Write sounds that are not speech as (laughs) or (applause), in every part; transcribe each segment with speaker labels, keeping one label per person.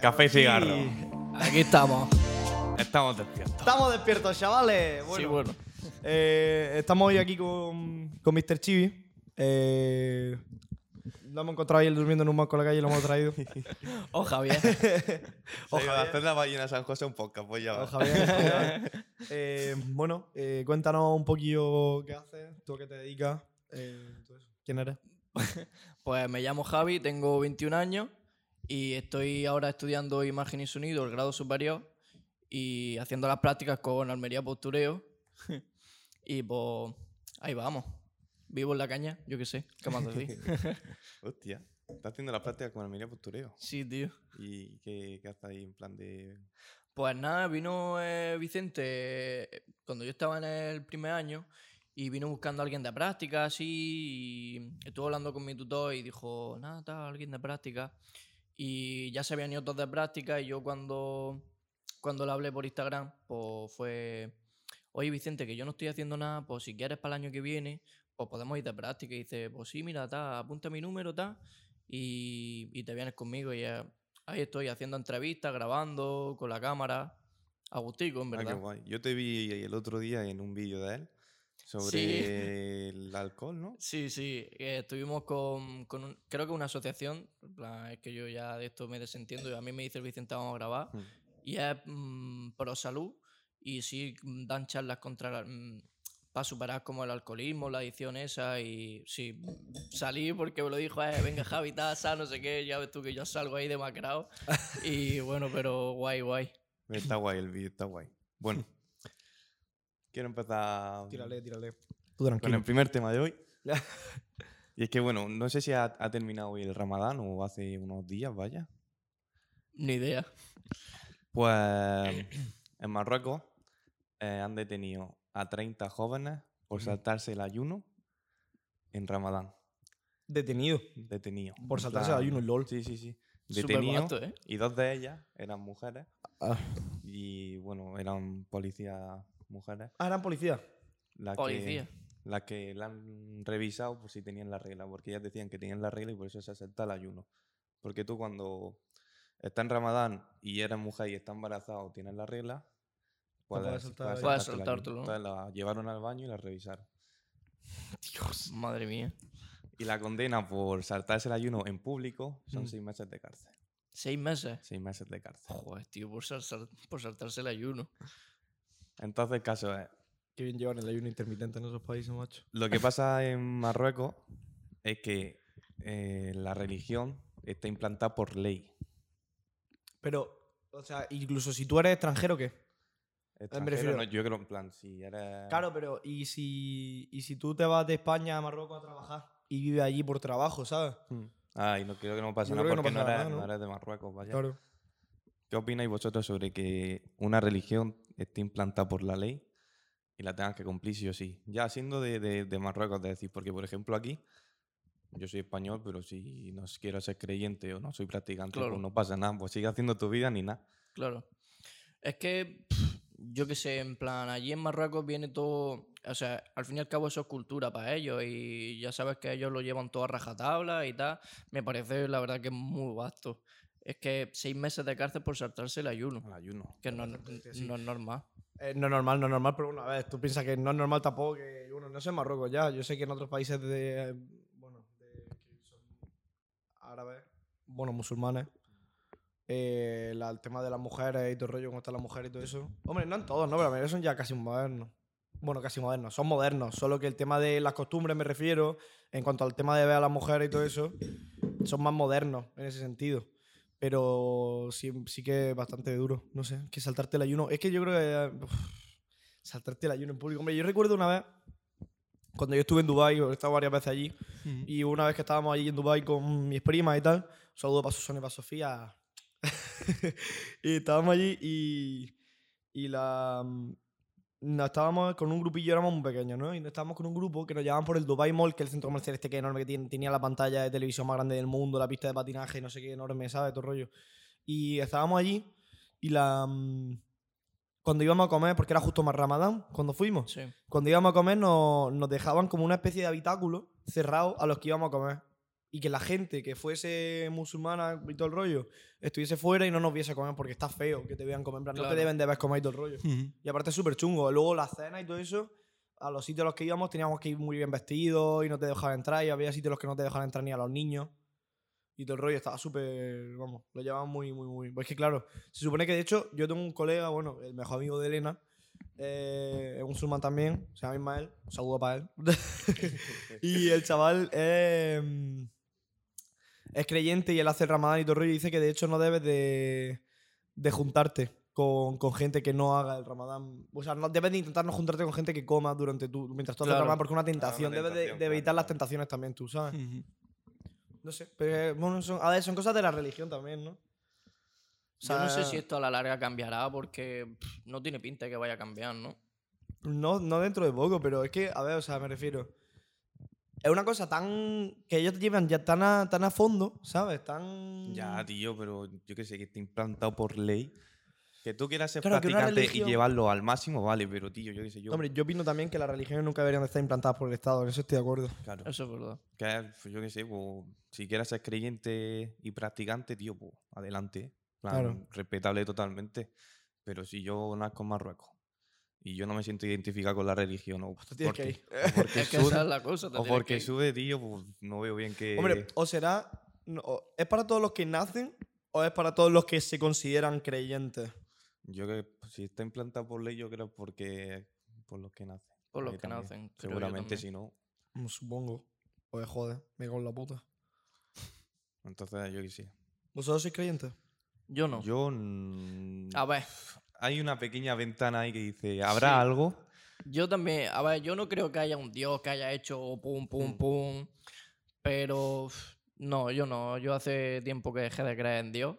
Speaker 1: Café y cigarro.
Speaker 2: Aquí estamos.
Speaker 1: Estamos despiertos.
Speaker 3: Estamos despiertos, chavales. Bueno,
Speaker 2: Sí, bueno.
Speaker 3: eh, estamos hoy aquí con, con Mr. Chibi. Eh, lo hemos encontrado ayer durmiendo en un banco en la calle y lo hemos traído. (laughs)
Speaker 2: Oh, Javier.
Speaker 1: Ojalá hacer la ballena San José un podcast, pues ya. va.
Speaker 3: Hola, Javier. Eh, bueno, eh, cuéntanos un poquillo qué haces, tú a qué te dedicas, eh, todo eso. quién eres.
Speaker 2: Pues me llamo Javi, tengo 21 años y estoy ahora estudiando imagen y sonido, el grado superior, y haciendo las prácticas con Almería Postureo. y pues ahí vamos. Vivo en la caña, yo qué sé, ¿qué más decir?
Speaker 1: Hostia. Estás haciendo la práctica con Almería Postureo.
Speaker 2: sí, tío.
Speaker 1: ¿Y qué, qué haces ahí en plan de...? ah,
Speaker 2: Pues nada, vino eh, Vicente eh, cuando yo estaba en el primer año y vino buscando a alguien de práctica, así, y estuvo hablando con mi tutor y dijo, nada, tal, alguien de práctica. Y ya se habían ido todos de práctica y yo cuando, cuando le hablé por Instagram, pues fue, oye Vicente, que yo no estoy haciendo nada, pues si quieres para el año que viene, pues podemos ir de práctica. Y dice, pues sí, mira, tal, apunta mi número, tal, y, y te vienes conmigo y ya... Ahí estoy haciendo entrevistas, grabando con la cámara. Agustico, en
Speaker 1: Ah, qué
Speaker 2: verdad.
Speaker 1: guay. Yo te vi el otro día en un vídeo de él sobre el alcohol, ¿no?
Speaker 2: sí, sí. eh, estuvimos con, con un- creo que una asociación. en plan, es que yo ya de esto me desentiendo. Y a mí me dice el Vicente, vamos a grabar.
Speaker 1: Hmm.
Speaker 2: Y es mm, pro salud. Y sí, mm, dan charlas contra para superar como el alcoholismo, la adicción esa. Y sí, mm, salí porque me lo dijo, eh, venga Javi, taza, no sé qué. Ya ves tú que yo salgo
Speaker 1: (laughs)
Speaker 2: ahí demacrado. y bueno, pero guay, guay.
Speaker 1: Está guay el vídeo, está guay. Bueno. Quiero empezar
Speaker 3: Tírale, tírale. Tú
Speaker 1: con
Speaker 3: tranquilo.
Speaker 1: el primer tema de hoy. Y es que, bueno, no sé si ha, ha terminado hoy el ramadán o hace unos días, vaya.
Speaker 2: Ni idea.
Speaker 3: (clears throat)
Speaker 1: Pues en Marruecos eh, han detenido a 30 jóvenes por saltarse el ayuno en Ramadán.
Speaker 3: Detenido.
Speaker 1: Detenido.
Speaker 3: Mm. Por
Speaker 1: En
Speaker 3: saltarse el
Speaker 1: plan-
Speaker 3: ayuno, lol.
Speaker 1: Sí, sí, sí.
Speaker 2: Súper
Speaker 1: Detenido.
Speaker 2: barato, ¿eh?
Speaker 1: Y dos de ellas eran mujeres.
Speaker 3: Ah,
Speaker 1: Y bueno, eran policías mujeres.
Speaker 3: Ah, eran policías.
Speaker 1: Las
Speaker 2: Policía.
Speaker 1: Que, las que la han revisado por si tenían la regla. Porque ellas decían que tenían la regla y por eso se salta el ayuno. Porque tú cuando estás en Ramadán y eres mujer y estás embarazada o tienes la regla, pues
Speaker 3: puedes
Speaker 1: puedes,
Speaker 3: saltar el ayuno.
Speaker 2: Puedes
Speaker 1: saltarte el ayuno.
Speaker 2: saltártelo, ¿no?
Speaker 1: Entonces la llevaron al baño y la revisaron.
Speaker 2: Madre mía.
Speaker 1: Y la condena por saltarse el ayuno en público son
Speaker 3: Mm.
Speaker 1: seis meses de cárcel.
Speaker 2: ¿Seis meses?
Speaker 1: Seis meses de cárcel.
Speaker 2: Joder, tío, por, sal- sal- por saltarse el ayuno.
Speaker 1: Entonces el caso es,
Speaker 3: Qué bien llevan el ayuno intermitente en esos países, macho.
Speaker 1: Lo que pasa en Marruecos es que eh, la religión está implantada por ley.
Speaker 3: Pero, o sea, incluso si tú eres extranjero, ¿qué?
Speaker 1: Extranjero,
Speaker 3: Eh, refiero-
Speaker 1: no, yo creo en plan, si eres...
Speaker 3: Claro, pero ¿y si, ¿y si tú te vas de España a Marruecos a trabajar y vives allí por trabajo, ¿sabes?
Speaker 1: Mm. Ah, y no creo que no pasa
Speaker 3: Yo
Speaker 1: nada
Speaker 3: creo que no
Speaker 1: porque no,
Speaker 3: pasa
Speaker 1: eres,
Speaker 3: nada, ¿no?
Speaker 1: no eres de Marruecos, vaya. ¿Qué opináis vosotros sobre que una religión esté implantada por la ley y la tengas que cumplir sí o sí? Ya siendo de, de- de Marruecos, de decir, porque por ejemplo aquí, yo soy español, pero si no quiero ser creyente o no soy practicante,
Speaker 2: Claro.
Speaker 1: pues no pasa nada, pues sigue haciendo tu vida ni nada.
Speaker 2: Claro. Es que, pff, yo qué sé, en plan, allí en Marruecos viene todo. O sea, al fin y al cabo eso es cultura para ellos y ya sabes que ellos lo llevan todo a rajatabla y tal. Me parece, la verdad, que es muy vasto. Es que seis meses de cárcel por saltarse el ayuno,
Speaker 1: Al ayuno.
Speaker 2: que no,
Speaker 1: pues
Speaker 3: Bastante, sí.
Speaker 2: no es normal.
Speaker 3: Eh, no es normal, no es normal, pero bueno, a ver, tú piensas que no es normal tampoco que, bueno, no sé en Marruecos ya, yo sé que en otros países de, eh, bueno, de, que son árabes, bueno, musulmanes, eh, la- el tema de las mujeres y todo el rollo, cómo están las mujeres y todo eso. Hombre, no en todos, no, pero la mayoría son ya casi modernos. Bueno, casi modernos, son modernos, solo que el tema de las costumbres me refiero, en cuanto al tema de ver a las mujeres y todo eso, son más modernos en ese sentido. Pero sí, sí que bastante duro, no sé, que saltarte el ayuno. Es que yo creo que... eh, uf, saltarte el ayuno en público. Hombre, yo recuerdo una vez, cuando yo estuve en Dubái, he estado varias veces allí, y una vez que estábamos allí en Dubái con mis primas y tal, un saludo para Susana y para Sofía. (laughs) y estábamos allí y, y la... no, estábamos con un grupillo, éramos muy pequeños, ¿no? Y nos estábamos con un grupo que nos llevaban por el Dubai Mall, que es el centro comercial este que es enorme, que tiene- tenía la pantalla de televisión más grande del mundo, la pista de patinaje, no sé qué enorme, ¿sabes? Todo el rollo. Y estábamos allí y la... mm, Cuando íbamos a comer, porque era justo más Ramadán, cuando fuimos,
Speaker 2: Sí.
Speaker 3: cuando íbamos a comer nos, nos dejaban como una especie de habitáculo cerrado a los que íbamos a comer. y que la gente que fuese musulmana y todo el rollo estuviese fuera y no nos viese comer porque está feo que te vean comer. en plan, No
Speaker 2: Claro.
Speaker 3: te deben de ver comer y todo el rollo. Y aparte es súper chungo. Luego la cena y todo eso, a los sitios a los que íbamos teníamos que ir muy bien vestidos y no te dejaban entrar y había sitios a los que no te dejaban entrar ni a los niños. Y todo el rollo estaba súper, vamos, lo llevaban muy, muy, muy. Pues es que claro, se supone que de hecho yo tengo un colega, bueno, el mejor amigo de Elena, eh, es un surman también, se llama Ismael, un saludo para él. (laughs) y el chaval eh, es creyente y él hace el ramadán y todo el rollo y dice que de hecho no debes de, de juntarte con, con gente que no haga el ramadán. O sea, no, debes de intentar no juntarte con gente que coma durante tu, mientras tú haces el
Speaker 2: Claro.
Speaker 3: ramadán porque es una tentación. debes de- de,
Speaker 1: Ah, tentación,
Speaker 3: evitar
Speaker 1: claro,
Speaker 3: las
Speaker 1: claro.
Speaker 3: tentaciones también tú, ¿sabes? No sé, pero eh, bueno, son, a ver, son cosas de la religión también, ¿no? O
Speaker 2: Yo no sé
Speaker 3: sea,
Speaker 2: si esto a la larga cambiará porque pff, no tiene pinta de que vaya a cambiar, ¿no?
Speaker 3: No, no dentro de poco, pero es que, a ver, o sea, me refiero. Es una cosa tan. que ellos te llevan ya tan a, tan a fondo, ¿sabes? Tan.
Speaker 1: Ya, tío, pero yo qué sé, que está implantado por ley. Que tú quieras ser
Speaker 3: Claro, que una
Speaker 1: practicante
Speaker 3: religión-
Speaker 1: y llevarlo al máximo, vale, pero tío, yo qué sé, yo.
Speaker 3: Hombre, yo opino también que las religiones nunca deberían de estar implantadas por el Estado, en eso estoy de acuerdo.
Speaker 1: claro.
Speaker 2: Eso es verdad.
Speaker 1: que, pues, yo qué sé, pues, si quieres ser creyente y practicante, tío, pues adelante. en plan,
Speaker 3: Claro.
Speaker 1: Respetable totalmente. Pero si yo nazco en Marruecos y yo no me siento identificado con la religión, o
Speaker 3: Tú tienes que
Speaker 1: porque,
Speaker 3: ir.
Speaker 1: o porque
Speaker 2: (laughs) Es Pues que
Speaker 1: sube-
Speaker 2: esa es la cosa. te
Speaker 1: o
Speaker 2: tienes
Speaker 1: porque
Speaker 2: que-
Speaker 1: sube, tío, pues no veo bien que.
Speaker 3: Hombre, o será. no, o- ¿Es para todos los que nacen o es para todos los que se consideran creyentes?
Speaker 1: Yo creo que pues, si está implantado por ley, yo creo porque por los que nacen.
Speaker 2: Por los
Speaker 1: Ahí
Speaker 2: que
Speaker 1: también.
Speaker 2: nacen, creo yo
Speaker 1: Seguramente
Speaker 2: también.
Speaker 1: si no.
Speaker 3: Mm, Supongo. Oye, joder, me cago en la puta.
Speaker 1: Entonces yo qué sé.
Speaker 3: ¿Vosotros sois creyentes?
Speaker 2: Yo no. Ah,
Speaker 1: Yo mm,
Speaker 2: A ver,
Speaker 1: hay una pequeña ventana ahí que dice, ¿habrá algo?
Speaker 2: yo también. A ver, yo no creo que haya un dios que haya hecho pum, pum,
Speaker 1: Mm.
Speaker 2: pum. Pero pff, no, yo no. Yo hace tiempo que dejé de creer en Dios.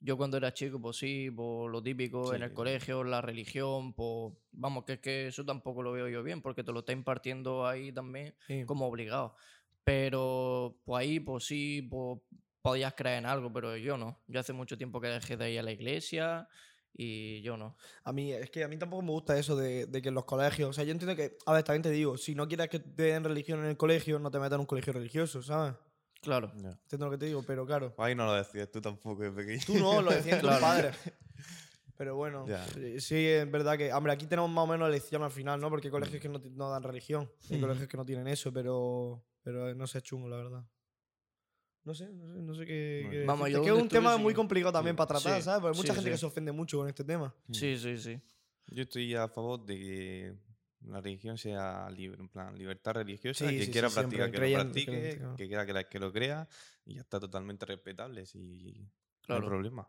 Speaker 2: Yo cuando era chico, pues sí, por lo típico, en
Speaker 1: Sí.
Speaker 2: el colegio, la religión, pues vamos, que es que eso tampoco lo veo yo bien, porque te lo está impartiendo ahí también.
Speaker 3: Sí.
Speaker 2: como obligado. Pero pues ahí, pues sí, pues podías creer en algo, pero yo no. Yo hace mucho tiempo que dejé de ir a la iglesia y yo no.
Speaker 3: A mí, es que a mí tampoco me gusta eso de, de que en los colegios. O sea, yo entiendo que. A ver, también te digo, si no quieres que te den religión en el colegio, no te metas en un colegio religioso, ¿sabes?
Speaker 2: Claro.
Speaker 1: No.
Speaker 3: Entiendo lo que te digo, pero claro.
Speaker 1: Ahí no lo decides tú tampoco, es pequeño.
Speaker 3: Tú no, lo decían tus
Speaker 2: (laughs) Claro.
Speaker 3: padres. Pero bueno,
Speaker 1: (laughs) Ya.
Speaker 3: sí- sí, es verdad que. Hombre, aquí tenemos más o menos elección al final, ¿no? Porque hay
Speaker 2: Mm.
Speaker 3: colegios que no, ti- no dan religión. Hay
Speaker 2: Ujú.
Speaker 3: colegios que no tienen eso, pero. Pero eh, no sé, es chungo, la verdad. No sé, no sé, no sé qué.
Speaker 1: Bueno.
Speaker 3: qué
Speaker 2: Vamos,
Speaker 3: decirte. Es
Speaker 2: yo
Speaker 3: que es
Speaker 2: donde
Speaker 3: un tema
Speaker 2: estuve, sí.
Speaker 3: muy complicado también
Speaker 1: Sí.
Speaker 3: para tratar,
Speaker 2: Sí,
Speaker 3: ¿sabes? Porque hay
Speaker 2: sí,
Speaker 3: mucha gente
Speaker 2: sí.
Speaker 3: que se ofende mucho con este tema.
Speaker 1: Mm.
Speaker 2: Sí, sí, sí.
Speaker 1: Yo estoy a favor de que la religión sea libre, en plan, libertad religiosa,
Speaker 3: Sí,
Speaker 1: quien
Speaker 3: sí,
Speaker 1: quiera
Speaker 3: sí, siempre,
Speaker 1: practicar, que lo
Speaker 3: creyente,
Speaker 1: practique,
Speaker 3: creyente, claro.
Speaker 1: que quiera que, la- que lo crea, y ya está totalmente respetable, si no
Speaker 2: Claro.
Speaker 1: hay problema.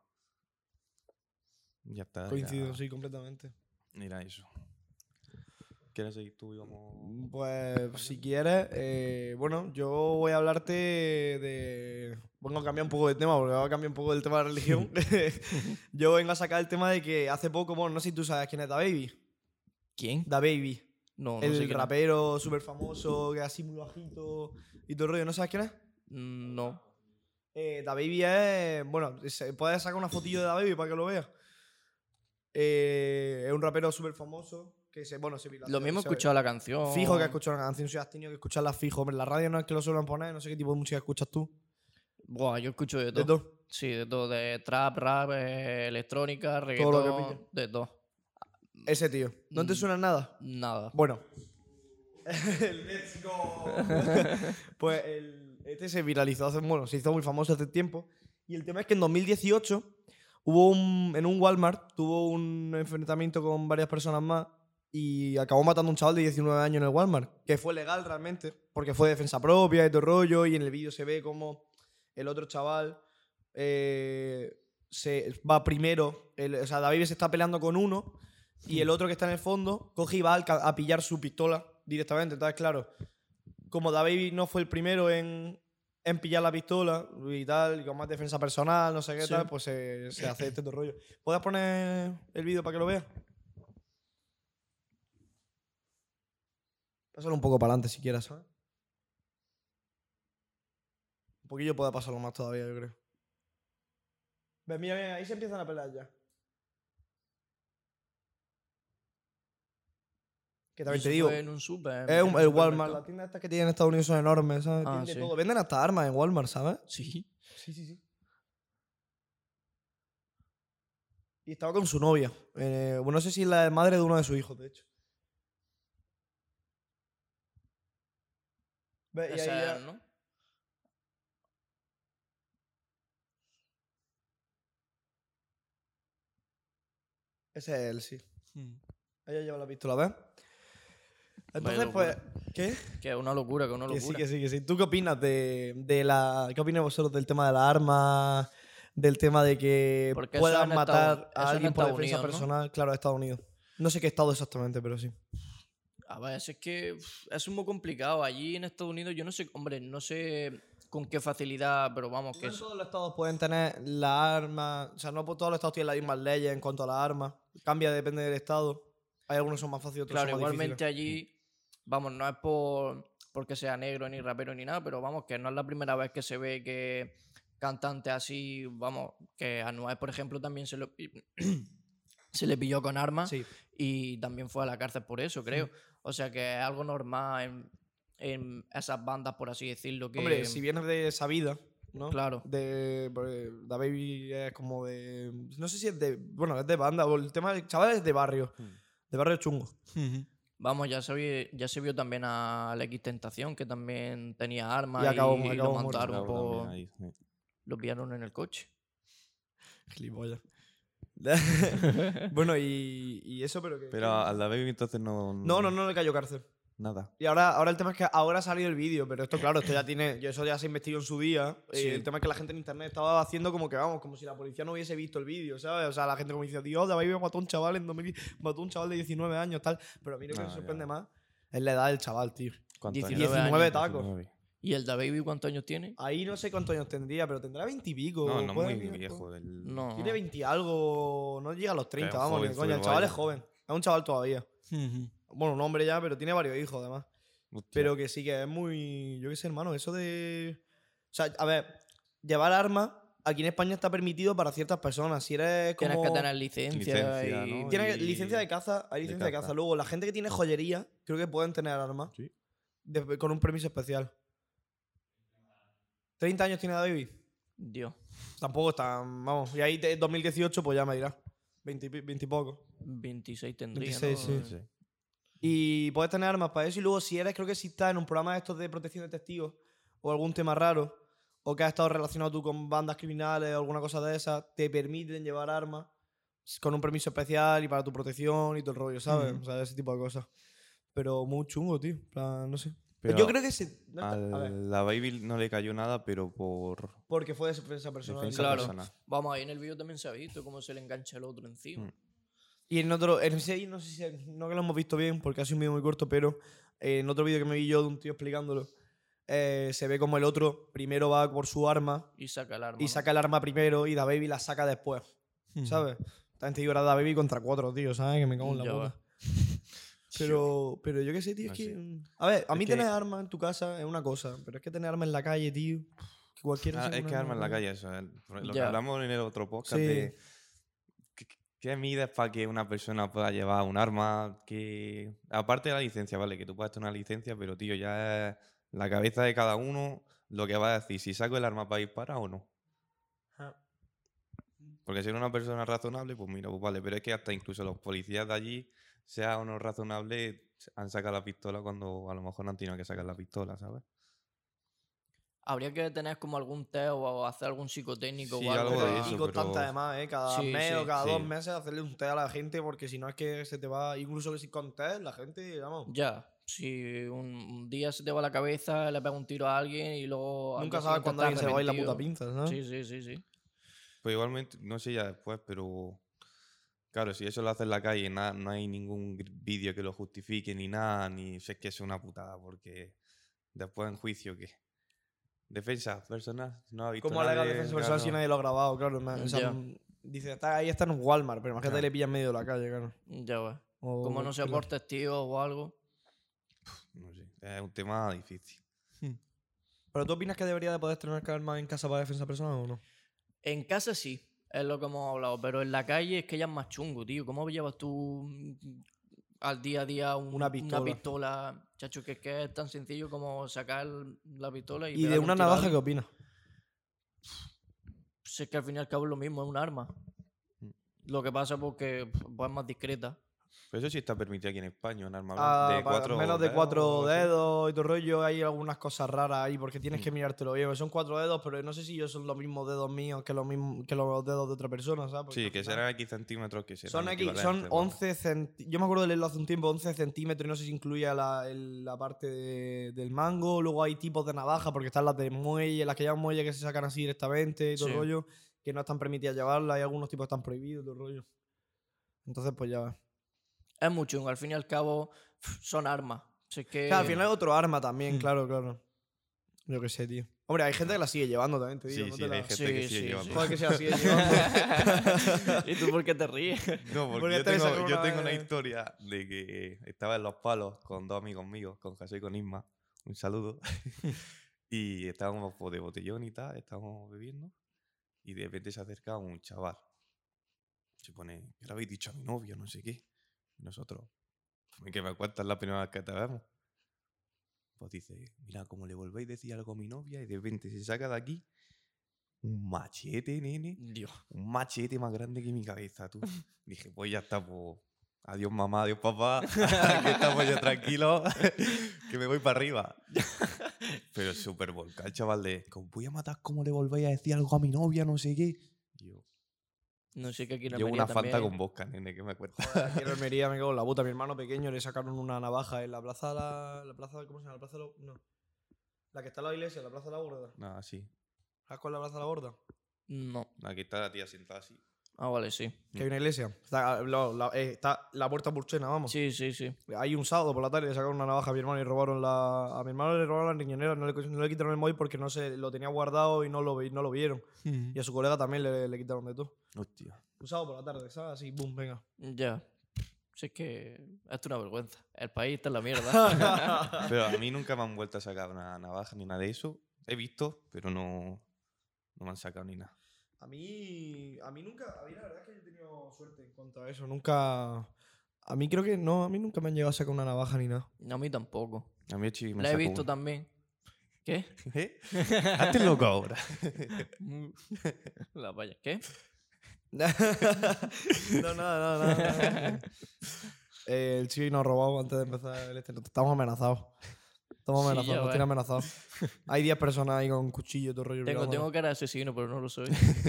Speaker 1: Ya está.
Speaker 2: Ah,
Speaker 1: ya-
Speaker 3: Coincido, sí, completamente.
Speaker 1: Mira eso. ¿Quieres seguir tú? Íbamos...
Speaker 3: Pues si quieres, eh, bueno, yo voy a hablarte de... Vengo a cambiar un poco de tema, porque voy a cambiar un poco del tema de la
Speaker 2: (laughs)
Speaker 3: religión. (laughs) yo vengo a sacar el tema de que hace poco, bueno, no sé si tú sabes quién es Da Baby.
Speaker 2: ¿Quién?
Speaker 3: Da Baby,
Speaker 2: No, no sé
Speaker 3: el
Speaker 2: quién es.
Speaker 3: rapero súper famoso, que es así muy bajito y todo el rollo, ¿no sabes quién es?
Speaker 2: Mm, No.
Speaker 3: Eh, Da Baby es. Bueno, se- puedes sacar una fotillo de Da Baby para que lo veas. Eh, es un rapero súper famoso. Que se, bueno, se
Speaker 2: Lo mismo he
Speaker 3: se-
Speaker 2: escuchado la canción.
Speaker 3: Fijo que has escuchado una canción, si has tenido que escucharla fijo. Hombre, la radio no es que lo suelen poner, no sé qué tipo de música escuchas tú.
Speaker 2: Buah, yo escucho de todo.
Speaker 3: De todo.
Speaker 2: Sí, de todo. De trap, rap, eh, electrónica, reggaetón.
Speaker 3: lo que pille.
Speaker 2: de todo.
Speaker 3: Ese tío. ¿No te
Speaker 2: Mm.
Speaker 3: suena nada?
Speaker 2: Nada.
Speaker 3: Bueno. (laughs) Let's go. (laughs) pues el- este se viralizó hace, bueno, se hizo muy famoso hace tiempo. Y el tema es que en 2018 hubo un, en un Walmart, tuvo un enfrentamiento con varias personas más y acabó matando a un chaval de 19 años en el Walmart, que fue legal realmente, porque fue defensa propia y todo el rollo, y en el vídeo se ve como el otro chaval eh, se va primero, el- o sea, David se está peleando con uno, y el otro que está en el fondo coge y va al ca- a pillar su pistola directamente. Entonces, claro, como Da Baby no fue el primero en, en pillar la pistola y tal, y con más defensa personal, no sé qué
Speaker 2: Sí.
Speaker 3: tal, pues se, se hace este todo rollo. ¿Puedes poner el vídeo para que lo veas? Pásalo un poco para adelante si quieres, ¿sabes? Un poquillo puede pasarlo más todavía, yo creo. Ves, mira, mira, ahí se empiezan a pelear ya. Que también te
Speaker 2: Eso
Speaker 3: digo,
Speaker 2: fue En un super.
Speaker 3: es un- el Walmart, las tiendas estas que tienen en Estados Unidos son enormes, ¿sabes?
Speaker 2: Ah,
Speaker 3: Tienen de
Speaker 2: sí.
Speaker 3: todo. Venden hasta armas en Walmart, ¿sabes?
Speaker 2: Sí.
Speaker 3: Sí, sí, sí. Y estaba con su novia. Eh, bueno, no sé si es la madre de uno de sus hijos, de hecho. Ve, y ahí
Speaker 2: Esa
Speaker 3: ya-
Speaker 2: es, ¿no?
Speaker 3: Ese es él, sí. Mm. Ella lleva la pistola, ¿ves? Entonces,
Speaker 2: locura.
Speaker 3: pues, ¿qué?
Speaker 2: Que es una locura, que es una
Speaker 3: Que
Speaker 2: locura.
Speaker 3: sí, que sí, que sí. ¿Tú qué opinas de, de la... ¿Qué opináis vosotros del tema de las armas? Del tema de que
Speaker 2: Porque eso
Speaker 3: puedan
Speaker 2: en Estados-
Speaker 3: matar
Speaker 2: eso en
Speaker 3: a alguien por
Speaker 2: Estados
Speaker 3: defensa
Speaker 2: Unidos, ¿no?
Speaker 3: personal. Claro, Estados Unidos. No sé qué estado exactamente, pero sí.
Speaker 2: A ver, es que uf, es un poco complicado. Allí en Estados Unidos, yo no sé, hombre, no sé con qué facilidad, pero vamos, que
Speaker 3: No
Speaker 2: es-
Speaker 3: todos los estados pueden tener la arma. O sea, no po- todos los estados tienen las mismas leyes en cuanto a las armas. Cambia, depende del estado. Hay algunos que son más fáciles, otros
Speaker 2: claro,
Speaker 3: son más
Speaker 2: igualmente
Speaker 3: difíciles.
Speaker 2: allí, vamos, no es por porque sea negro ni rapero ni nada, pero vamos, que no es la primera vez que se ve que cantantes así, vamos, que a Noel, por ejemplo, también se, lo, (clears throat) se le pilló con armas.
Speaker 3: Sí.
Speaker 2: y también fue a la cárcel por eso, creo. O sea que es algo normal en, en esas bandas, por así decirlo. Que,
Speaker 3: Hombre, si vienes de esa vida, ¿no?
Speaker 2: Claro.
Speaker 3: De. Da Baby es como de. No sé si es de. Bueno, es de banda. o El tema del chaval es de barrio.
Speaker 1: Hmm,
Speaker 3: De barrio chungo.
Speaker 2: Vamos, ya se, vi- ya se vio también a la X Tentación, que también tenía armas
Speaker 3: Y
Speaker 2: y,
Speaker 3: acabó-
Speaker 2: lo
Speaker 3: acabó muerto.
Speaker 2: mataron
Speaker 1: Claro,
Speaker 2: por-
Speaker 1: también ahí, sí.
Speaker 2: Lo pillaron en el coche.
Speaker 3: Gilipollas. (laughs) bueno, y, y eso, pero que.
Speaker 1: Pero al la Baby entonces no.
Speaker 3: No, no, no le cayó cárcel.
Speaker 1: Nada.
Speaker 3: Y ahora, ahora el tema es que ahora ha salido el vídeo, pero esto, claro,
Speaker 1: (clears throat)
Speaker 3: esto ya tiene. Yo eso ya se investigó en su día. y
Speaker 2: Sí.
Speaker 3: el tema es que la gente en internet estaba haciendo como que vamos, como si la policía no hubiese visto el vídeo, ¿sabes? O sea, la gente como dice, Dios, David mató a un chaval en 2000, mató a un chaval de 19 años, tal. Pero a mí lo que
Speaker 1: Ah,
Speaker 3: me
Speaker 1: ya.
Speaker 3: sorprende más es la edad del chaval, tío.
Speaker 1: ¿Cuántos años?
Speaker 2: 19
Speaker 3: 19
Speaker 2: años,
Speaker 3: tacos.
Speaker 1: 19.
Speaker 2: ¿Y el Da Baby cuántos años tiene?
Speaker 3: Ahí no sé cuántos años tendría, pero tendrá 20 y pico.
Speaker 1: No, no
Speaker 3: puede
Speaker 1: muy
Speaker 3: que-
Speaker 1: viejo. El...
Speaker 2: No.
Speaker 3: Tiene 20 algo, no llega a los 30,
Speaker 1: un
Speaker 3: vamos,
Speaker 1: joven
Speaker 3: ni coña. El
Speaker 1: súper
Speaker 3: chaval
Speaker 1: guay.
Speaker 3: es joven, es un chaval todavía. Bueno, un hombre ya, pero tiene varios hijos además.
Speaker 1: Hostia.
Speaker 3: Pero que sí que es muy. Yo qué sé, hermano, eso de. O sea, a ver, llevar armas aquí en España está permitido para ciertas personas. Si eres como.
Speaker 2: Tienes que tener licencia.
Speaker 1: Licencia,
Speaker 2: y...
Speaker 1: ¿no?
Speaker 3: Tiene
Speaker 1: y-
Speaker 3: licencia de caza, hay
Speaker 1: de
Speaker 3: licencia de caza.
Speaker 1: caza.
Speaker 3: Luego, la gente que tiene joyería, creo que pueden tener armas.
Speaker 1: Sí.
Speaker 3: de- con un permiso especial. 30 años tiene David.
Speaker 2: Dios.
Speaker 3: Tampoco está. Vamos, y ahí de 2018, pues ya me dirás. 20, y pi- 20 y poco.
Speaker 2: 26 tendría.
Speaker 3: 26,
Speaker 2: ¿no?
Speaker 1: Sí, sí.
Speaker 3: Y puedes tener armas para eso. Y luego, si eres, creo que si estás en un programa de estos de protección de testigos o algún tema raro, o que has estado relacionado tú con bandas criminales o alguna cosa de esas, te permiten llevar armas con un permiso especial y para tu protección y todo el rollo, ¿sabes?
Speaker 2: Ujú.
Speaker 3: O sea, ese tipo de cosas. Pero muy chungo, tío. En plan, no sé.
Speaker 1: Pero
Speaker 3: Yo creo que se. no está- a ver,
Speaker 1: Al- la Baby no le cayó nada, pero por
Speaker 3: porque fue defensa personal.
Speaker 1: defensa
Speaker 2: Claro.
Speaker 1: personal.
Speaker 2: Vamos, ahí en el vídeo también se ha visto cómo se le engancha el otro encima.
Speaker 1: Mm.
Speaker 3: Y en otro, en ese, no sé si, no que lo hemos visto bien porque ha sido un vídeo muy corto, pero eh, en otro vídeo que me vi yo de un tío explicándolo, eh, se ve como el otro primero va por su arma
Speaker 2: Y saca el arma.
Speaker 3: y
Speaker 2: ¿no?
Speaker 3: saca el arma primero y Da Baby la saca después, ¿sabes? También te digo, era Da Baby contra cuatro, tío, ¿sabes? Que me cago en la
Speaker 2: Ya
Speaker 3: boca. (laughs) Pero, pero yo qué sé, tío, es
Speaker 1: No
Speaker 3: que...
Speaker 1: sé.
Speaker 3: mm, A ver, a
Speaker 1: Es
Speaker 3: mí
Speaker 1: que-
Speaker 3: tener armas en tu casa es una cosa, pero es que tener armas en la calle, tío... Que cualquiera
Speaker 1: Ah,
Speaker 3: se
Speaker 1: es
Speaker 3: pone
Speaker 1: que arma en la
Speaker 3: calle.
Speaker 1: calle, eso. el- Lo que
Speaker 2: Ya.
Speaker 1: hablamos en el otro podcast
Speaker 3: Sí.
Speaker 1: de qué- qué mides para que una persona pueda llevar un arma, que aparte de la licencia, vale, que tú puedes tener una licencia, pero tío, ya es la cabeza de cada uno lo que va a decir, si saco el arma para disparar o no.
Speaker 3: Ah.
Speaker 1: Porque si eres una persona razonable, pues mira, pues vale, pero es que hasta incluso los policías de allí, sea o no razonable, han sacado la pistola cuando a lo mejor no han tenido que sacar la pistola, ¿sabes?
Speaker 2: Habría que tener como algún test o hacer algún psicotécnico
Speaker 1: Sí,
Speaker 2: o algo.
Speaker 1: algo de
Speaker 2: para-
Speaker 1: eso.
Speaker 3: Y
Speaker 1: pero-
Speaker 3: constante además, ¿eh? Cada
Speaker 2: Sí,
Speaker 3: mes o
Speaker 2: sí,
Speaker 3: cada dos
Speaker 1: sí.
Speaker 3: meses hacerle un test a la gente porque si no es que se te va... Incluso que si con test, la gente, vamos...
Speaker 2: Ya. Si un, un día se te va la cabeza, le pega un tiro a alguien y luego. al
Speaker 3: Nunca
Speaker 2: día
Speaker 3: sabes
Speaker 2: siguiente
Speaker 3: cuándo
Speaker 2: estás
Speaker 3: alguien se va a ir la
Speaker 2: arrepentido.
Speaker 3: puta pinza, ¿sabes?
Speaker 2: Sí, sí, sí, sí.
Speaker 1: Pues igualmente, no sé ya después, pero claro, si eso lo hace en la calle, na- no hay ningún gr- vídeo que lo justifique ni nada, ni sé que es una putada, porque después en juicio, ¿qué? Defensa personal, no ha visto
Speaker 3: ¿Cómo alega
Speaker 1: nadie,
Speaker 3: defensa personal si
Speaker 1: claro.
Speaker 3: nadie lo ha grabado? Claro, na- o sea,
Speaker 2: Ya.
Speaker 3: mm, dice, está, ahí está en un Walmart, pero imagínate
Speaker 1: Claro.
Speaker 3: le pilla en medio de la calle, claro.
Speaker 2: Ya ves.
Speaker 3: O-
Speaker 2: Como no se
Speaker 3: claro.
Speaker 2: aportes, tío, o algo.
Speaker 1: No sé, es un tema difícil.
Speaker 3: ¿Pero tú opinas que debería de poder tener armas en casa para defensa personal o no?
Speaker 2: En casa sí, es lo que hemos hablado. Pero en la calle es que ya es más chungo, tío. ¿Cómo llevas tú mm, al día a día un-
Speaker 3: Una pistola.
Speaker 2: pistola. Chacho, que, es que es tan sencillo como sacar la pistola y.
Speaker 3: ¿Y de
Speaker 2: pegarle un
Speaker 3: una
Speaker 2: tiro a
Speaker 3: navaja qué
Speaker 2: alguien.
Speaker 3: opinas?
Speaker 2: Pues es que al fin y al cabo es lo mismo, es un arma.
Speaker 1: Mm.
Speaker 2: Lo que pasa porque pues, es más discreta.
Speaker 1: Pero eso sí está permitido aquí en España, un arma
Speaker 3: Ah,
Speaker 1: blanca de
Speaker 3: pa-
Speaker 1: cuatro
Speaker 3: menos de
Speaker 1: dedos o
Speaker 3: cuatro
Speaker 1: algo así.
Speaker 3: dedos y todo el rollo. Hay algunas cosas raras ahí porque tienes que
Speaker 1: Mm.
Speaker 3: mirártelo bien. Son cuatro dedos, pero no sé si yo son los mismos dedos míos que los, mismos, que los dedos de otra persona, ¿sabes? Porque
Speaker 1: Sí,
Speaker 3: al
Speaker 1: que
Speaker 3: final-
Speaker 1: serán X centímetros que serán
Speaker 3: Son, aquí, son
Speaker 1: equivalentes, vamos.
Speaker 3: 11 centímetros. Yo me acuerdo de leerlo hace un tiempo, 11 centímetros. y No sé si incluía la, el- la parte de- del mango. Luego hay tipos de navaja, porque están las de muelle, las que llevan muelle que se sacan así directamente y todo el
Speaker 2: Sí.
Speaker 3: rollo, que no están permitidas llevarlas. Hay algunos tipos que están prohibidos, y todo el rollo. Entonces, pues ya. ves.
Speaker 2: Es muy chungo, al fin y al cabo son armas. Así
Speaker 1: Eh,
Speaker 2: que,
Speaker 3: Claro, al final es otro arma también,
Speaker 2: Mm.
Speaker 3: claro, claro. Yo qué sé, tío. Hombre, hay gente que la sigue llevando también, te digo.
Speaker 1: Sí,
Speaker 3: no
Speaker 1: sí,
Speaker 3: te la-
Speaker 1: hay gente
Speaker 2: Sí,
Speaker 1: que sigue
Speaker 2: sí, sí.
Speaker 1: llevando.
Speaker 3: Joder, que se la
Speaker 1: (laughs)
Speaker 3: sigue llevando.
Speaker 2: (laughs) ¿Y tú por qué te ríes?
Speaker 1: No, porque,
Speaker 3: Porque
Speaker 1: yo,
Speaker 3: te
Speaker 1: tengo,
Speaker 3: sacaron
Speaker 1: yo
Speaker 3: una
Speaker 1: tengo una
Speaker 3: vez.
Speaker 1: historia de que eh, estaba en Los Palos con dos amigos míos, con José y con Isma. Un saludo. (laughs) y estábamos pues, de botellón y tal, estábamos bebiendo. Y de repente se acerca un chaval. Se pone, ¿qué le habéis dicho a mi novio? No sé qué. Y nosotros, "Pues, que me cuentas la primera vez que te vemos. Pues dice, mira, como le volvéis a decir algo a mi novia y de repente se saca de aquí un machete, nene
Speaker 2: Dios.
Speaker 1: un machete más grande que mi cabeza,
Speaker 2: (laughs)
Speaker 1: tú. Dije, pues ya está, pues. Adiós mamá, adiós papá, (laughs) que estamos ya tranquilos, (laughs) que me voy para
Speaker 2: (laughs)
Speaker 1: arriba. Pero súper volcán, chaval, de, que os voy a matar como le volvéis a decir algo a mi novia, no sé qué. Yo,
Speaker 2: No sé qué aquí en
Speaker 1: llevo
Speaker 2: Almería
Speaker 1: una falta
Speaker 2: también. ¿eh?
Speaker 1: con bosca, nene, que me acuerdo.
Speaker 3: Aquí en Almería me cago en la puta. Mi hermano pequeño le sacaron una navaja en la plaza de la, la plaza, ¿cómo se llama? La plaza de la, no. La que está en la iglesia, la plaza de la gorda.
Speaker 1: Nada, sí.
Speaker 3: ¿Sabes cuál es la plaza de la gorda?
Speaker 2: No.
Speaker 1: Aquí está la tía sentada así.
Speaker 2: Ah, vale, sí.
Speaker 3: Que hay una iglesia. Está la, la- eh, está la puerta purchena, vamos.
Speaker 2: Sí, sí, sí.
Speaker 3: Ahí un sábado por la tarde le sacaron una navaja a mi hermano y robaron la. A mi hermano le robaron la riñonera, no le, no le quitaron el móvil porque no se lo tenía guardado y no lo, vi- no lo vieron.
Speaker 2: Mm.
Speaker 3: Y a su colega también le, le quitaron de todo.
Speaker 1: Hostia.
Speaker 3: Un sábado por la tarde, ¿sabes? Así, boom,
Speaker 2: (laughs)
Speaker 3: venga.
Speaker 2: Ya. Si es que esto es una vergüenza. El país está en
Speaker 3: (laughs)
Speaker 2: la mierda.
Speaker 1: Pero a mí nunca me han vuelto a sacar una navaja ni nada de eso. He visto, pero no, no me han sacado ni nada.
Speaker 3: A mí, a mí nunca, a mí la verdad es que yo he tenido suerte en cuanto a eso. Nunca, a mí creo que no, a mí nunca me han llegado a sacar una navaja ni
Speaker 2: (laughs)
Speaker 3: nada.
Speaker 2: No, a mí tampoco.
Speaker 1: A mí el chibi me
Speaker 2: La he
Speaker 1: sacó
Speaker 2: visto
Speaker 1: una.
Speaker 2: también.
Speaker 1: (laughs)
Speaker 2: ¿Qué? (laughs)
Speaker 1: ¿Eh? Hazte loco ahora.
Speaker 2: la vaya. ¿Qué?
Speaker 3: no, no, no, no. no. Eh, (laughs) el chico nos ha robado antes de empezar el este. Estamos amenazados. Estamos
Speaker 2: Sí,
Speaker 3: amenazados,
Speaker 2: ya
Speaker 3: nos
Speaker 2: ves.
Speaker 3: tiene amenazados. Hay 10 personas ahí con cuchillo, y todo el rollo.
Speaker 2: Tengo,
Speaker 3: pero
Speaker 2: tengo
Speaker 3: bueno.
Speaker 2: cara de asesino, pero no lo
Speaker 1: (laughs)
Speaker 2: soy.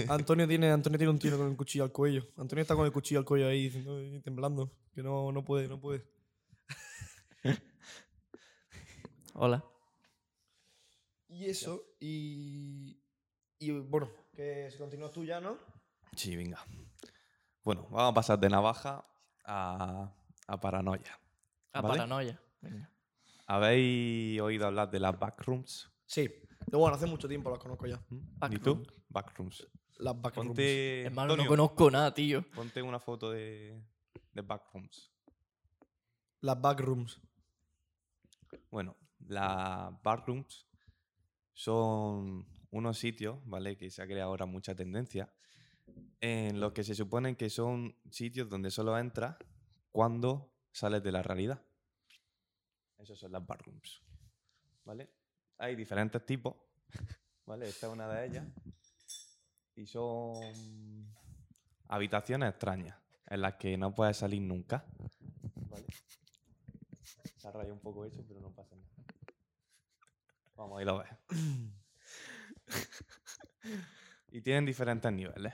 Speaker 3: Antonio, tiene, Antonio tiene un tiro con el cuchillo al cuello. Antonio está con el cuchillo al cuello ahí diciendo, y temblando. Que no, no puede, no puede.
Speaker 2: Hola.
Speaker 3: Y eso, y. Y bueno, que se continúa tú ya, ¿no?
Speaker 1: Sí, venga. Bueno, vamos a pasar de navaja a, a paranoia.
Speaker 2: A
Speaker 1: ¿Vale?
Speaker 2: Ah, paranoia. Venga.
Speaker 1: ¿Habéis oído hablar de las backrooms?
Speaker 3: Sí. Pero bueno, hace mucho tiempo las conozco ya.
Speaker 1: ¿Mm? ¿Y
Speaker 2: Backroom.
Speaker 1: tú? Backrooms.
Speaker 3: Las backrooms. Eh,
Speaker 1: Ponte,
Speaker 2: Hermano, no
Speaker 1: Antonio,
Speaker 2: conozco nada, tío.
Speaker 1: ponte una foto de, de backrooms.
Speaker 3: Las backrooms.
Speaker 1: Bueno, las backrooms son unos sitios, ¿vale? Que se ha creado ahora mucha tendencia, en los que se suponen que son sitios donde solo entras cuando sales de la realidad. Esas son las backrooms, ¿vale? Hay diferentes tipos, (laughs) ¿vale? Esta es una de ellas. Y son habitaciones extrañas, en las que no puedes salir nunca, ¿vale? Se ha rayado un poco eso, pero no pasa nada. Vamos, ahí lo ves. y tienen diferentes niveles,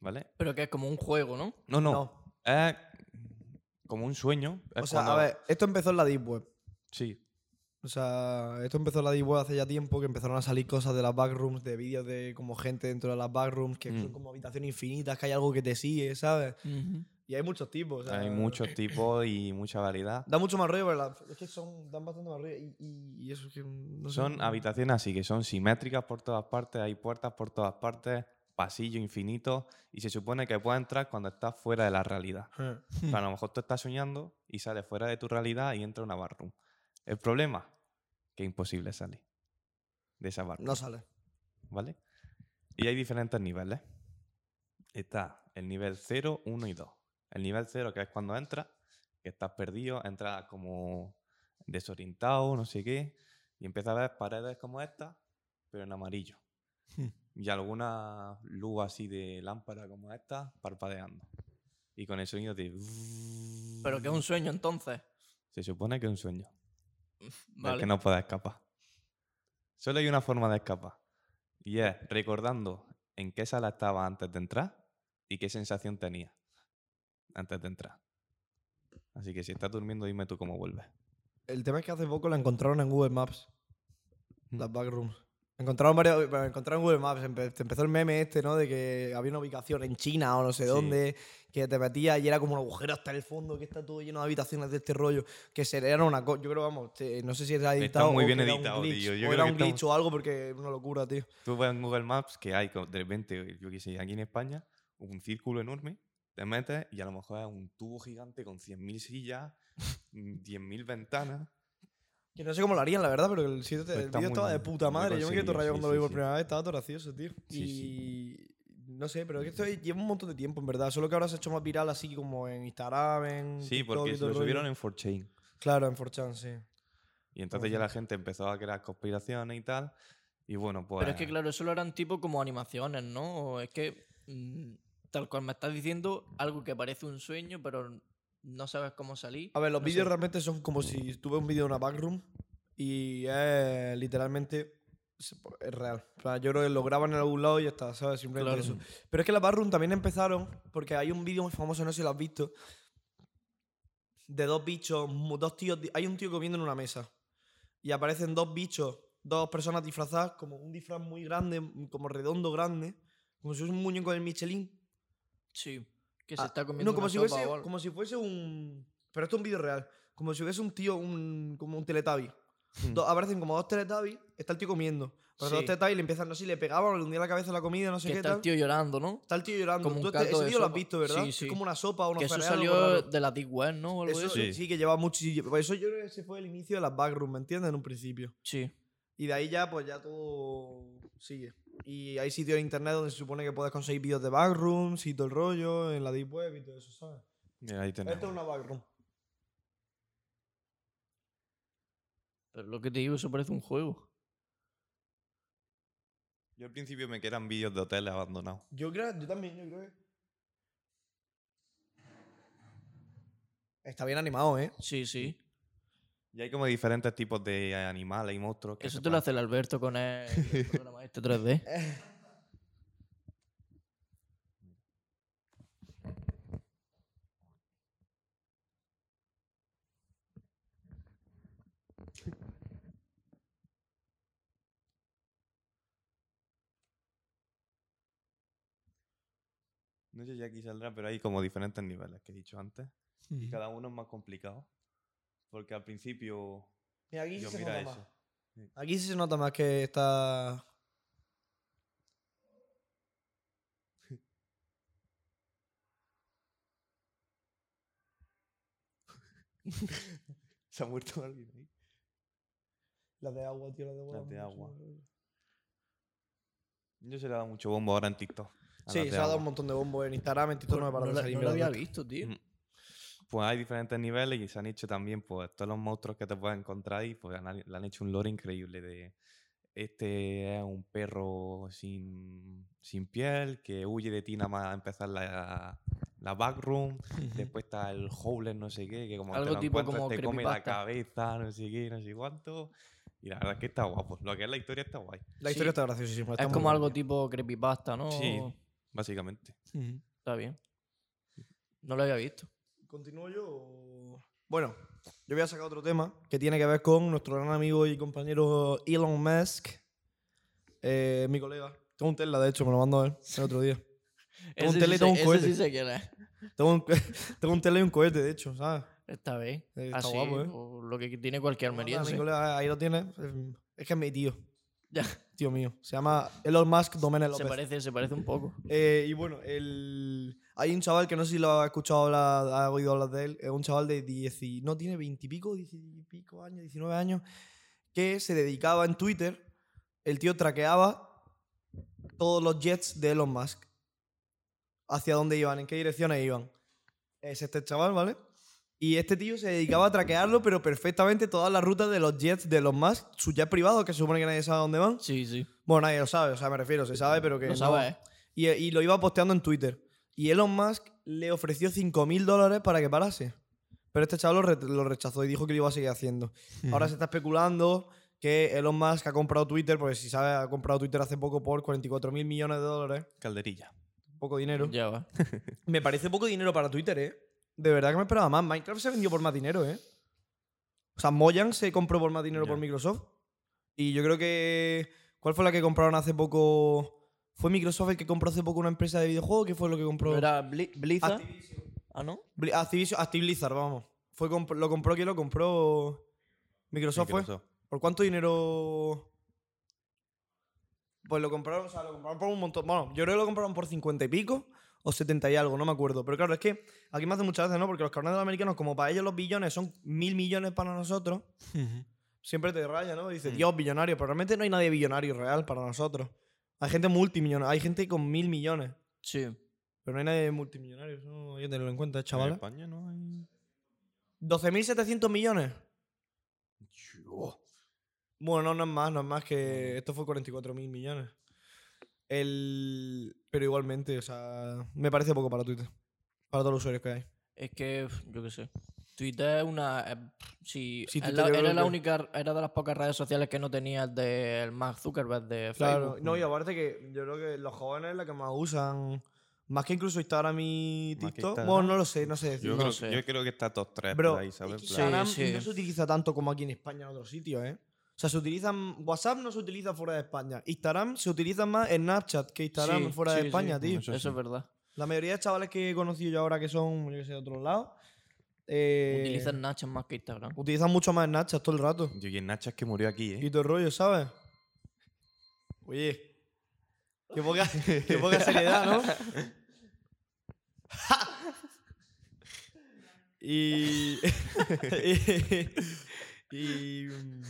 Speaker 1: ¿vale?
Speaker 2: Pero que es como un juego, ¿no?
Speaker 1: No, no.
Speaker 3: No.
Speaker 1: Es como un sueño. es
Speaker 3: O sea, a
Speaker 1: cuando-
Speaker 3: ver, esto empezó en la Deep Web.
Speaker 1: Sí,
Speaker 3: O sea, esto empezó en la Deep Web hace ya tiempo que empezaron a salir cosas de las backrooms, de vídeos de como gente dentro de las backrooms, que
Speaker 1: Mm.
Speaker 3: son como habitaciones infinitas, que hay algo que te sigue, ¿sabes? Y hay muchos tipos. o sea,
Speaker 1: hay muchos tipos y mucha variedad.
Speaker 3: Da mucho más rollo, pero la- es que son, dan bastante más rollo. Y, y- y eso es que. No sé.
Speaker 1: Son habitaciones así que son simétricas por todas partes, hay puertas por todas partes, pasillo infinito y se supone que puedes entrar cuando estás fuera de la realidad.
Speaker 3: Eh.
Speaker 1: O sea, a lo mejor tú estás soñando y sales fuera de tu realidad y entra a una barroom. El problema, que es imposible salir de esa barroom,
Speaker 3: No sale.
Speaker 1: ¿vale? Y hay diferentes niveles. Está el nivel 0, 1 y 2. El nivel 0, que es cuando entras, que estás perdido, entras como desorientado, no sé qué, y empiezas a ver paredes como esta, pero en amarillo. y alguna luz así de lámpara como esta, parpadeando. Y con el sonido de...
Speaker 2: Pero que es un sueño entonces.
Speaker 1: Se supone que es un sueño, del
Speaker 2: Vale.
Speaker 1: que no puedes escapar. Solo hay una forma de escapar, y es recordando en qué sala estaba antes de entrar y qué sensación tenía antes de entrar. Así que si estás durmiendo, dime tú cómo vuelves.
Speaker 3: El tema es que hace poco la encontraron en Google Maps.
Speaker 1: Mm.
Speaker 3: Las backrooms. Encontraron varios, bueno, encontraron en Google Maps. empe- te empezó el meme este, ¿no? De que había una ubicación en China o no sé
Speaker 1: Sí.
Speaker 3: dónde, que te metías y era como un agujero hasta el fondo, que está todo lleno de habitaciones de este rollo. Que se era una cosa. Yo creo, vamos, te- no sé si era
Speaker 1: Está
Speaker 3: editado.
Speaker 1: muy
Speaker 3: o
Speaker 1: bien
Speaker 3: que era un
Speaker 1: editado,
Speaker 3: glitch,
Speaker 1: tío. Yo
Speaker 3: o
Speaker 1: creo
Speaker 3: era
Speaker 1: que
Speaker 3: un
Speaker 1: está
Speaker 3: glitch o algo porque es una locura, tío.
Speaker 1: Tú ves en Google Maps que hay, como de repente, yo qué sé, aquí en España, un círculo enorme, te metes y a lo mejor es un tubo gigante con 100.000 sillas, mm, 10.000 ventanas.
Speaker 3: Que no sé cómo lo harían, la verdad, pero el sitio,
Speaker 1: Pero
Speaker 3: el
Speaker 1: Pues está
Speaker 3: vídeo
Speaker 1: muy
Speaker 3: estaba de
Speaker 1: bien,
Speaker 3: puta
Speaker 1: muy
Speaker 3: madre. Yo me quedé todo
Speaker 1: conseguido,
Speaker 3: rayado
Speaker 1: sí,
Speaker 3: cuando lo vi
Speaker 1: sí,
Speaker 3: por
Speaker 1: sí.
Speaker 3: primera vez, estaba todo gracioso, tío.
Speaker 1: Sí,
Speaker 3: y
Speaker 1: sí.
Speaker 3: no sé, pero es que esto lleva un montón de tiempo, en verdad. Solo que ahora se ha hecho más viral así como en Instagram, en.
Speaker 1: Sí,
Speaker 3: TikTok
Speaker 1: porque
Speaker 3: y
Speaker 1: se
Speaker 3: todo
Speaker 1: lo
Speaker 3: el rollo.
Speaker 1: subieron en 4chan.
Speaker 3: Claro, en 4chan, sí.
Speaker 1: Y entonces ya la gente empezó a crear conspiraciones y tal. Y bueno, pues.
Speaker 2: Pero es que, claro, eso lo eran tipo como animaciones, ¿no? O Es que, mm, tal cual me estás diciendo, algo que parece un sueño, pero no sabes cómo salir.
Speaker 3: A ver, los
Speaker 2: No
Speaker 3: vídeos
Speaker 2: sé.
Speaker 3: realmente son como si tuve un vídeo de una backroom y es literalmente. se- Es real. O sea, yo creo que lo graban en algún lado y ya está, ¿sabes? Simplemente
Speaker 2: Claro.
Speaker 3: eso. Pero es que las backroom también empezaron, porque hay un vídeo muy famoso, no sé si lo has visto, de dos bichos, mu- dos tíos. di- Hay un tío comiendo en una mesa y aparecen dos bichos, dos personas disfrazadas, como un disfraz muy grande, como redondo, grande, como si fuese un muñeco del Michelin.
Speaker 2: Sí, que se
Speaker 3: Ah,
Speaker 2: está comiendo
Speaker 3: No, como
Speaker 2: una
Speaker 3: si,
Speaker 2: sopa
Speaker 3: fuese,
Speaker 2: o algo.
Speaker 3: como si fuese un. Pero esto es un vídeo real. Como si fuese un tío, un, como un teletabi.
Speaker 1: Mm,
Speaker 3: Do- aparecen como dos teletubbies, está el tío comiendo. Pero
Speaker 2: Mm. Sí.
Speaker 3: dos teletubbies le empiezan, no sé, si le pegaban, le hundían la cabeza a la comida, no sé
Speaker 2: que
Speaker 3: qué
Speaker 2: está
Speaker 3: tal.
Speaker 2: el tío llorando, ¿no?
Speaker 3: está el tío llorando.
Speaker 2: como un
Speaker 3: Tú este-
Speaker 2: caldo
Speaker 3: ese
Speaker 2: de
Speaker 3: vídeo lo has
Speaker 2: sopa.
Speaker 3: visto, ¿verdad?
Speaker 2: Sí,
Speaker 3: Que
Speaker 2: sí.
Speaker 3: Es como una sopa, una
Speaker 2: Que eso
Speaker 3: cereal, algo
Speaker 2: salió
Speaker 3: raro.
Speaker 2: de la Deep Web, ¿no? O algo de
Speaker 3: Eso
Speaker 2: eso.
Speaker 3: sí.
Speaker 1: Sí.
Speaker 3: que lleva mucho. sí, por Eso yo creo que ese fue el inicio de las backrooms, ¿me entiendes? En un principio.
Speaker 2: Sí.
Speaker 3: Y de ahí ya, pues ya todo sigue. Y hay sitios en internet donde se supone que puedes conseguir vídeos de backrooms y todo el rollo, en la deep web y todo eso, ¿sabes?
Speaker 1: Mira, ahí tenemos.
Speaker 3: Esta es una backroom.
Speaker 2: Pero lo que te digo, eso parece un juego.
Speaker 1: Yo al principio me quedan vídeos de hoteles abandonados.
Speaker 3: Yo creo, yo también, yo creo que. Está bien animado, ¿eh?
Speaker 2: Sí, sí.
Speaker 1: Y hay como diferentes tipos de animales y monstruos. Que
Speaker 2: Eso
Speaker 1: se
Speaker 2: te lo hace
Speaker 1: parecen.
Speaker 2: el Alberto con el,
Speaker 3: (laughs)
Speaker 2: el programa este 3D.
Speaker 1: No sé si aquí saldrá, pero hay como diferentes niveles que he dicho antes. Y
Speaker 3: Mira,
Speaker 1: cada uno es más complicado. Porque al principio.
Speaker 3: aquí sí
Speaker 1: Dios,
Speaker 3: se
Speaker 1: mira
Speaker 3: nota
Speaker 1: eso.
Speaker 3: más. Aquí sí se nota más que está.
Speaker 1: (laughs) Se ha muerto alguien ahí.
Speaker 3: La de agua, tío, la de agua.
Speaker 1: Las de
Speaker 3: mucho
Speaker 1: agua. Ah,
Speaker 3: rollo.
Speaker 1: Yo se le ha dado mucho bombo ahora en TikTok. a
Speaker 3: Sí,
Speaker 1: las de
Speaker 3: se ha dado
Speaker 1: agua.
Speaker 3: un montón de bombo en Instagram, en TikTok no me
Speaker 2: Pues no
Speaker 3: para de
Speaker 2: la-
Speaker 3: salir
Speaker 2: no lo había
Speaker 3: mirando.
Speaker 2: visto, tío.
Speaker 1: Mm. Pues hay diferentes niveles y se han hecho también, pues, todos los monstruos que te puedes encontrar ahí, pues han- le han hecho un lore increíble de este es un perro sin, sin piel, que huye de ti nada más a empezar la, la backroom, después está el howler no sé qué, que como
Speaker 2: Algo
Speaker 1: te lo
Speaker 2: tipo
Speaker 1: encuentras
Speaker 2: como
Speaker 1: te come la
Speaker 2: creepypasta.
Speaker 1: cabeza, no sé qué, no sé cuánto. Y la verdad es que está guapo. Lo que es la historia está guay.
Speaker 3: (laughs) La historia
Speaker 2: Sí.
Speaker 3: está graciosísima. está
Speaker 2: Es
Speaker 3: muy
Speaker 2: como algo
Speaker 3: buena.
Speaker 2: tipo creepypasta, ¿no?
Speaker 1: Sí, básicamente.
Speaker 3: Ujú.
Speaker 2: Está bien. No lo había visto.
Speaker 3: ¿Continúo yo o...? Bueno, yo voy a sacar otro tema que tiene que ver con nuestro gran amigo y compañero Elon Musk, eh, mi colega. Tengo un Tesla, de hecho, me lo mandó él el otro día. Tengo un
Speaker 2: Ese
Speaker 3: tele y
Speaker 2: sí sé-
Speaker 3: tengo un cohete.
Speaker 2: Ese sí se quiere.
Speaker 3: Tengo un, (laughs) tengo un Tesla y un cohete, de hecho, ¿sabes?
Speaker 2: Está bien.
Speaker 3: Eh, está
Speaker 2: Así,
Speaker 3: guapo, ¿eh?
Speaker 2: o lo que tiene cualquier
Speaker 3: Me lo manda
Speaker 2: almeriense.
Speaker 3: mi colega, ahí lo tienes. Es que es mi tío,
Speaker 2: Ya,
Speaker 3: tío mío. Se llama Elon Musk Doménez
Speaker 2: se
Speaker 3: López.
Speaker 2: parece, se parece
Speaker 3: (laughs)
Speaker 2: un poco.
Speaker 3: Eh, y bueno, el... hay un chaval que no sé si lo ha escuchado hablar, ha oído hablar de él, es un chaval de 10 y- no tiene 20 y pico, 10 y pico años, 19 años, que se dedicaba en Twitter, el tío traqueaba todos los jets de Elon Musk, hacia dónde iban, en qué direcciones iban. Es este chaval, ¿vale? Y este tío se dedicaba a traquearlo, pero perfectamente todas las rutas de los jets de los más, sus jets privados, que se supone que nadie sabe dónde van.
Speaker 2: Sí, sí.
Speaker 3: Bueno, nadie lo sabe, o sea, me refiero, se sabe, pero que.
Speaker 2: Lo
Speaker 3: no-
Speaker 2: sabes, ¿eh?
Speaker 3: Y, y lo iba posteando en Twitter. Y Elon Musk le ofreció 5.000 dólares para que parase. Pero este chaval lo, re- lo rechazó y dijo que lo iba a seguir haciendo. Ahora se está especulando que Elon Musk ha comprado Twitter, porque si sabe, ha comprado Twitter hace poco por 44.000 millones de dólares.
Speaker 1: Calderilla.
Speaker 3: Poco dinero.
Speaker 2: Ya va.
Speaker 3: Me parece poco dinero para Twitter, ¿eh? De verdad que me esperaba más. Minecraft se vendió por más dinero, ¿eh? O sea, Mojang se compró por más dinero
Speaker 1: Ya.
Speaker 3: por Microsoft. Y yo creo que... ¿Cuál fue la que compraron hace poco? ¿Fue Microsoft el que compró hace poco una empresa de videojuegos? ¿Qué fue lo que compró?
Speaker 2: ¿Era Bli- Blizzard?
Speaker 3: Activision.
Speaker 2: Ah, ¿no?
Speaker 3: Bli- Activision- Activ Blizzard, vamos. Fue comp- ¿Lo compró quién lo compró? Microsoft, fue.
Speaker 1: Microsoft.
Speaker 3: ¿Por cuánto dinero...? Pues lo compraron, o sea, lo compraron por un montón. Bueno, yo creo que lo compraron por 50 y pico o 70 y algo, no me acuerdo. Pero claro, es que aquí me hace muchas veces, ¿no? Porque los cabrones de los americanos, como para ellos los billones son mil millones para nosotros, siempre te raya, ¿no? Dices, Dios, billonario. Pero realmente no hay nadie billonario real para nosotros. Hay gente multimillonaria, hay gente con mil millones.
Speaker 2: Sí.
Speaker 3: Pero no hay nadie multimillonario, eso hay que tenerlo en cuenta,
Speaker 1: En
Speaker 3: chaval. ¿eh?
Speaker 1: España no hay.
Speaker 3: 12.700 millones. Bueno, no, no es más, no es más que. Esto fue 44.000 millones. El... Pero igualmente, o sea, me parece poco para Twitter. Para todos los usuarios que hay.
Speaker 2: Es que, pf, yo qué sé. Twitter es una. eh, pf, sí,
Speaker 3: Sí,
Speaker 2: es
Speaker 3: Twitter
Speaker 2: la-
Speaker 3: yo creo
Speaker 2: era la
Speaker 3: que-
Speaker 2: única. Era de las pocas redes sociales que no tenía el del Mark Zuckerberg de
Speaker 3: Claro,
Speaker 2: Facebook.
Speaker 3: no, y
Speaker 1: mm.
Speaker 3: aparte que yo creo que los jóvenes es la que más usan. Más que incluso Instagram y
Speaker 1: Más que
Speaker 3: TikTok.
Speaker 1: Instagram.
Speaker 3: Bueno, no lo sé, no sé
Speaker 1: Yo,
Speaker 3: decir.
Speaker 2: No
Speaker 1: creo,
Speaker 2: sé.
Speaker 1: yo creo que está top 3
Speaker 3: Bro,
Speaker 1: por ahí, ¿sabes? En plan,
Speaker 3: Instagram
Speaker 2: Sí, sí.
Speaker 3: no se utiliza tanto como aquí en España en otros sitios, ¿eh? O sea, se utilizan. WhatsApp no se utiliza fuera de España. Instagram se utiliza más en Snapchat que Instagram
Speaker 2: Sí,
Speaker 3: fuera
Speaker 2: sí,
Speaker 3: de
Speaker 2: sí.
Speaker 3: España, tío.
Speaker 1: Eso
Speaker 2: Eso,
Speaker 1: sí.
Speaker 2: es verdad.
Speaker 3: La mayoría de chavales que he conocido yo ahora que son, yo que sé, de otros lados, eh,
Speaker 2: Utilizan Snapchat más que Instagram.
Speaker 3: utilizan mucho más Snapchat todo el rato.
Speaker 1: Yo, y el Nacha es que murió aquí,
Speaker 3: Y
Speaker 1: ¿eh?
Speaker 3: todo el rollo, ¿sabes? Oye, qué poca, qué poca seriedad, ¿no? y, (laughs) y, mm,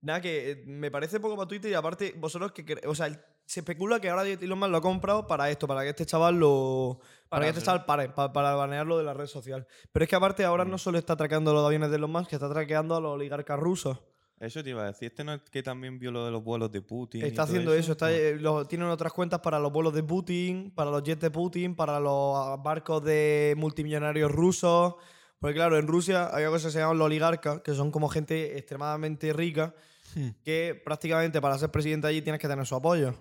Speaker 3: Nada, que eh, me parece poco para Twitter y aparte, vosotros que... cre- O sea, el- se especula que ahora Elon Musk lo ha comprado para esto, para que este chaval lo... Para, que este
Speaker 2: Para-
Speaker 3: chaval pare, pa- para banearlo de la red social. Pero es que aparte ahora no solo está atracando a los aviones de Elon Musk, que está atraqueando a los oligarcas rusos.
Speaker 1: Eso te iba a decir. Este no es que también vio lo de los vuelos de Putin. y
Speaker 3: Está
Speaker 1: todo
Speaker 3: haciendo eso, está,
Speaker 1: No.
Speaker 3: eh, lo- tienen otras cuentas para los vuelos de Putin, para los jets de Putin, para los ah, barcos de multimillonarios rusos. Porque claro, en Rusia hay algo que se llaman los oligarcas, que son como gente extremadamente rica,
Speaker 1: Hmm.
Speaker 3: que prácticamente para ser presidente allí tienes que tener su apoyo.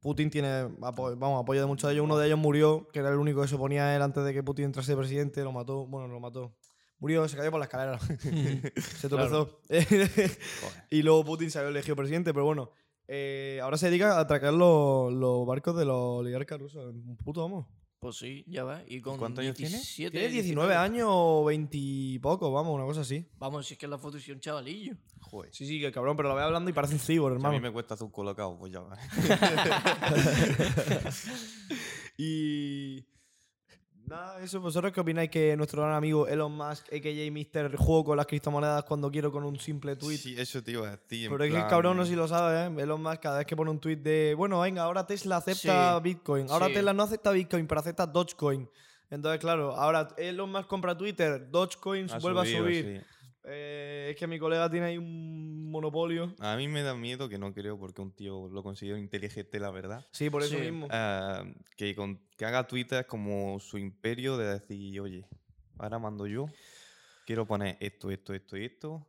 Speaker 3: Putin tiene apoyo, vamos, apoyo de muchos de ellos. Uno de ellos murió, que era el único que se ponía él antes de que Putin entrase de presidente, lo mató, bueno, lo mató. Murió, se cayó por la (laughs) escalera. se tropezó.
Speaker 1: Joder.
Speaker 3: (laughs) Y luego Putin se había elegido presidente, pero bueno. eh, ahora se dedica a atracar los, los barcos de los oligarcas rusos. Un puto amo.
Speaker 2: Pues sí, ya ves. ¿Y con
Speaker 1: cuántos años tiene?
Speaker 2: 17,
Speaker 3: Tiene 19 años o 20 y poco, vamos, una cosa así.
Speaker 2: Vamos, si es que en la foto es un chavalillo.
Speaker 1: Joder.
Speaker 3: Sí, sí, que el cabrón, pero lo ve hablando y parece un cibor,
Speaker 1: Si a mí
Speaker 3: hermano.
Speaker 1: me cuesta hacer un colocado,
Speaker 3: (laughs)
Speaker 1: pues ya va.
Speaker 3: Y. Nada, eso, pues, ¿vosotros qué opináis que nuestro gran amigo Elon Musk, a.k.a. Mr. Juego con las criptomonedas cuando quiero con un simple tweet?
Speaker 1: Sí, eso te iba a decir. en
Speaker 3: Pero es que el
Speaker 1: plan-
Speaker 3: cabrón no sé si lo sabe, ¿eh? Elon Musk cada vez que pone un tweet de, bueno, venga, ahora Tesla acepta
Speaker 2: Sí,
Speaker 3: Bitcoin. Ahora
Speaker 2: sí.
Speaker 3: Tesla no acepta Bitcoin, pero acepta Dogecoin. Entonces, claro, ahora Elon Musk compra Twitter, Dogecoin
Speaker 1: Ha
Speaker 3: vuelve a
Speaker 1: subido,
Speaker 3: subir.
Speaker 1: sí.
Speaker 3: Eh, es que mi colega tiene ahí un monopolio.
Speaker 1: A mí me da miedo que no creo, porque un tío lo considero inteligente, la verdad.
Speaker 3: Sí, por eso
Speaker 2: Sí.
Speaker 3: mismo.
Speaker 1: Ah, que, con- que haga Twitter como su imperio de decir, oye, ahora mando yo, quiero poner esto, esto, esto y esto,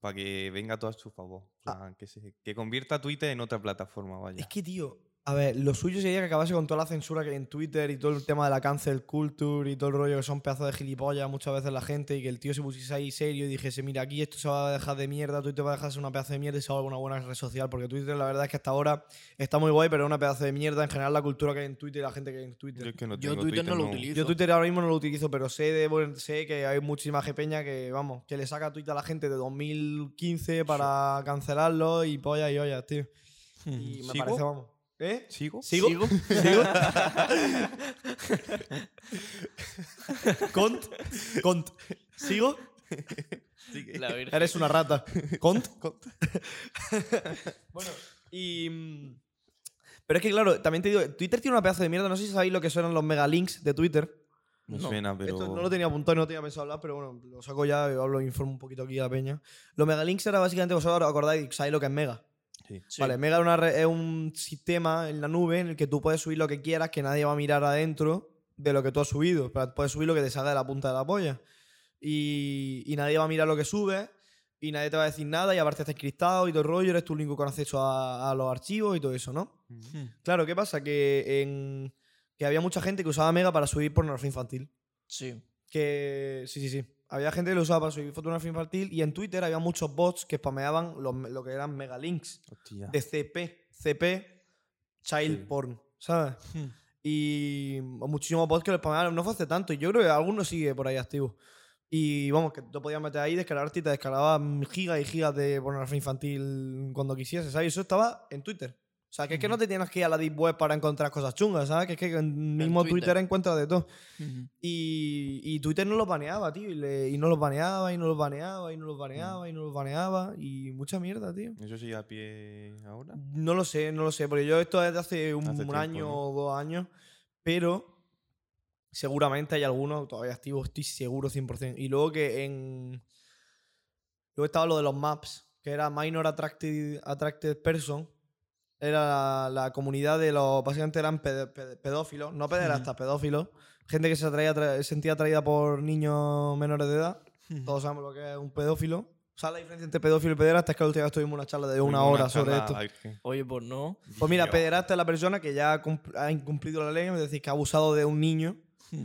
Speaker 1: para que venga todo a su favor. En plan, que, se- que convierta Twitter en otra plataforma, vaya.
Speaker 3: Ah. Es que, tío, a ver, lo suyo sería que acabase con toda la censura que hay en Twitter y todo el tema de la cancel culture y todo el rollo que son pedazos de gilipollas muchas veces la gente y que el tío se pusiese ahí serio y dijese, mira, aquí esto se va a dejar de mierda, Twitter va a dejar de ser una pedazo de mierda y se va a volver una buena red social, porque Twitter la verdad es que hasta ahora está muy guay, pero es una pedazo de mierda en general la cultura que hay en Twitter y la gente que hay en Twitter.
Speaker 1: es que no
Speaker 2: Yo
Speaker 1: tengo
Speaker 2: Twitter no lo utilizo.
Speaker 3: Yo Twitter ahora mismo no lo utilizo, pero sé, de, bueno, sé que hay muchísima peña que, vamos, que le saca Twitter a la gente de 2015 para cancelarlo y pollas y ollas, tío. Y me
Speaker 1: ¿Sigo?
Speaker 3: parece, vamos. ¿Eh?
Speaker 1: ¿Sigo?
Speaker 3: Mm. ¿Sigo?
Speaker 2: ¿Sigo?
Speaker 3: (laughs)
Speaker 2: (laughs)
Speaker 3: ¿Sigo? Cont. Cont. ¿Sigo?
Speaker 2: La Virgen.
Speaker 3: Eres una rata. Cont. bueno, y... mm, Pero es que, claro, también te digo, Twitter tiene una pedazo de mierda. No sé si sabéis lo que son los megalinks de Twitter.
Speaker 1: Me
Speaker 2: No,
Speaker 1: suena, pero.
Speaker 3: Esto no lo tenía apuntado y no lo tenía pensado hablar, pero bueno, lo saco ya, yo hablo, informo un poquito aquí a la peña. Los megalinks era básicamente, vosotros acordáis, sabéis lo que es mega.
Speaker 1: Sí.
Speaker 2: Sí.
Speaker 3: Vale, Mega es, una re- es un sistema en la nube en el que tú puedes subir lo que quieras, que nadie va a mirar adentro de lo que tú has subido. Pero puedes subir lo que te salga de la punta de la polla. Y, y nadie va a mirar lo que subes, y nadie te va a decir nada, y aparte está encriptado y todo el rollo, eres tú el único con acceso a, a los archivos y todo eso, ¿no? Claro, ¿qué pasa? Que, en- que había mucha gente que usaba Mega para subir pornografía infantil. (laughs)
Speaker 2: Sí.
Speaker 3: Que sí, sí, sí. Había gente que lo usaba para subir fotografía infantil y en Twitter había muchos bots que spameaban los- lo que eran megalinks
Speaker 1: Hostia.
Speaker 3: de CP. CP, Child
Speaker 1: Sí.
Speaker 3: Porn, ¿sabes?
Speaker 2: Hmm.
Speaker 3: Y muchísimos bots que lo spamearon. No fue hace tanto. y Yo creo que alguno sigue por ahí activo. Y vamos, que tú podías meter ahí, descargarte y te descargaba gigas y gigas de pornografía infantil cuando quisieses, ¿sabes? Y eso estaba en Twitter. O sea, que es que no te tienes que ir a la deep web para encontrar cosas chungas, ¿sabes? Que es que en mismo
Speaker 2: Twitter.
Speaker 3: Twitter encuentras de todo.
Speaker 2: Ujú.
Speaker 3: Y, y Twitter no los baneaba, tío. Y, le- y no los baneaba, y no los baneaba, y no los baneaba, y no los baneaba. Y mucha mierda, tío.
Speaker 1: ¿Eso sigue a pie ahora?
Speaker 3: No lo sé, no lo sé. Porque yo esto es de hace un,
Speaker 1: Hace
Speaker 3: un
Speaker 1: tiempo,
Speaker 3: año
Speaker 1: ¿no?
Speaker 3: o dos años. Pero seguramente hay algunos todavía activos, estoy seguro 100%. Y luego que en... Luego estaba lo de los maps, que era Minor Attracted, Attracted Person. Era la, la comunidad de los... Básicamente eran ped- ped- pedófilos, no pederastas, pedófilos. Gente que se atraía, atra- sentía atraída por niños menores de edad. Todos sabemos lo que es un pedófilo. O sea, la diferencia entre pedófilo y pederasta es que la última vez tuvimos una charla de una
Speaker 1: Tuvimos
Speaker 3: hora sobre
Speaker 1: charla
Speaker 3: esto.
Speaker 1: virgen.
Speaker 2: Oye, pues no.
Speaker 3: Pues mira,
Speaker 1: Dios.
Speaker 3: pederasta es la persona que ya ha cumpl- ha incumplido la ley, es decir, que ha abusado de un niño.
Speaker 2: Hmm.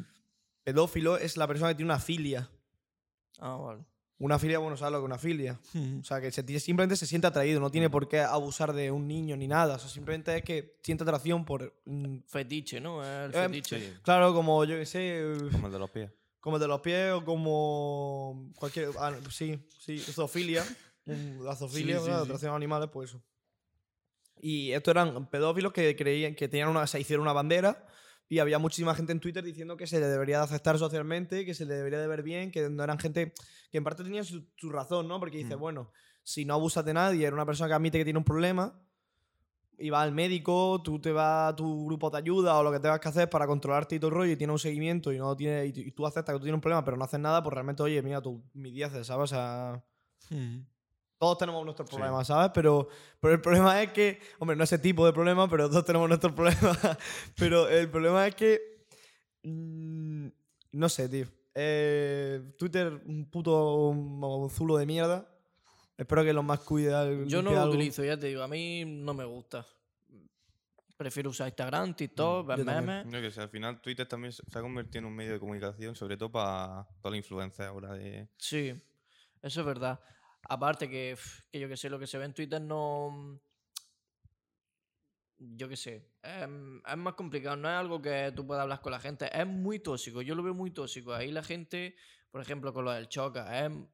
Speaker 3: Pedófilo es la persona que tiene una filia.
Speaker 2: Ah,
Speaker 3: (laughs)
Speaker 2: vale.
Speaker 3: Una filia, bueno, ¿sabes lo que es una filia? O sea, que se tie- simplemente se siente atraído, no tiene por qué abusar de un niño ni nada. O sea, simplemente es que siente atracción por... mm,
Speaker 2: Fetiche, ¿no? Es el
Speaker 3: Eh,
Speaker 2: fetiche.
Speaker 1: Sí,
Speaker 3: Claro, como yo qué sé,
Speaker 1: como el de los pies.
Speaker 3: como el de los pies o como cualquier... ah, sí, sí, zoofilia. Mm, La zoofilia,
Speaker 2: Sí, sí,
Speaker 3: ¿verdad?
Speaker 2: sí.
Speaker 3: atracción a animales, pues eso. Y estos eran pedófilos que creían que tenían una, se hicieron una bandera y había muchísima gente en Twitter diciendo que se le debería de aceptar socialmente, que se le debería de ver bien, que no eran gente que en parte tenía su, su razón, ¿no? Porque dice,
Speaker 1: Mm.
Speaker 3: bueno, si no abusas de nadie, eres una persona que admite que tiene un problema y vas al médico, tú te vas, tu grupo te ayuda o lo que tengas que hacer para controlarte y todo el rollo y tiene un seguimiento y no tiene y, y tú aceptas que tú tienes un problema pero no haces nada, pues realmente, oye, mira, tú mi 10, ¿sabes? O sea, todos tenemos nuestros
Speaker 1: Sí.
Speaker 3: problemas, ¿sabes? Pero, pero el problema es que, hombre, no ese tipo de problema, pero todos tenemos nuestros problemas. (laughs) pero el problema es que, mm, no sé, tío. Eh, Twitter, un puto zulo de mierda. Espero que los más cuiden.
Speaker 2: Yo no
Speaker 3: limpie
Speaker 2: lo
Speaker 3: algo.
Speaker 2: utilizo, ya te digo. A mí no me gusta. Prefiero usar Instagram, TikTok, ver
Speaker 3: Mm, yo también.
Speaker 2: memes.
Speaker 1: No, que si al final Twitter también se se ha convertido en un medio de comunicación, sobre todo para toda la influencia ahora de.
Speaker 2: Sí, eso es verdad. Aparte que, pf, que yo que sé, lo que se ve en Twitter no... Yo que sé, em, es más complicado, no es algo que tú puedas hablar con la gente, es muy tóxico, yo lo veo muy tóxico. Ahí la gente, por ejemplo, con lo del choca, em,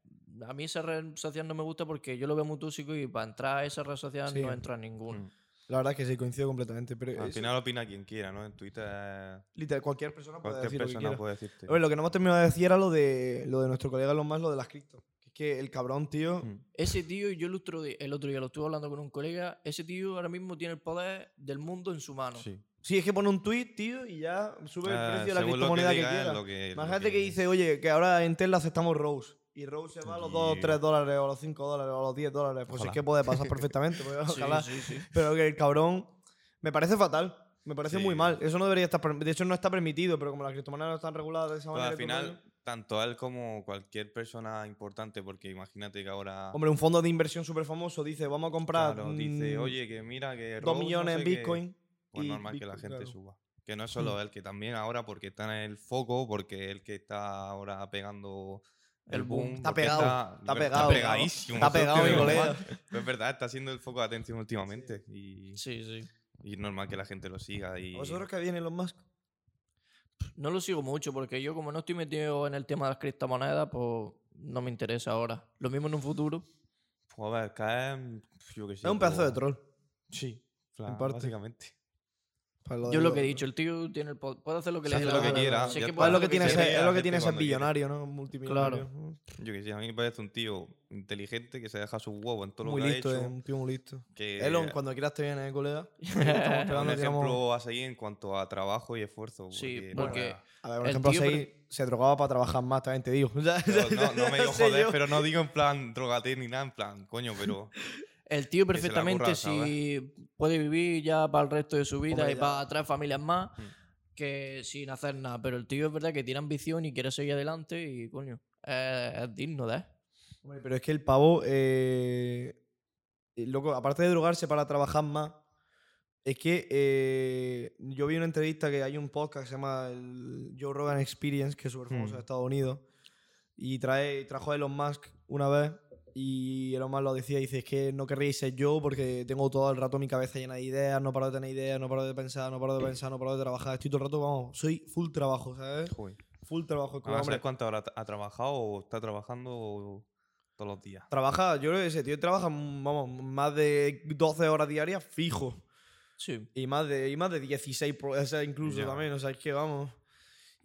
Speaker 2: a mí esa red social no me gusta porque yo lo veo muy tóxico y para entrar a esa red social
Speaker 3: Sí.
Speaker 2: no entro a ninguna.
Speaker 1: Mm.
Speaker 3: La verdad es que sí, coincido completamente. Pero
Speaker 1: Al
Speaker 3: es-
Speaker 1: final opina quien quiera, ¿no? En Twitter eh,
Speaker 3: literal, cualquier persona puede
Speaker 1: cualquier
Speaker 3: decir lo que
Speaker 1: persona
Speaker 3: quiera.
Speaker 1: puede decirte.
Speaker 3: A ver, lo que no hemos terminado de decir era lo de, lo de nuestro colega Elon Musk, lo de las cripto. Que es que el cabrón, tío,
Speaker 1: Mm.
Speaker 2: Ese tío, yo el otro, di- el otro día lo estuve hablando con un colega, ese tío ahora mismo tiene el poder del mundo en su mano. (laughs)
Speaker 1: Sí.
Speaker 3: Sí, es que pone un tweet, tío, y ya sube el
Speaker 1: Eh,
Speaker 3: precio de la
Speaker 1: según lo
Speaker 3: criptomoneda que,
Speaker 1: diga, es
Speaker 3: quiera.
Speaker 1: lo que- lo
Speaker 3: Imagínate que dice, oye, que ahora en Tesla aceptamos Rose. Y Rose se va a los 2 o
Speaker 1: Y-
Speaker 3: 3 dólares, o a los 5 dólares, o a los 10 dólares. Pues
Speaker 1: Ojalá.
Speaker 3: es que
Speaker 1: (laughs)
Speaker 3: puede pasar perfectamente. porque
Speaker 2: Sí,
Speaker 3: ojalá.
Speaker 2: sí, sí.
Speaker 3: Pero que el cabrón. Me parece fatal. Me parece
Speaker 1: Sí.
Speaker 3: muy mal. Eso no debería estar. perm- De hecho, no está permitido, pero como las criptomonedas no están reguladas de esa
Speaker 1: Pero
Speaker 3: manera.
Speaker 1: Pues al
Speaker 3: y todo el
Speaker 1: final,
Speaker 3: rollo-
Speaker 1: tanto él como cualquier persona importante, porque imagínate que ahora.
Speaker 3: Hombre, un fondo de inversión súper famoso dice, vamos a comprar.
Speaker 1: Ah. claro, dice,
Speaker 3: mm,
Speaker 1: oye, que mira, que.
Speaker 3: Dos
Speaker 1: Rose no
Speaker 3: millones
Speaker 1: sé
Speaker 3: en
Speaker 1: qué".
Speaker 3: Bitcoin.
Speaker 1: Pues
Speaker 3: y
Speaker 1: normal que la
Speaker 3: Bitcoin,
Speaker 1: gente
Speaker 3: claro. Mm.
Speaker 1: suba. Que no es solo él, que también ahora, porque está en el foco, porque el que está ahora pegando el
Speaker 2: El boom.
Speaker 1: boom.
Speaker 3: Está
Speaker 1: porque
Speaker 3: pegado, está pegado,
Speaker 1: pegadísimo. (laughs)
Speaker 3: está
Speaker 1: eso es
Speaker 3: pegado, eh.
Speaker 1: que
Speaker 3: mi
Speaker 1: es
Speaker 3: colega.
Speaker 1: normal. Pero es verdad, está siendo el foco de atención últimamente. Y,
Speaker 2: Sí, sí.
Speaker 1: y es normal que la gente lo siga. Y
Speaker 3: ¿A vosotros que vienen los más?
Speaker 2: No lo sigo mucho porque yo como no estoy metido en el tema de las criptomonedas, pues no me interesa ahora. Lo mismo en un futuro.
Speaker 1: Pues a ver, cae. Yo qué sé.
Speaker 3: es un pedazo de
Speaker 1: troll.
Speaker 3: troll. Sí.
Speaker 1: En
Speaker 3: parte.
Speaker 1: Básicamente.
Speaker 3: Pues de
Speaker 2: Yo lo
Speaker 3: Dios,
Speaker 2: que he
Speaker 3: ¿no?
Speaker 2: dicho, el tío tiene el po- puede hacer lo que
Speaker 1: Se
Speaker 2: le dé
Speaker 1: hace
Speaker 2: la
Speaker 1: lo que
Speaker 2: gana.
Speaker 1: quiera,
Speaker 2: Si
Speaker 1: ya
Speaker 2: es que
Speaker 3: Pues
Speaker 1: está.
Speaker 2: puede
Speaker 3: es lo que
Speaker 1: Lo que
Speaker 3: tiene
Speaker 1: se
Speaker 3: ser,
Speaker 1: ría,
Speaker 3: es lo que
Speaker 1: hace
Speaker 3: tiene ser
Speaker 1: cuando quiere.
Speaker 3: billonario, ¿no? Multimillonario.
Speaker 1: Yo que sé, a mí me parece un tío inteligente que se deja su huevo en todo
Speaker 3: Muy
Speaker 1: lo que
Speaker 3: listo,
Speaker 1: ha
Speaker 3: eh,
Speaker 1: hecho.
Speaker 3: un tío muy listo.
Speaker 1: Que
Speaker 3: Elon, cuando quieras te vienes, eh,
Speaker 2: (laughs)
Speaker 3: colega. Estamos
Speaker 1: un
Speaker 3: esperando que
Speaker 1: ejemplo
Speaker 3: digamos-
Speaker 1: a seguir en cuanto a trabajo y esfuerzo.
Speaker 2: Sí,
Speaker 1: no,
Speaker 2: porque-
Speaker 3: (laughs) A ver,
Speaker 2: el
Speaker 3: por ejemplo,
Speaker 2: tío,
Speaker 3: Seguí se drogaba para trabajar más, también te digo. (laughs)
Speaker 1: yo no, no me digo
Speaker 3: Sé
Speaker 1: joder,
Speaker 3: yo.
Speaker 1: pero no digo en plan drogate ni nada, en plan, coño,
Speaker 3: (laughs)
Speaker 1: pero
Speaker 2: El tío
Speaker 1: que se la curra,
Speaker 2: perfectamente, si puede vivir ya para el resto de su vida
Speaker 3: Hombre,
Speaker 2: y
Speaker 3: ya.
Speaker 2: para tres familias más,
Speaker 1: Mm.
Speaker 2: que sin hacer nada. Pero el tío es verdad que tiene ambición y quiere seguir adelante y, coño, es, es digno de él.
Speaker 3: Hombre, pero es que el pavo, eh, el loco, aparte de drogarse para trabajar más, es que eh, yo vi una entrevista que hay un podcast que se llama el Joe Rogan Experience, que es súper famoso
Speaker 1: Mm.
Speaker 3: en Estados Unidos, y trae, trajo a Elon Musk una vez, y Elon Musk lo decía, dice, es que no querréis ser yo porque tengo todo el rato mi cabeza llena de ideas, no paro de tener ideas, no paro de pensar, no paro de pensar, no paro de trabajar, estoy todo el rato, vamos, soy full trabajo, ¿sabes?
Speaker 1: joder.
Speaker 3: Full trabajo. es como,
Speaker 1: ¿Sabes
Speaker 3: hombre,
Speaker 1: cuántas horas ha trabajado o está trabajando todos los días?
Speaker 3: Trabaja, yo creo que ese tío trabaja, mm, vamos, más de 12 horas diarias fijo.
Speaker 2: Sí.
Speaker 3: Y más de, y más de 16, pro- o sea, incluso
Speaker 1: Ya.
Speaker 3: también, o sea, es que vamos.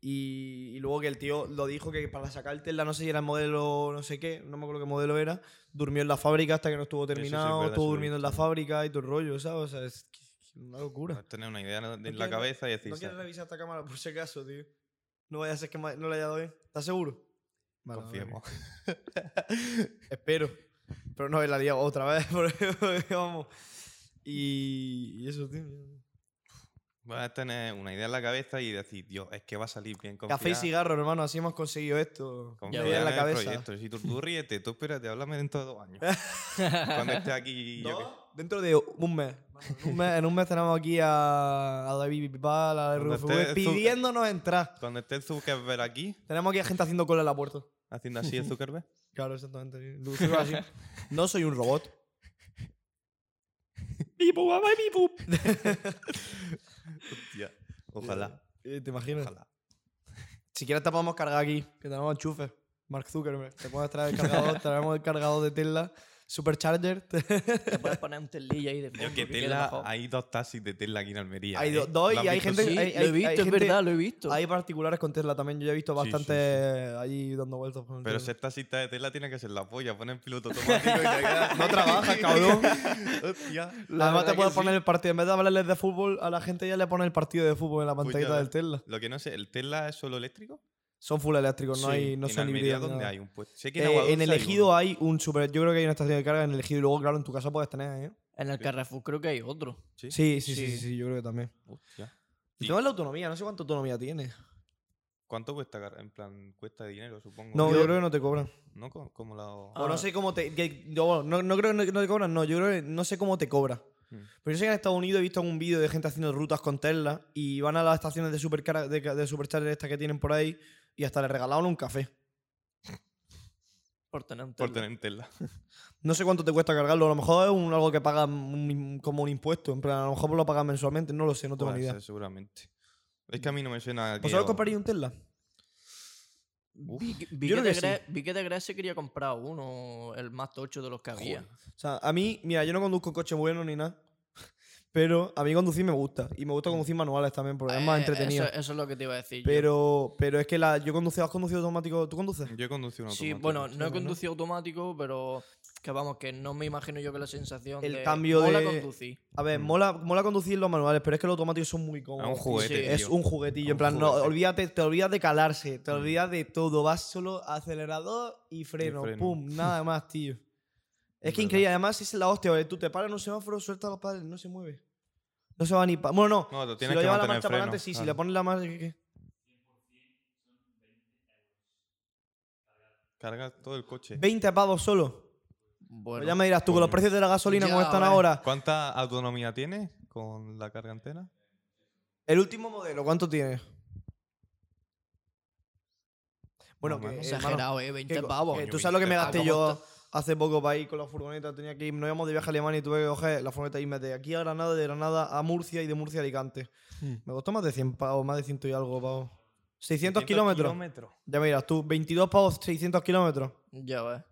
Speaker 3: Y, y luego que el tío lo dijo que para sacar Tesla, no sé si era el modelo, no sé qué, no me acuerdo qué modelo era, durmió en la fábrica hasta que no estuvo
Speaker 1: sí, es
Speaker 3: terminado,
Speaker 1: verdad,
Speaker 3: estuvo
Speaker 1: eso lo he
Speaker 3: durmiendo en la
Speaker 1: visto.
Speaker 3: fábrica y todo el rollo, ¿sabes? O sea, es que- que una locura.
Speaker 1: Tener una idea en
Speaker 3: quieres
Speaker 1: la
Speaker 3: re-
Speaker 1: cabeza y decir,
Speaker 3: No quieres
Speaker 1: "Sa-
Speaker 3: revisar esta cámara por si acaso, tío. No vaya a ser que ma- no le haya dado bien. ¿Estás seguro? Vale, vale,
Speaker 1: confiemos.
Speaker 3: Espero. Pero no la liado otra vez, (laughs) porque, vamos. Y, y eso, tío.
Speaker 1: Vas a tener una idea en la cabeza y decir, Dios, es que va a salir bien.
Speaker 3: Café y
Speaker 1: confía-
Speaker 3: cigarro, hermano, así hemos conseguido esto.
Speaker 1: confía
Speaker 3: Una idea en la
Speaker 1: el
Speaker 3: cabeza.
Speaker 1: proyecto. Si tú, tú ríete, tú espérate, háblame dentro de dos
Speaker 3: (laughs)
Speaker 1: años. Cuando esté aquí, yo
Speaker 3: Dos,
Speaker 1: qué
Speaker 3: Dentro de un mes. En un mes, en un mes tenemos aquí a, a David Bisbal, a
Speaker 1: Cuando
Speaker 3: RFV,
Speaker 1: esté-
Speaker 3: pidiéndonos entrar.
Speaker 1: Cuando esté el Zuckerberg aquí,
Speaker 3: Tenemos aquí a gente haciendo cola en la puerta.
Speaker 1: haciendo
Speaker 3: (laughs)
Speaker 1: así el Zuckerberg.
Speaker 3: Claro, exactamente. Lucero
Speaker 1: (laughs)
Speaker 3: así. No soy un robot.
Speaker 1: Hostia, Ojalá.
Speaker 3: Eh, ¿Te imaginas?
Speaker 1: Ojalá.
Speaker 3: Si quieres te podemos cargar aquí, que tenemos enchufes. Mark Zuckerberg, te puedes
Speaker 1: (laughs)
Speaker 3: traer el cargador, traemos el cargador de Tesla, Supercharger.
Speaker 2: (laughs) Te puedes poner un telilla ahí de fondo.
Speaker 1: Yo que
Speaker 2: que quede
Speaker 1: Tesla,
Speaker 2: mejor.
Speaker 1: hay dos taxis de Tesla aquí en Almería.
Speaker 3: Hay
Speaker 1: ¿eh?
Speaker 3: do- dos
Speaker 1: ¿Lo has
Speaker 3: y hay
Speaker 1: visto?
Speaker 3: gente-
Speaker 2: Sí,
Speaker 3: hay-
Speaker 2: lo
Speaker 3: hay-
Speaker 2: he visto,
Speaker 3: hay
Speaker 2: es
Speaker 3: gente-
Speaker 2: verdad, lo he visto.
Speaker 3: Hay particulares con Tesla también, yo ya he visto
Speaker 1: Sí, sí,
Speaker 3: bastante ahí dando vueltas. Por el
Speaker 1: (laughs) Pero
Speaker 3: Tesla.
Speaker 1: ser taxista de Tesla tiene que ser la polla. Ponen piloto automático y
Speaker 3: (laughs)
Speaker 1: ya queda.
Speaker 3: No trabaja, cabrón. (laughs)
Speaker 1: Hostia.
Speaker 3: Además te
Speaker 1: verdad
Speaker 3: puedes
Speaker 1: que
Speaker 3: poner
Speaker 1: sí.
Speaker 3: el partido, en vez de hablarles de fútbol, a la gente ya le pone el partido de fútbol en la pantallita
Speaker 1: ya
Speaker 3: del
Speaker 1: ves.
Speaker 3: Tesla.
Speaker 1: Lo que no sé, ¿el Tesla es solo eléctrico?
Speaker 3: Son full eléctricos, no,
Speaker 2: Sí,
Speaker 3: hay, no
Speaker 1: ¿En
Speaker 3: son
Speaker 1: Almería
Speaker 3: híbridos. ni
Speaker 1: dónde
Speaker 3: nada.
Speaker 1: hay un puesto? Sé que
Speaker 3: Eh,
Speaker 1: Aguadulce
Speaker 3: en el
Speaker 1: hay
Speaker 3: ejido
Speaker 1: uno.
Speaker 3: hay un super... Yo creo que hay una estación de carga en el ejido y luego, claro, en tu casa puedes tener, ¿eh?
Speaker 2: En el Carrefour creo que hay otro.
Speaker 3: Sí, sí, sí, sí,
Speaker 2: Sí.
Speaker 3: sí, yo creo que también.
Speaker 1: Hostia.
Speaker 3: El
Speaker 1: Y-
Speaker 3: tema es la autonomía, no sé cuánta autonomía tiene.
Speaker 1: ¿Cuánto cuesta? car- En plan, cuesta dinero, supongo.
Speaker 3: No, yo creo que no te cobran.
Speaker 1: ¿No? Co- Como la...
Speaker 3: O
Speaker 2: Ah.
Speaker 3: no sé cómo te. que- yo, bueno, no, no creo que no, no te cobran, no. Yo creo que no sé cómo te cobra.
Speaker 1: Hmm.
Speaker 3: Pero yo sé que en Estados Unidos he visto un vídeo de gente haciendo rutas con Tesla y van a las estaciones de, supercar de, ca- de supercharger estas que tienen por ahí y hasta le regalaron un café.
Speaker 2: Por tener un
Speaker 1: Por
Speaker 2: Tesla.
Speaker 1: tener Tesla.
Speaker 3: No sé cuánto te cuesta cargarlo. A lo mejor es un- algo que pagan un- como un impuesto. En plan, a lo mejor lo pagan mensualmente. No lo sé, no tengo
Speaker 1: Puede
Speaker 3: ni idea.
Speaker 1: ser, seguramente. Es que a mí no me suena. que
Speaker 3: ¿Vosotros
Speaker 1: yo-
Speaker 3: compraríais un Tesla?
Speaker 1: Uf.
Speaker 2: Vi, que- vi
Speaker 3: Yo creo
Speaker 2: que de
Speaker 3: que sí.
Speaker 2: Gre- vi que de Gre se quería comprar uno, el más tocho de los que había.
Speaker 1: Joder.
Speaker 3: O sea, a mí, mira, yo no conduzco coche bueno ni nada. (laughs) Pero a mí conducir me gusta. Y me gusta conducir manuales también porque es más
Speaker 2: Eh,
Speaker 3: entretenido.
Speaker 2: Eso, eso es lo que te iba a decir. yo.
Speaker 3: Pero, pero es que la, yo conducido, ¿has conducido automático? ¿Tú conduces?
Speaker 1: Yo he conducido un
Speaker 2: Sí,
Speaker 1: automático.
Speaker 2: bueno, no he
Speaker 3: ¿no?
Speaker 2: conducido automático, pero que vamos, que no me imagino yo que la sensación
Speaker 3: El
Speaker 2: de
Speaker 3: cambio
Speaker 2: mola
Speaker 3: de-
Speaker 2: conducir.
Speaker 3: A ver,
Speaker 1: Mm.
Speaker 3: mola, mola conducir los manuales, pero es que los automáticos son muy cómodos.
Speaker 1: Es un
Speaker 3: tío.
Speaker 1: juguete.
Speaker 2: Sí,
Speaker 1: tío.
Speaker 3: Es un juguetillo, en
Speaker 1: Un
Speaker 3: plan, no,
Speaker 1: juguete.
Speaker 3: olvídate, te olvidas de calarse, te
Speaker 1: Mm.
Speaker 3: olvidas de todo, vas solo acelerador y freno,
Speaker 1: freno.
Speaker 3: pum,
Speaker 1: (laughs)
Speaker 3: nada más, tío. Es
Speaker 1: Es
Speaker 3: que
Speaker 1: verdad.
Speaker 3: increíble, además es la hostia, ¿vale? tú te paras en un semáforo, sueltas los padres, no se mueve. No se va ni pa- Bueno, no,
Speaker 1: No, tú
Speaker 3: si
Speaker 1: tienes
Speaker 3: lo
Speaker 1: que
Speaker 3: llevas la
Speaker 1: mantener
Speaker 3: marcha para
Speaker 1: freno.
Speaker 3: adelante, sí, si
Speaker 1: claro.
Speaker 3: le pones la marcha... ¿qué- qué?
Speaker 1: Cargas todo el coche.
Speaker 3: 20 pavos solo. Pues
Speaker 2: Bueno,
Speaker 3: ya me dirás tú, con los
Speaker 1: coño.
Speaker 3: precios de la gasolina como
Speaker 2: Ya,
Speaker 3: están
Speaker 2: vale.
Speaker 3: ahora,
Speaker 1: ¿Cuánta autonomía tiene con la carga antena?
Speaker 3: El último modelo, ¿cuánto tiene? Bueno,
Speaker 1: Más o
Speaker 3: que,
Speaker 1: menos.
Speaker 3: hermano,
Speaker 2: exagerado, eh, 20
Speaker 3: que-
Speaker 2: pavos.
Speaker 3: que
Speaker 1: Coño,
Speaker 3: tú sabes lo que me gasté
Speaker 1: 20
Speaker 2: pavos.
Speaker 3: yo hace poco para ir con la furgoneta. Tenía que ir, nos íbamos de viaje a Alemania y tuve que coger la furgoneta y irme de aquí a Granada, de Granada a Murcia y de Murcia a Alicante.
Speaker 1: Hmm.
Speaker 3: Me costó más de 100 pavos, más de 100 y algo pavos. 600 kilómetros. Ya me dirás tú, 22 pavos, 600 kilómetros.
Speaker 2: Ya ves.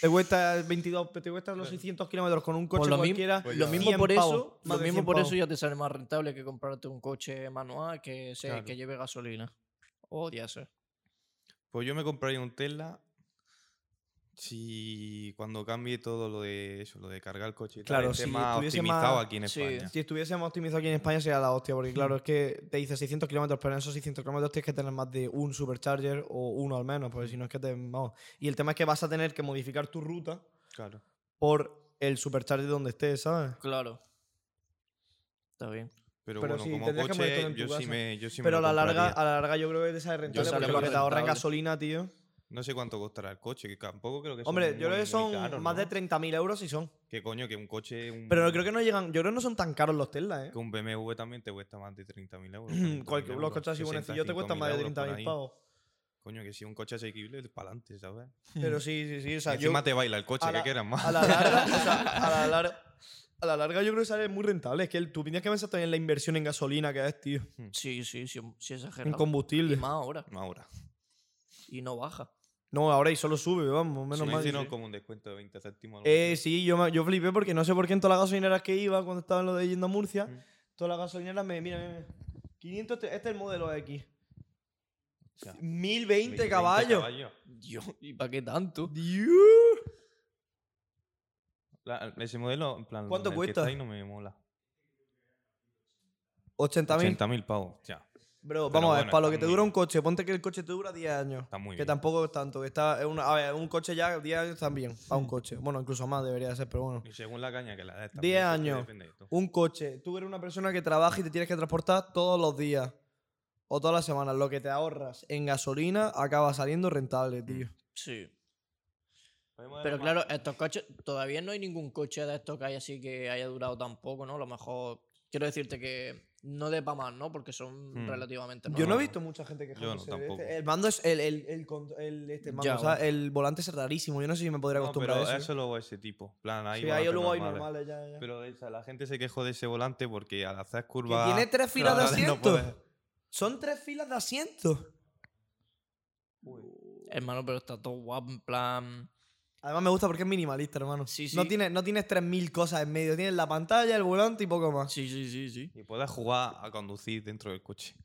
Speaker 3: Te cuesta 22, te cuesta los 600 kilómetros con un coche
Speaker 2: Pues lo mismo-
Speaker 3: cualquiera.
Speaker 1: Pues
Speaker 2: Lo
Speaker 1: ya.
Speaker 2: mismo
Speaker 3: 100
Speaker 2: por eso,
Speaker 3: pavos, más
Speaker 2: lo
Speaker 3: de
Speaker 2: mismo
Speaker 3: 100
Speaker 2: por
Speaker 3: pavos.
Speaker 2: eso ya te sale más rentable que comprarte un coche manual que, sea-
Speaker 1: Claro.
Speaker 2: que lleve gasolina. O diésel.
Speaker 1: Pues yo me compraría un Tesla si cuando cambie todo lo de eso, lo de cargar el coche y tal,
Speaker 3: Claro,
Speaker 1: esté
Speaker 3: si
Speaker 1: más
Speaker 3: estuviese
Speaker 1: optimizado
Speaker 3: más-
Speaker 1: aquí en
Speaker 2: sí.
Speaker 1: España.
Speaker 3: Si estuviésemos optimizados aquí en España sería la hostia, porque
Speaker 1: Hmm.
Speaker 3: claro, es que te dice 600 kilómetros, pero en esos 600 kilómetros tienes que tener más de un supercharger o uno al menos,
Speaker 1: Hmm.
Speaker 3: porque si no es que te... Vamos. Y el tema es que vas a tener que modificar tu ruta
Speaker 1: Claro.
Speaker 3: por el supercharger donde estés, ¿sabes?
Speaker 2: Claro. Está bien.
Speaker 1: Pero,
Speaker 3: Pero
Speaker 1: bueno,
Speaker 3: sí,
Speaker 1: como
Speaker 3: tendrías que
Speaker 1: coche,
Speaker 3: ponértelo en tu
Speaker 1: yo sí
Speaker 3: casa.
Speaker 1: me, yo sí me
Speaker 3: pero a
Speaker 1: lo
Speaker 3: la, larga, ah
Speaker 1: compraría.
Speaker 3: a la larga yo creo que te sale rentable,
Speaker 2: sale
Speaker 3: porque
Speaker 2: más
Speaker 3: lo que te ahorra en
Speaker 2: rentable.
Speaker 3: gasolina, tío.
Speaker 1: No sé cuánto costará el coche, que tampoco creo que son
Speaker 3: Hombre,
Speaker 1: muy,
Speaker 3: yo creo que
Speaker 1: muy
Speaker 3: son
Speaker 1: caros,
Speaker 3: más
Speaker 1: ¿no? Hmm.
Speaker 3: de 30.000 euros si son.
Speaker 1: Que coño, que un coche... Un,
Speaker 3: Pero creo que no llegan, yo creo que no son tan caros los Tesla, ¿eh? (clears throat)
Speaker 1: que un BMW también te cuesta más de 30.000 euros.
Speaker 3: Cualquier, los coches así buenecillos te cuestan más de 30.000
Speaker 1: pavos.
Speaker 3: pavos.
Speaker 1: Coño, que si un coche asequible, para adelante, ¿sabes?
Speaker 3: Pero sí, sí, sí. O sea,
Speaker 1: Y
Speaker 3: yo,
Speaker 1: encima te baila el coche,
Speaker 3: a
Speaker 1: que
Speaker 3: la-
Speaker 1: quieras
Speaker 3: a
Speaker 1: más.
Speaker 3: la larga, o sea, a la larga, a la larga yo creo que sale muy rentable. Es que el- tú tienes que pensar también en la inversión en gasolina que es, tío.
Speaker 2: Sí, sí, sí, sí
Speaker 3: En
Speaker 2: exagerado. Y
Speaker 3: combustible.
Speaker 2: más ahora.
Speaker 1: No ahora.
Speaker 2: Y no baja.
Speaker 3: No, ahora y solo sube, vamos, menos
Speaker 1: Menos
Speaker 3: mal.
Speaker 1: hicieron como un descuento de 20 céntimos. algo
Speaker 3: Eh,
Speaker 1: así.
Speaker 3: sí, yo, me- yo flipé porque no sé por qué en todas las gasolineras que iba cuando estaba en lo de yendo a Murcia,
Speaker 1: Mm.
Speaker 3: todas las gasolineras me. Mira, mira, mira. 500, este este es el modelo X.
Speaker 1: O sea,
Speaker 3: 1020 caballos.
Speaker 2: Dios, ¿y para qué tanto?
Speaker 3: Dios.
Speaker 1: La- ese modelo, en plan,
Speaker 3: ¿Cuánto
Speaker 1: el que
Speaker 3: cuesta?
Speaker 1: está ahí no me mola.
Speaker 3: 80.000.
Speaker 1: 80.000 pavos. Ya,
Speaker 3: Bro,
Speaker 1: Pero
Speaker 3: vamos a ver,
Speaker 1: bueno,
Speaker 3: para lo
Speaker 1: está
Speaker 3: que te
Speaker 1: muy
Speaker 3: dura un
Speaker 1: bien.
Speaker 3: coche, ponte que el coche te dura 10 años.
Speaker 1: está muy
Speaker 3: Que
Speaker 1: bien.
Speaker 3: tampoco es tanto. que Está, es una- a ver, un coche ya, 10 años también. Para un coche. Bueno, incluso más debería de ser, pero bueno.
Speaker 1: Y según la caña que la da.
Speaker 3: 10 años. Un coche. Tú eres una persona que trabaja y te tienes que transportar todos los días. O todas las semanas. Lo que te ahorras en gasolina acaba saliendo rentable,
Speaker 1: Mm,
Speaker 3: tío.
Speaker 2: Sí. Pero claro, estos coches, todavía no hay ningún coche de estos que hay así que haya durado tampoco, ¿no? A lo mejor, quiero decirte que no de para más, ¿no? Porque son
Speaker 1: Hmm.
Speaker 2: relativamente
Speaker 3: Yo no he
Speaker 2: nuevos.
Speaker 3: visto mucha gente que
Speaker 1: Yo no, tampoco.
Speaker 3: El mando es. El, el, el, con- el- este, el mando,
Speaker 2: Ya,
Speaker 3: o sea,
Speaker 2: bueno.
Speaker 3: el volante es rarísimo. Yo no sé si me podría
Speaker 1: No,
Speaker 3: acostumbrar
Speaker 1: pero
Speaker 3: a
Speaker 1: eso,
Speaker 3: eso.
Speaker 1: luego ese tipo. En plan, ahí
Speaker 3: Sí,
Speaker 1: van a
Speaker 3: ahí
Speaker 1: ser
Speaker 3: luego hay
Speaker 1: normales.
Speaker 3: normales, ya, ya.
Speaker 1: eh. Pero esa, la gente se quejó de ese volante porque al hacer
Speaker 3: Que
Speaker 1: curvas.
Speaker 3: tiene tres filas
Speaker 1: Claro,
Speaker 3: de
Speaker 1: (laughs) no
Speaker 3: asientos.
Speaker 1: puedes.
Speaker 3: Son tres filas de asientos.
Speaker 2: Hermano, pero está todo guapo, en plan...
Speaker 3: Además me gusta porque es minimalista, hermano.
Speaker 2: Sí,
Speaker 3: No
Speaker 2: sí.
Speaker 3: tienes, no tienes 3.000 cosas en medio. Tienes la pantalla, el volante y poco más.
Speaker 2: Sí, sí, sí, sí.
Speaker 1: Y puedes jugar a conducir dentro del coche.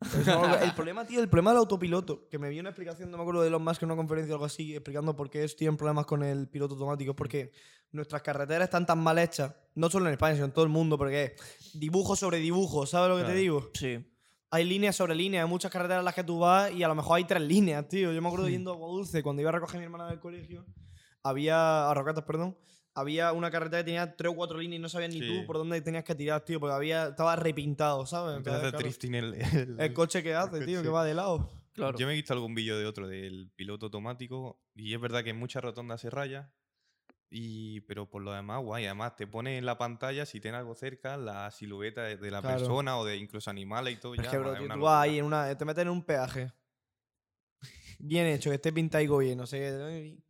Speaker 2: (laughs)
Speaker 3: No, el problema, tío, el problema del autopiloto. Que me vi una explicación, no me acuerdo de Elon Musk en una conferencia o algo así, explicando por qué es- tienen problemas con el piloto automático. Es porque nuestras carreteras están tan mal hechas, no solo en España, sino en todo el mundo, porque es dibujo sobre dibujo, ¿sabes lo que
Speaker 1: Claro.
Speaker 3: te digo?
Speaker 2: Sí.
Speaker 3: Hay líneas sobre líneas, hay muchas carreteras en las que tú vas y a lo mejor hay tres líneas, tío. Yo me
Speaker 1: Hmm.
Speaker 3: acuerdo yendo a Agua Dulce, cuando iba a recoger a mi hermana del colegio, había, a Rocatas, perdón, había una carretera que tenía tres o cuatro líneas y no sabías ni
Speaker 1: Sí.
Speaker 3: tú por dónde tenías que tirar, tío, porque había, estaba repintado, ¿sabes?
Speaker 1: Empieza a hacer
Speaker 3: Entonces, Ah, claro,
Speaker 1: drifting el- el-
Speaker 3: el coche que hace, tío, que va de lado.
Speaker 2: Claro.
Speaker 1: Yo me he visto algún vídeo de otro del piloto automático y es verdad que en muchas rotondas se raya, y, pero por lo demás, guay. Además, te pone en la pantalla, si tienes algo cerca, la silueta de, de la
Speaker 3: Claro.
Speaker 1: persona o de incluso animales y todo.
Speaker 3: Pero es
Speaker 1: Pues ya,
Speaker 3: que, bro,
Speaker 1: madre,
Speaker 3: tío,
Speaker 1: una
Speaker 3: tú
Speaker 1: locura.
Speaker 3: vas ahí en una, te metes en un peaje. Bien hecho, que esté pintado bien, no sé qué.
Speaker 1: (laughs)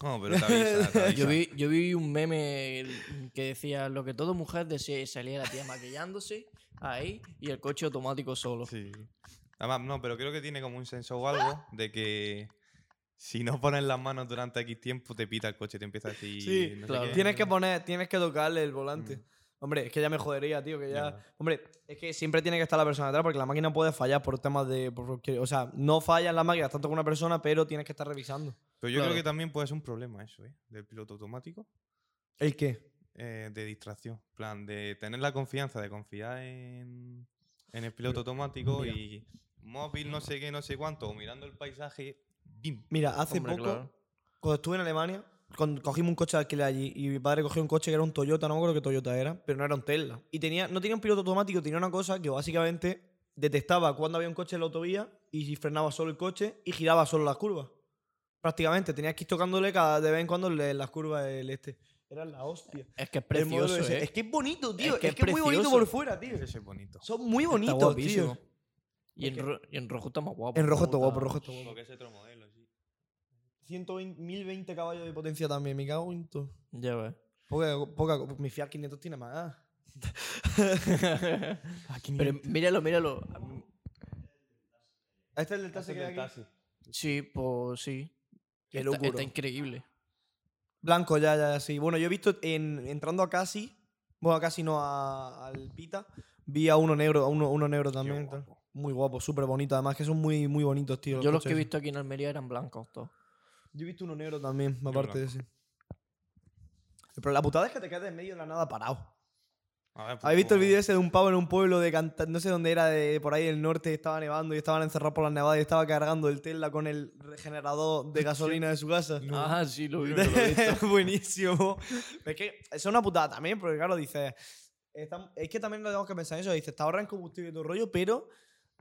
Speaker 1: No, pero te
Speaker 3: (laughs)
Speaker 1: avisa, te avisa.
Speaker 2: Yo vi, yo vi un meme el- que decía lo que toda mujer desea es salir a la tía maquillándose ahí y el coche automático solo.
Speaker 3: (laughs)
Speaker 1: Sí. Además, no, pero creo que tiene como un sensor o algo de que si no pones las manos durante X tiempo, te pita el coche, te empieza a decir.
Speaker 3: Sí,
Speaker 1: no sé
Speaker 2: claro.
Speaker 1: qué.
Speaker 3: Tienes que poner, tienes que tocarle el volante. Hombre, es que ya me jodería, tío, que mm. ya...
Speaker 1: Ya.
Speaker 3: Hombre, es que siempre tiene que estar la persona detrás porque la máquina puede fallar por temas de... por cualquier- o sea, no fallan las máquinas tanto con una persona, pero tienes que estar revisando.
Speaker 1: Pero yo
Speaker 2: Claro.
Speaker 1: creo que también puede ser un problema eso, ¿eh? Del piloto automático.
Speaker 3: ¿El qué?
Speaker 1: eh, de distracción. plan, de tener la confianza, de confiar en, en el piloto automático
Speaker 3: mira.
Speaker 1: y móvil, no sé qué, no sé cuánto, o mirando el paisaje, ¡bim!
Speaker 3: Mira, hace
Speaker 2: Hombre,
Speaker 3: poco,
Speaker 2: claro.
Speaker 3: cuando estuve en Alemania, con- cogimos un coche de alquiler allí y mi padre cogió un coche que era un Toyota, no me acuerdo qué Toyota era, pero no era un Tesla. Y tenía, no tenía un piloto automático, tenía una cosa que básicamente detectaba cuando había un coche en la autovía y si frenaba solo el coche y giraba solo las curvas. Prácticamente, tenías que ir tocándole cada de vez en cuando le- las curvas del este. Era la hostia.
Speaker 2: Es que es
Speaker 3: El modelo
Speaker 2: precioso,
Speaker 3: ese.
Speaker 2: ¿eh?
Speaker 3: Es que es bonito, tío.
Speaker 2: Es
Speaker 3: Es
Speaker 2: que
Speaker 3: que
Speaker 2: es
Speaker 3: es, muy bonito
Speaker 2: precioso.
Speaker 3: por fuera, tío.
Speaker 1: Ese es bonito.
Speaker 3: Son muy bonitos,
Speaker 2: guapísimo.
Speaker 3: tío.
Speaker 2: Y en,
Speaker 3: Es que-
Speaker 2: ro- y en rojo está más guapo.
Speaker 3: En
Speaker 2: me
Speaker 3: rojo está
Speaker 2: gusta.
Speaker 3: guapo, rojo está guapo.
Speaker 1: Porque es otro modelo, sí.
Speaker 3: 120, 1020 caballos de potencia también, me cago en todo.
Speaker 2: Ya ves.
Speaker 3: Poca, poca, mi Fiat 500 tiene más. ah.
Speaker 2: (laughs) Pero míralo, míralo.
Speaker 3: Este es el del taxi que hay aquí.
Speaker 2: Sí, pues sí.
Speaker 3: Qué
Speaker 2: está,
Speaker 3: locura.
Speaker 2: está increíble.
Speaker 3: Blanco, ya, ya, sí. Bueno, yo he visto en- entrando a casi, bueno, a casi no a, al Pita, vi a uno negro, a uno, uno negro también. tal.
Speaker 1: guapo.
Speaker 3: Muy guapo, súper bonito. Además que son muy, muy bonitos, tío.
Speaker 2: Yo los
Speaker 3: coches
Speaker 2: que he
Speaker 3: esos.
Speaker 2: visto aquí en Almería eran blancos todos.
Speaker 3: Yo he visto uno negro también,
Speaker 1: Yo
Speaker 3: aparte de ese. Pero la putada es que te quedas en medio de la nada parado.
Speaker 1: A ver, pues,
Speaker 3: ¿Habéis visto el
Speaker 1: pues,
Speaker 3: vídeo ese de un pavo en un pueblo de Canta- no sé dónde era, de por ahí del norte, estaba nevando y estaban encerrados por las nevadas y estaba cargando el Tesla con el regenerador de gasolina de su casa?
Speaker 2: Ah,
Speaker 3: (laughs)
Speaker 2: sí, lo vi.
Speaker 3: Buenísimo. Es que eso es una putada también, porque claro, dices. "Estam- Es que también lo tenemos que pensar en eso. Dices, te ahorran combustible y todo el rollo, pero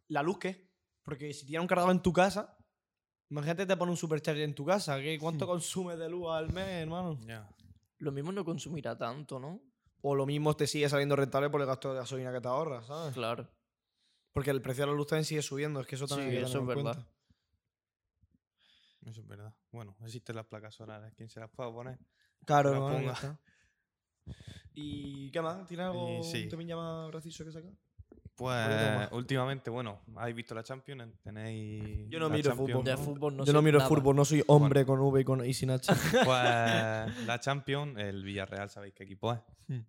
Speaker 3: la luz qué. Porque si tienes un cargador en tu casa, imagínate te pone un supercharger en tu casa. ¿qué? ¿Cuánto consumes de luz al mes, hermano?
Speaker 1: Ya.
Speaker 2: Lo mismo no consumirá tanto, ¿no?
Speaker 3: O lo mismo te sigue saliendo rentable por el gasto de gasolina que te ahorras, ¿sabes?
Speaker 2: Claro.
Speaker 3: Porque el precio de la luz también sigue subiendo. Es que eso
Speaker 2: Sí,
Speaker 3: también hay que
Speaker 2: eso es
Speaker 3: tenerlo en
Speaker 2: verdad.
Speaker 3: cuenta.
Speaker 1: Eso es verdad. Bueno, existen las placas solares. ¿Quién se las puede poner?
Speaker 3: Claro,
Speaker 1: Que la
Speaker 3: hermano, ya
Speaker 1: ponga. (laughs)
Speaker 3: está. ¿Y qué más? ¿Tienes algo
Speaker 1: Y sí.
Speaker 3: un temilla más gracioso que sacar?
Speaker 1: Pues últimamente, bueno, habéis visto la Champions, tenéis.
Speaker 3: Yo no
Speaker 1: la
Speaker 3: miro
Speaker 1: Champions,
Speaker 3: fútbol.
Speaker 2: De
Speaker 1: ¿no?
Speaker 2: fútbol no
Speaker 3: Yo
Speaker 2: sé
Speaker 3: no miro
Speaker 2: nada.
Speaker 3: fútbol, no soy hombre con V y, con, y sin
Speaker 1: (laughs)
Speaker 3: H.
Speaker 1: Pues la Champions, el Villarreal, ¿sabéis qué equipo es?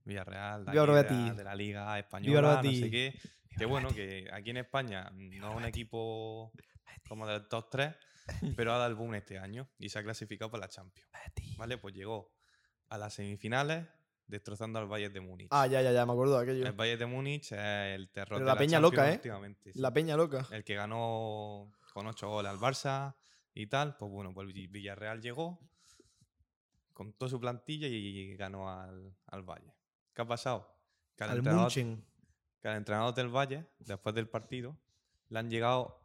Speaker 1: Villarreal, de, aquí,
Speaker 3: Viva
Speaker 1: de
Speaker 3: Betis.
Speaker 1: la, de la Liga
Speaker 3: Viva
Speaker 1: Española, no
Speaker 3: Betis.
Speaker 1: sé qué. Que bueno, que aquí en España no es un equipo como del top 3, pero ha dado el boom este año y se ha clasificado para la Champions. ¿Vale? Pues llegó a las semifinales destrozando al Bayern de Múnich.
Speaker 3: ah, ya, ya, ya, me acuerdo de
Speaker 1: El
Speaker 3: aquello.
Speaker 1: Bayern de Múnich es el
Speaker 3: Pero
Speaker 1: terror de
Speaker 3: la peña
Speaker 1: Champions
Speaker 3: loca, ¿eh?
Speaker 1: últimamente, sí.
Speaker 3: La peña loca.
Speaker 1: el que ganó con 8 goles al Barça y tal, pues bueno, pues Vill- Villarreal llegó con toda su plantilla y ganó al, al Valle. ¿Qué ha pasado? Que al,
Speaker 3: Al
Speaker 1: entrenador,
Speaker 3: Munchen.
Speaker 1: que al entrenador del Valle, después del partido, le han llegado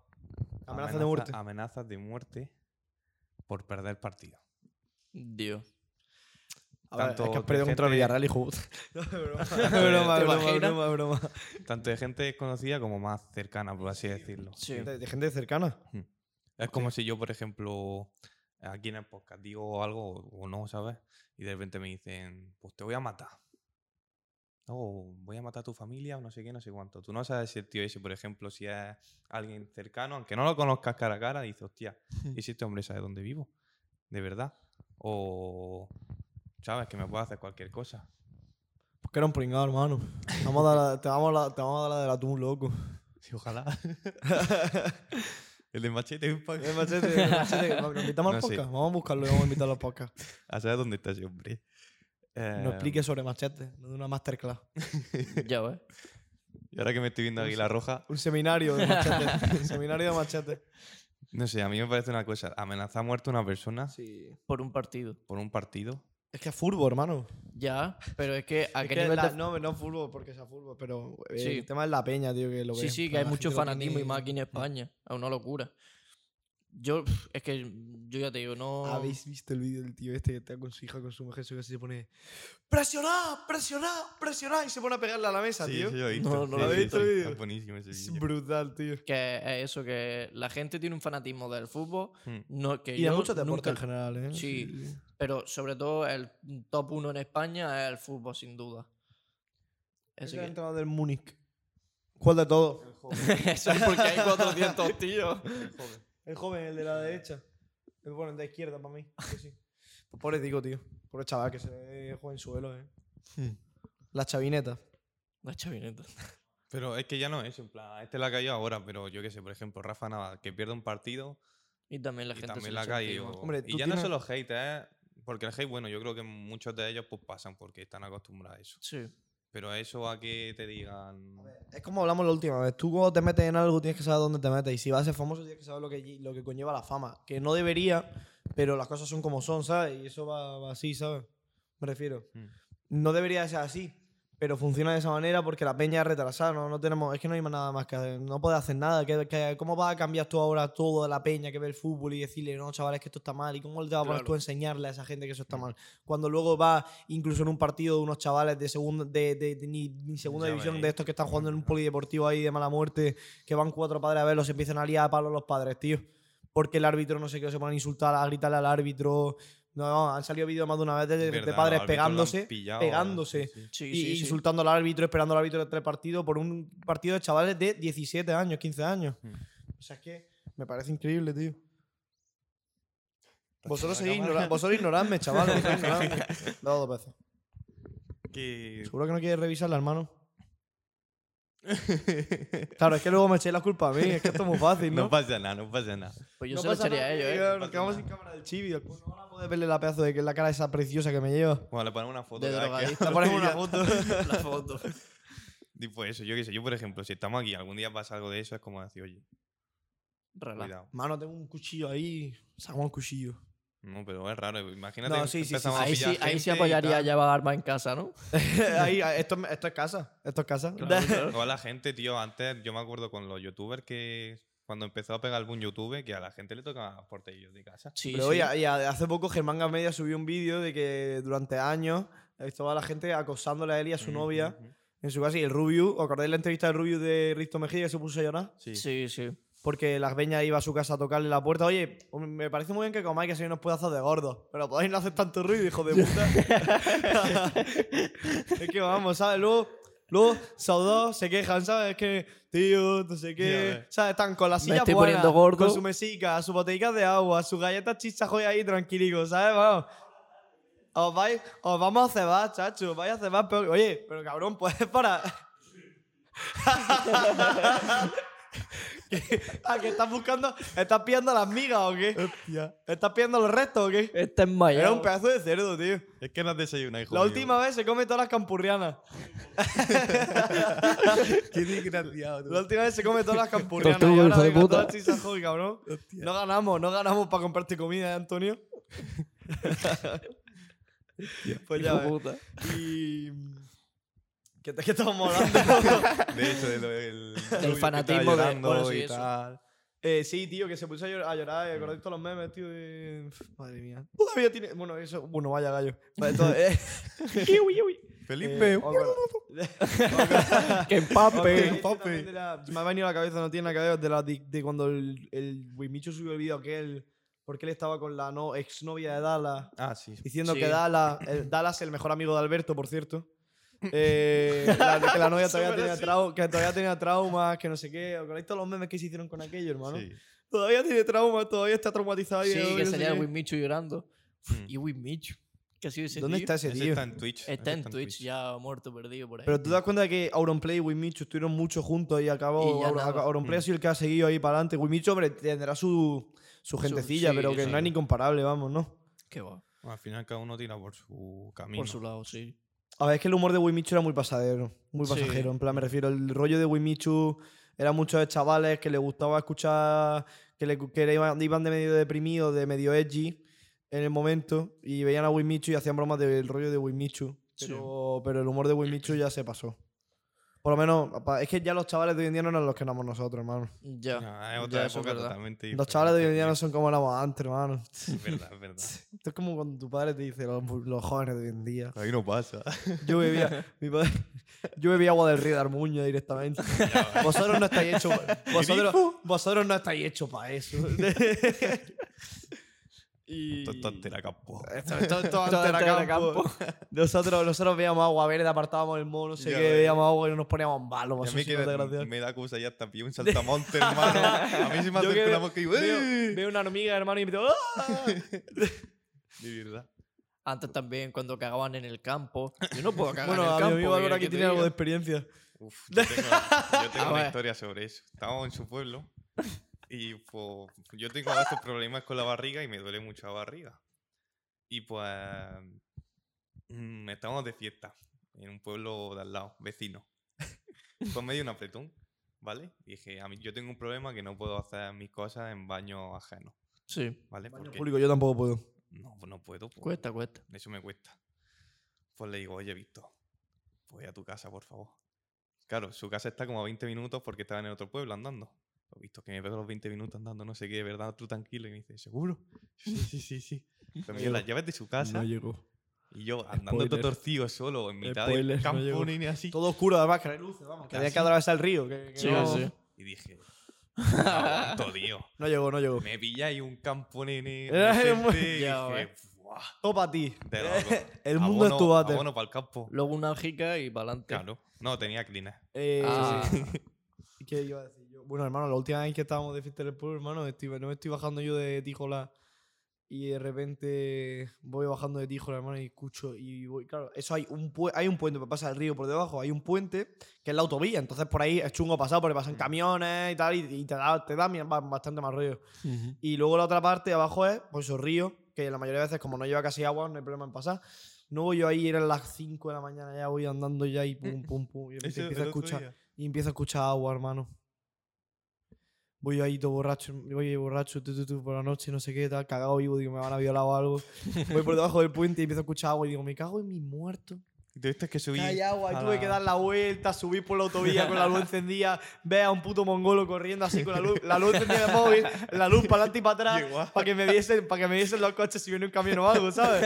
Speaker 3: Amenaza de muerte.
Speaker 1: amenazas de muerte por perder partido.
Speaker 2: Dios.
Speaker 3: A ver,
Speaker 1: tanto
Speaker 3: es que has
Speaker 1: que
Speaker 3: perdido contra el
Speaker 1: gente-
Speaker 3: Villarreal, (laughs) hijo. No, es
Speaker 1: (laughs)
Speaker 3: broma, es broma,
Speaker 2: ¿Te
Speaker 3: es broma,
Speaker 2: imaginas?
Speaker 3: broma, es broma.
Speaker 1: Tanto de gente desconocida como más cercana, por así decirlo.
Speaker 2: Sí.
Speaker 3: De, de gente cercana.
Speaker 1: Es como si yo, por ejemplo, aquí en el podcast digo algo o no, ¿sabes? Y de repente me dicen, pues te voy a matar. O voy a matar a tu familia o no sé qué, no sé cuánto. Tú no sabes si el tío ese, por ejemplo, si es alguien cercano, aunque no lo conozcas cara a cara, dices, hostia, ¿y si este hombre sabe dónde vivo? ¿De verdad? O, ¿sabes? Que me puede hacer cualquier cosa.
Speaker 3: Porque Pues era un pringado, hermano. Te vamos a dar la, te vamos a la- te vamos a dar la del atún, loco.
Speaker 1: Sí, ojalá. el de machete es un pa-
Speaker 3: Eh, machete, machete, ¿nos invitamos al
Speaker 1: No, sí.
Speaker 3: podcast? Vamos a buscarlo y vamos a invitarlo al podcast.
Speaker 1: (laughs) A saber dónde está ese hombre.
Speaker 3: No
Speaker 1: Em,
Speaker 3: explique sobre machete, de una masterclass.
Speaker 2: Ya ves.
Speaker 1: Y ahora que me estoy viendo Águila Roja,
Speaker 3: (laughs) Un seminario de machete. un seminario de machete.
Speaker 1: no sé, a mí me parece una cosa. Amenazar a muerte a una persona
Speaker 3: Sí.
Speaker 2: Por un partido.
Speaker 1: por un partido.
Speaker 3: Es que es fútbol, hermano.
Speaker 2: Ya, pero es que a
Speaker 3: Es
Speaker 2: qué
Speaker 3: que
Speaker 2: nivel
Speaker 3: la-
Speaker 2: de-
Speaker 3: no, no fútbol, porque sea fútbol, pero eh,
Speaker 2: Sí.
Speaker 3: el tema es la peña, tío, que lo
Speaker 2: Sí,
Speaker 3: ve.
Speaker 2: sí, que
Speaker 3: Para
Speaker 2: hay
Speaker 3: la
Speaker 2: mucho
Speaker 3: gente lo
Speaker 2: fanatismo y
Speaker 3: tiene- (laughs)
Speaker 2: más aquí en España. Es una locura. Yo, pf, es que yo ya te digo, no.
Speaker 3: ¿Habéis visto el vídeo del tío este que está con su hija, con su mujer, su hija, se pone ¡Presioná! ¡Presioná! ¡Presioná! Y se pone a pegarle a la mesa, tío.
Speaker 1: lo he
Speaker 2: No, no lo he
Speaker 3: visto el vídeo.
Speaker 1: Es buenísimo ese
Speaker 3: es
Speaker 1: vídeo.
Speaker 3: brutal, tío.
Speaker 2: Que es eso, que la gente tiene un fanatismo del fútbol.
Speaker 1: Mm.
Speaker 2: No, que
Speaker 3: Y de
Speaker 2: yo
Speaker 3: muchos deportes
Speaker 2: nunca-
Speaker 3: en general, ¿eh?
Speaker 2: Sí. Pero sobre todo el top 1 en España es el fútbol, sin duda.
Speaker 3: Es
Speaker 2: Eso,
Speaker 3: el
Speaker 2: (laughs) que-
Speaker 3: entrenador del Múnich. ¿Cuál de todos?
Speaker 2: Eso es porque hay 400 tíos.
Speaker 3: El joven, el de la derecha. El bueno, el de izquierda para mí. que (laughs) sí. Pues pobre tico, tío. Pobre chaval que se juega en suelo, ¿eh? Las chavinetas.
Speaker 2: La chavineta.
Speaker 1: Pero es que ya no es, en plan, a este la ha caído ahora, pero yo qué sé, por ejemplo, Rafa Navas, que pierde un partido
Speaker 2: Y también la
Speaker 1: y
Speaker 2: gente se
Speaker 1: también
Speaker 2: le
Speaker 1: la ha
Speaker 2: echa
Speaker 1: caído.
Speaker 2: encima.
Speaker 3: Hombre,
Speaker 1: y
Speaker 3: tú
Speaker 1: ya no
Speaker 3: tienes-
Speaker 1: son los haters, ¿eh? porque el hate, bueno, yo creo que muchos de ellos pues pasan porque están acostumbrados a eso.
Speaker 2: Sí.
Speaker 1: Pero eso a que te digan...
Speaker 3: Es como hablamos la última vez. Tú cuando te metes en algo tienes que saber dónde te metes. Y si vas a ser famoso tienes que saber lo que, lle- lo que conlleva la fama. Que no debería, pero las cosas son como son, ¿sabes? Y eso va, va así, ¿sabes? Me refiero.
Speaker 1: Mm.
Speaker 3: No debería ser así. Pero funciona de esa manera porque la peña es retrasada. No, no tenemos, es que no hay más nada más que hacer. No puedes hacer nada. ¿Qué- qué- ¿Cómo vas a cambiar tú ahora toda la peña que ve el fútbol y decirle, no, chavales, que esto está mal? ¿Y cómo le vas a poner
Speaker 2: Claro.
Speaker 3: tú a enseñarle a esa gente que eso está mal? Cuando luego va incluso en un partido de unos chavales de, segunda de, de- de- ni, ni segunda
Speaker 1: Ya
Speaker 3: división
Speaker 1: veréis.
Speaker 3: de estos que están jugando en un polideportivo ahí de mala muerte, que van cuatro padres a verlos, se empiezan a liar a palos los padres, tío. Porque el árbitro no sé qué, se ponen a insultar, a gritarle al árbitro. No, no, han salido vídeos más de una vez de, de
Speaker 1: "Verdad, los
Speaker 3: padres
Speaker 1: árbitros lo han
Speaker 3: pegándose,
Speaker 1: pillado",
Speaker 3: pegándose.
Speaker 1: sí, sí.
Speaker 2: Sí,
Speaker 3: y
Speaker 2: sí, sí.
Speaker 3: insultando al árbitro, esperando al árbitro de tres partidos por un partido de chavales de 17 años, 15 años.
Speaker 1: Mm.
Speaker 3: O sea, es que me parece increíble, tío. Vosotros
Speaker 1: Pues la
Speaker 3: seguís
Speaker 1: cámara.
Speaker 3: ignoran- vosotros ignoradme, chaval.
Speaker 1: (laughs)
Speaker 3: Vosotros ignoradme. Lo hago dos veces.
Speaker 1: Que...
Speaker 3: ¿Seguro que no quieres revisarla, (laughs) hermano? Claro, es que luego me echéis la culpa a mí. Es que esto es muy fácil, ¿no?
Speaker 1: No pasa nada, no pasa nada.
Speaker 2: Pues yo
Speaker 3: No
Speaker 2: se lo
Speaker 3: pasa
Speaker 2: echaría
Speaker 3: nada,
Speaker 2: a ellos,
Speaker 3: tío,
Speaker 2: ¿eh?
Speaker 3: Nos quedamos sin cámara del chibi. después No van a poder verle la pedazo de que la cara esa preciosa que me lleva.
Speaker 1: Bueno, le ponemos una foto.
Speaker 2: De ¿eh?
Speaker 1: cada vez que- (laughs)
Speaker 2: drogadicto.
Speaker 1: le ponemos una foto.
Speaker 2: La foto.
Speaker 1: Y pues eso, yo qué sé, yo por ejemplo, si estamos aquí, algún día pasa algo de eso, es como decir, oye,
Speaker 2: Relaja.
Speaker 1: cuidado.
Speaker 3: Mano, tengo un cuchillo ahí. Saco un cuchillo.
Speaker 1: No, pero es raro, imagínate.
Speaker 3: No,
Speaker 1: que
Speaker 3: sí, sí, sí,
Speaker 1: empezamos a
Speaker 2: Ahí
Speaker 1: pillar
Speaker 2: sí, ahí sí
Speaker 1: gente y
Speaker 2: apoyaría
Speaker 1: tal.
Speaker 2: llevar arma en casa, ¿no?
Speaker 3: (laughs) (laughs) ahí, esto, esto es casa. Esto es casa. (laughs)
Speaker 2: (laughs) Claro, claro.
Speaker 1: No, a la gente, tío, antes yo me acuerdo con los youtubers que cuando empezó a pegar algún youtuber, que a la gente le tocaban portellos de casa.
Speaker 2: Sí,
Speaker 3: Pero
Speaker 2: sí.
Speaker 3: oye, y a- hace poco Germán Gamedia subió un vídeo de que durante años estaba la gente acosándole a él y a su
Speaker 1: Mm,
Speaker 3: novia
Speaker 1: mm, mm.
Speaker 3: en su casa. Y el Rubius, ¿os acordáis la entrevista del Rubius de Risto Mejía que se puso a llorar?
Speaker 1: Sí.
Speaker 2: Sí, sí.
Speaker 3: Porque las veñas iba a su casa a tocarle la puerta. Oye, um, me parece muy bien que comáis que sois unos pedazos de gordos. Pero podéis no hacer tanto ruido, hijo de puta. (laughs) es que vamos, ¿sabes? Luego, luego Saudó se quejan, ¿sabes? Es que, tío, no sé
Speaker 1: Ya
Speaker 3: qué.
Speaker 1: ves.
Speaker 3: ¿Sabes? Están con las
Speaker 2: Me
Speaker 3: sillas
Speaker 2: estoy
Speaker 3: buenas,
Speaker 2: poniendo gordo.
Speaker 3: Con su mesica, sus botellitas de agua, sus galletas chichajoy ahí tranquilicos, ¿sabes? Vamos. Os, vais, os vamos a cebar, chacho. Os vais a cebar, pero. Oye, pero cabrón, (laughs) pues para. ¿A Ah, que estás buscando? ¿Estás pillando las migas o qué? ¿Estás pillando los restos o qué?
Speaker 2: Este es mayor.
Speaker 3: Era un pedazo de cerdo, tío.
Speaker 1: Es que no has desayunado, hijo
Speaker 3: La
Speaker 1: mío.
Speaker 3: última vez se come todas las campurrianas.
Speaker 4: Qué desgraciado,
Speaker 3: La última vez se come todas las campurrianas.
Speaker 2: Tortuga,
Speaker 3: Y ahora
Speaker 2: hijo de
Speaker 3: venga,
Speaker 2: puta.
Speaker 3: todas chisas hoy, cabrón. No ganamos, no ganamos para comprarte comida, ¿eh, Antonio. pues ya
Speaker 2: Hijo
Speaker 3: ves.
Speaker 2: (laughs) puta.
Speaker 3: Y... ¿Qué, te- qué estamos hablando?
Speaker 1: De eso, de lo
Speaker 2: (laughs)
Speaker 1: del.
Speaker 2: Del fanatismo de. Bueno, sí,
Speaker 1: y
Speaker 2: eso.
Speaker 1: tal.
Speaker 3: Eh, sí, tío, que se puso a llorar, a llorar
Speaker 1: Mm.
Speaker 3: eh, acordáis todos los memes, tío. de- Pf, Madre
Speaker 1: (laughs)
Speaker 3: mía. Todavía tiene. Bueno, eso. Bueno, vaya gallo. Vale, todo, eh. Iwi, iwi.
Speaker 1: Felipe.
Speaker 3: Eh, os acorda- (laughs)
Speaker 2: Que
Speaker 3: os
Speaker 2: empape.
Speaker 3: acordáis también de la- Me ha venido a la cabeza, no tiene la cabeza, de, la, de, de cuando el, el Wimichu subió el vídeo aquel. Porque él estaba con la no, exnovia de Dala.
Speaker 1: ah, sí.
Speaker 3: Diciendo
Speaker 2: Sí.
Speaker 3: que Dala, el, Dallas, el mejor amigo de Alberto, por
Speaker 1: (laughs)
Speaker 3: cierto. eh, la- que la novia todavía tenía, trau- que todavía tenía traumas, que no sé qué. ¿Os acordáis todos los memes que se hicieron con aquello, hermano?
Speaker 1: sí.
Speaker 3: Todavía tiene trauma, todavía está traumatizado. y
Speaker 2: Sí,
Speaker 3: no
Speaker 2: que
Speaker 3: sé
Speaker 2: salía
Speaker 3: qué.
Speaker 2: Winmichu llorando.
Speaker 1: Mm.
Speaker 2: Y Winmichu. ¿Qué ha sido ese
Speaker 3: ¿Dónde
Speaker 2: tío?
Speaker 3: está ese
Speaker 1: Ese
Speaker 3: tío?
Speaker 1: está en Twitch. ese
Speaker 2: Está en Twitch ya muerto, perdido por ahí.
Speaker 3: Pero tú te das cuenta de que Auronplay y Wimichu estuvieron mucho juntos y acabó.
Speaker 2: Y ya
Speaker 3: Auron-
Speaker 2: nada. Mm.
Speaker 3: Auronplay ha sido el que ha seguido ahí para adelante. Wimichu, hombre, tendrá su, su gentecilla,
Speaker 2: sí,
Speaker 3: pero que
Speaker 2: sí.
Speaker 3: no es ni comparable, vamos, ¿no?
Speaker 2: Qué va.
Speaker 1: Al final cada uno tira por su camino.
Speaker 2: Por su lado, sí.
Speaker 3: A ver, es que el humor de Wimichu era muy pasadero, muy
Speaker 2: Sí.
Speaker 3: pasajero. En plan, me refiero, el rollo de Wimichu era muchos de chavales que le gustaba escuchar, que, le, que le iban, iban de medio deprimidos, de medio edgy en el momento, y veían a Wimichu y hacían bromas del rollo de Wimichu.
Speaker 2: Sí.
Speaker 3: Pero, pero el humor de Wimichu ya se pasó. Por lo menos, pa- es que ya los chavales de hoy en día no eran los que éramos nosotros, hermano.
Speaker 2: Ya.
Speaker 1: Ah, es
Speaker 2: Ya,
Speaker 1: otra
Speaker 2: eso es
Speaker 1: época
Speaker 2: verdad.
Speaker 1: totalmente
Speaker 3: Los chavales de hoy en día no
Speaker 1: diferente,
Speaker 3: son como éramos antes, hermano.
Speaker 1: tío. (laughs) Es verdad, es verdad.
Speaker 3: Esto es como cuando tu padre te dice, los, los jóvenes de hoy en día.
Speaker 1: Ahí no pasa.
Speaker 3: Yo bebía, mi padre- yo bebía agua del río de Armuña directamente. Vosotros no estáis hechos vosotros, vosotros no estáis hechos para eso. y...
Speaker 1: Esto es la campo.
Speaker 3: Esto- esto- esto
Speaker 2: Esto
Speaker 3: antes era
Speaker 2: antes era
Speaker 3: campo. Nosotros, nosotros veíamos agua verde, apartábamos el mono, no sé
Speaker 1: Ya
Speaker 3: qué,
Speaker 1: ves.
Speaker 3: veíamos agua y nos poníamos malos.
Speaker 1: Y a
Speaker 3: vosotros,
Speaker 1: mí
Speaker 3: si no
Speaker 1: que
Speaker 3: te gracias.
Speaker 1: me da cosa ya hasta
Speaker 3: (laughs)
Speaker 1: pillo un saltamonte, hermano. A mí se me
Speaker 3: Yo
Speaker 1: hace
Speaker 3: que
Speaker 1: una mosca y digo,
Speaker 3: Veo,
Speaker 1: ¡eh!
Speaker 3: veo una hormiga, hermano, y me digo, ¡ah!
Speaker 1: De verdad.
Speaker 2: Antes también, cuando cagaban en el campo. Yo no
Speaker 3: (laughs)
Speaker 2: puedo cagar
Speaker 3: Bueno,
Speaker 2: en el
Speaker 3: a
Speaker 2: campo.
Speaker 3: mi amigo
Speaker 2: ¿qué
Speaker 3: ahora
Speaker 2: quieres
Speaker 3: que
Speaker 2: te
Speaker 3: tiene algo de
Speaker 2: diga?
Speaker 3: experiencia. (laughs)
Speaker 1: Uf, yo tengo, yo tengo
Speaker 2: A
Speaker 1: una
Speaker 2: ver.
Speaker 1: historia sobre eso. Estábamos en su pueblo y pues, yo tengo estos problemas con la barriga y me duele mucho la barriga. Y pues mm, estábamos de fiesta en un pueblo de al lado, vecino. Pues me dio un apretón, ¿vale? Dije, a mí, yo tengo un problema que no puedo hacer mis cosas en baños ajenos,
Speaker 2: Sí,
Speaker 1: ¿vale? Porque
Speaker 3: Público, yo tampoco puedo.
Speaker 1: no, no puedo. pues.
Speaker 2: cuesta, cuesta.
Speaker 1: Eso me cuesta. Pues le digo, oye, Víctor, voy a tu casa, por favor. Claro, su casa está como a 20 minutos porque estaba en el otro pueblo andando. Lo visto que me pego los 20 minutos andando, no sé qué, de verdad, tú tranquilo. Y me dice, ¿seguro? Sí, sí, sí, sí. Pues me dio las llaves de su casa
Speaker 3: No llegó.
Speaker 1: y yo andando todo
Speaker 3: Spoiler.
Speaker 1: torcido solo en mitad
Speaker 3: Spoiler,
Speaker 1: del
Speaker 3: no
Speaker 1: campo,
Speaker 3: llegó.
Speaker 1: nene, así.
Speaker 3: Todo oscuro, además, que no hay luces, vamos. Que había que atravesar el río. que- que
Speaker 2: Sí,
Speaker 3: no-
Speaker 2: sí.
Speaker 1: Y dije, "No aguanto, tío.
Speaker 3: No llegó, no llegó.
Speaker 1: Me pilláis un campo,
Speaker 3: (laughs)
Speaker 1: nene.
Speaker 3: Era
Speaker 1: decente",
Speaker 3: muy-
Speaker 1: y
Speaker 2: Ya,
Speaker 1: dije,
Speaker 2: eh.
Speaker 1: "Buah,
Speaker 3: Todo para ti.
Speaker 1: de loco".
Speaker 3: (laughs) El mundo es
Speaker 1: Abono-
Speaker 3: tu váter.
Speaker 1: Abono para el campo.
Speaker 2: Luego una aljica y para adelante.
Speaker 1: Claro. No, tenía clines.
Speaker 3: Eh,
Speaker 2: Ah.
Speaker 3: (laughs) ¿Qué iba a decir yo? Bueno, hermano, la última vez que estábamos de fiesta en el pueblo, hermano, estoy- no me estoy bajando yo de Tijola y de repente voy bajando de Tijo, hermano, y escucho y voy, claro, eso hay un pue- hay un puente que pasa el río por debajo, hay un puente que es la autovía, entonces por ahí es chungo pasado porque pasan
Speaker 1: Mm.
Speaker 3: camiones y tal y, y te da te da mi- ba- bastante más rollo. Y luego la otra parte de abajo es pues esos ríos, que la mayoría de veces como no lleva casi agua, no hay problema en pasar. No voy yo ahí, eran las 5 de la mañana, ya voy andando ya y pum, pum, pum. Y
Speaker 4: Ese del
Speaker 3: empiezo Este a
Speaker 4: otro
Speaker 3: escuchar
Speaker 4: día.
Speaker 3: y empiezo a escuchar agua, hermano. Voy yo ahí todo borracho, voy ahí borracho tu, tu, tu, por la noche, no sé qué, tal, cagado vivo, digo, me van a violar o
Speaker 1: (laughs)
Speaker 3: algo. Voy por debajo del puente y empiezo a escuchar agua y digo, me cago en mi muerto.
Speaker 1: Tuviste que subí.
Speaker 3: Hay agua, y
Speaker 1: a
Speaker 3: tuve que dar la vuelta, subir por la autovía con la luz encendida, ver a un puto mongolo corriendo así con la luz, la luz encendida de móvil, la luz para adelante y para atrás,
Speaker 4: Llegó a-
Speaker 3: para que me viesen, para que me viesen los coches si viene un camión o algo,
Speaker 1: (laughs)
Speaker 3: ¿sabes?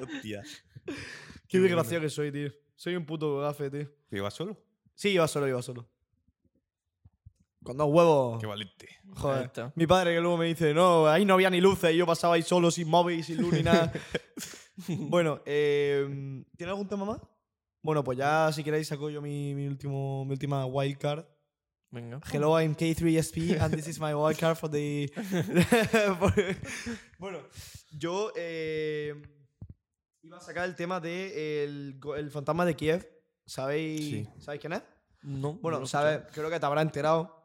Speaker 4: Hostia.
Speaker 3: Qué desgraciado que soy, tío. Soy un puto gafe, tío.
Speaker 1: ¿Te ibas solo?
Speaker 3: Sí, iba solo, iba solo. Con dos huevos.
Speaker 1: Qué valiente.
Speaker 3: (laughs)
Speaker 2: Ahí
Speaker 3: Joder.
Speaker 2: está.
Speaker 3: Mi padre que luego me dice, no, ahí no había ni luces y yo pasaba ahí solo, sin móvil, sin luz ni nada. bueno, eh, ¿tiene algún tema más? Bueno, pues ya si queréis saco yo mi, mi último, mi última wildcard.
Speaker 2: (laughs) Venga.
Speaker 3: Hello, I'm K3SP and this is my wildcard for the... (laughs) for- bueno, yo eh, iba a sacar el tema de el, go- el fantasma de Kiev. ¿Sabéis,
Speaker 1: Sí.
Speaker 3: ¿Sabéis quién es?
Speaker 2: No.
Speaker 3: Bueno, sabes, creo que te habrás enterado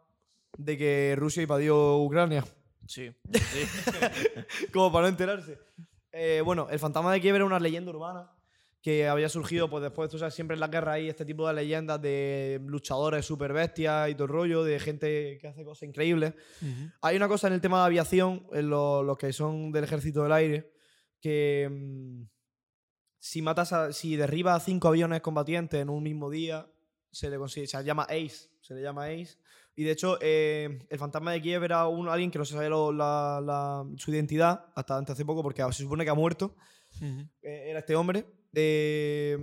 Speaker 3: de que Rusia invadió Ucrania.
Speaker 2: Sí. sí. (laughs)
Speaker 3: (laughs) como para no enterarse. Eh, bueno, el fantasma de Kiev era una leyenda urbana que había surgido pues después, tú sabes, siempre en la guerra hay este tipo de leyendas de luchadores super bestias y todo el rollo, de gente que hace cosas increíbles. Hay una cosa en el tema de aviación, en lo- los que son del ejército del aire, que mm, si matas a- si derribas a cinco aviones combatientes en un mismo día, se le consigue, se llama Ace, se le llama Ace. Y de hecho, eh, el fantasma de Kiev era un, alguien que no se sabía lo- la- la- su identidad hasta antes hace poco, porque se supone que ha muerto. Eh, era este hombre. eh,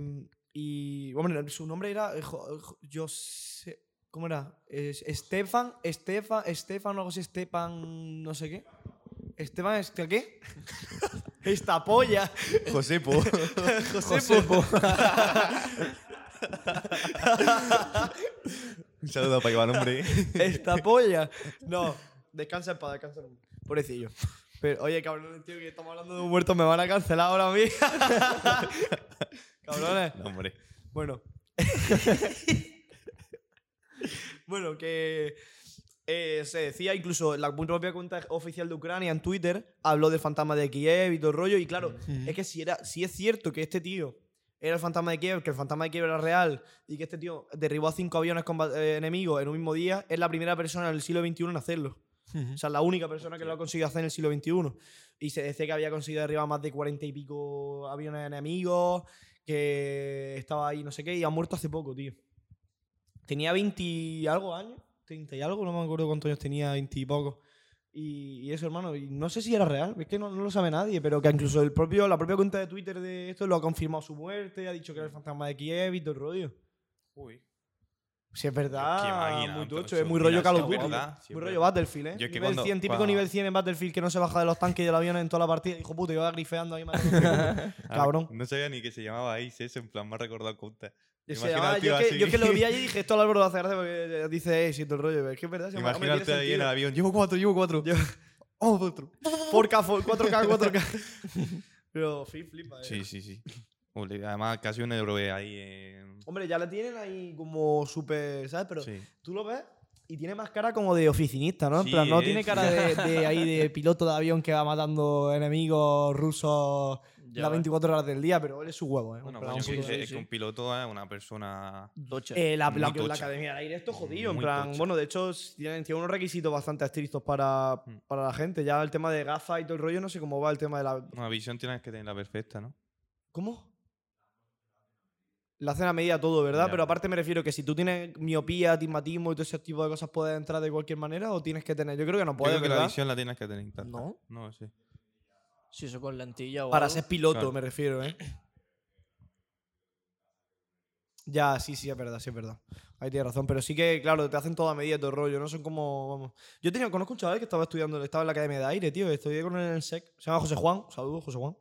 Speaker 3: y, bueno, su nombre era. eh, jo- jo- Yo sé. ¿Cómo era? Es- Estefan, Estefan, Estefan, o algo así, Estepan, no sé qué. Esteban, ¿este qué? (laughs) Esta polla.
Speaker 1: Josepo.
Speaker 3: Josepo.
Speaker 1: Un saludo para Iván, hombre. (laughs)
Speaker 3: (laughs) Esta polla. No, descansa en paz, descansa en paz. Pobrecillo. Pero, oye, cabrones, tío, que estamos hablando de un muerto, me van a cancelar ahora a mí. (laughs) cabrones.
Speaker 1: No, hombre.
Speaker 3: Bueno. (laughs) bueno, que eh, se decía incluso la propia cuenta oficial de Ucrania en Twitter habló del fantasma de Kiev y todo el rollo. Y claro, es que si, era, si es cierto que este tío era el fantasma de Kiev, que el fantasma de Kiev era real y que este tío derribó a cinco aviones comba- eh, enemigos en un mismo día, es la primera persona del siglo XXI en hacerlo. O sea, la única persona que lo ha conseguido hacer en el siglo XXI. Y se decía que había conseguido derribar más de cuarenta y pico aviones enemigos, que estaba ahí, no sé qué, y ha muerto hace poco, tío. Tenía 20 y algo años, 30 y algo, no me acuerdo cuántos años tenía, 20 y poco. Y, y eso, hermano, y no sé si era real, es que no, no lo sabe nadie, pero que incluso el propio, la propia cuenta de Twitter de esto lo ha confirmado su muerte, ha dicho que era el fantasma de Kiev y todo el rollo.
Speaker 1: Uy.
Speaker 3: Si es verdad,
Speaker 1: Qué máquina,
Speaker 3: muy tocho,
Speaker 1: Antonio.
Speaker 3: es muy
Speaker 1: Mira,
Speaker 3: rollo Call of
Speaker 1: es
Speaker 3: Duty.
Speaker 1: verdad, sí,
Speaker 3: muy
Speaker 1: es
Speaker 3: rollo
Speaker 1: verdad.
Speaker 3: Battlefield, ¿eh?
Speaker 1: Yo es que
Speaker 3: Nivel
Speaker 1: cuando-
Speaker 3: 100, típico
Speaker 1: cuando-
Speaker 3: nivel 100 en Battlefield que no se baja de los tanques y del avión en toda la partida. Hijo puto, iba grifeando ahí matando
Speaker 1: (laughs)
Speaker 3: gente.
Speaker 1: Ah,
Speaker 3: Cabrón.
Speaker 1: No sabía ni que se llamaba Ace ese, en plan, me ha recordado Conta.
Speaker 3: Yo, sé,
Speaker 1: Imagina
Speaker 3: ah,
Speaker 1: al
Speaker 3: yo
Speaker 1: tío
Speaker 3: es que,
Speaker 1: así.
Speaker 3: yo es que lo vi ayer y dije, esto al árbol lo hace gracia porque eh, dice eso y todo el rollo. pero Es que es verdad. se me- hombre, tiene
Speaker 1: Imagínate ahí en el
Speaker 3: sentido.
Speaker 1: avión. Llevo cuatro, llevo (laughs) cuatro.
Speaker 3: (laughs) Oh, otro. 4K, 4K,
Speaker 1: (laughs)
Speaker 3: 4K. Pero flip, flipa, eh.
Speaker 1: Sí, sí, sí. Ole, Además, casi un euro ahí en...
Speaker 3: Hombre, ya la tienen ahí como súper, ¿sabes? Pero
Speaker 1: Sí.
Speaker 3: tú lo ves y tiene más cara como de oficinista, ¿no? En
Speaker 1: Sí,
Speaker 3: plan, no
Speaker 1: eh,
Speaker 3: tiene
Speaker 1: sí.
Speaker 3: cara de,
Speaker 1: (laughs)
Speaker 3: de ahí de piloto de avión que va matando enemigos rusos
Speaker 2: Ya
Speaker 3: las
Speaker 2: ves.
Speaker 3: 24 horas del día, pero él es su huevo, ¿eh? En
Speaker 1: Bueno,
Speaker 3: plan,
Speaker 1: coño,
Speaker 3: un
Speaker 1: que
Speaker 3: puto-
Speaker 1: es, es que un piloto es una persona...
Speaker 2: Tocha.
Speaker 3: Eh, la,
Speaker 1: Muy
Speaker 3: la- la
Speaker 1: tocha.
Speaker 3: academia del aire esto es jodido. En
Speaker 1: Muy
Speaker 3: plan,
Speaker 1: tocha.
Speaker 3: bueno, de hecho, s- tienen, tienen unos requisitos bastante estrictos para,
Speaker 1: Mm.
Speaker 3: para la gente. Ya el tema de gafas y todo el rollo, no sé cómo va el tema de la.
Speaker 1: Una visión tienes que tener la perfecta, ¿no?
Speaker 3: ¿Cómo? La hacen a medida todo, ¿verdad?
Speaker 1: Ya.
Speaker 3: Pero aparte me refiero que si tú tienes miopía, astigmatismo y todo ese tipo de cosas, ¿puedes entrar de cualquier manera o tienes que tener? Yo creo que no puedes,
Speaker 1: Creo que la
Speaker 3: ¿verdad?
Speaker 1: visión la tienes que tener intacta.
Speaker 2: ¿No?
Speaker 1: No, sí.
Speaker 2: Si eso con lentilla o
Speaker 3: Para
Speaker 2: algo.
Speaker 3: ser piloto,
Speaker 1: Claro.
Speaker 3: me refiero, ¿eh? Ya, sí, sí, es verdad, sí, es verdad. Ahí tienes razón. Pero sí que, claro, te hacen toda medida y todo el rollo. No son como, vamos. Yo tenía, conozco un chaval que estaba estudiando, estaba en la Academia de Aire, tío. Estudié con él en el SEC. Se llama José Juan. Saludos, José Juan.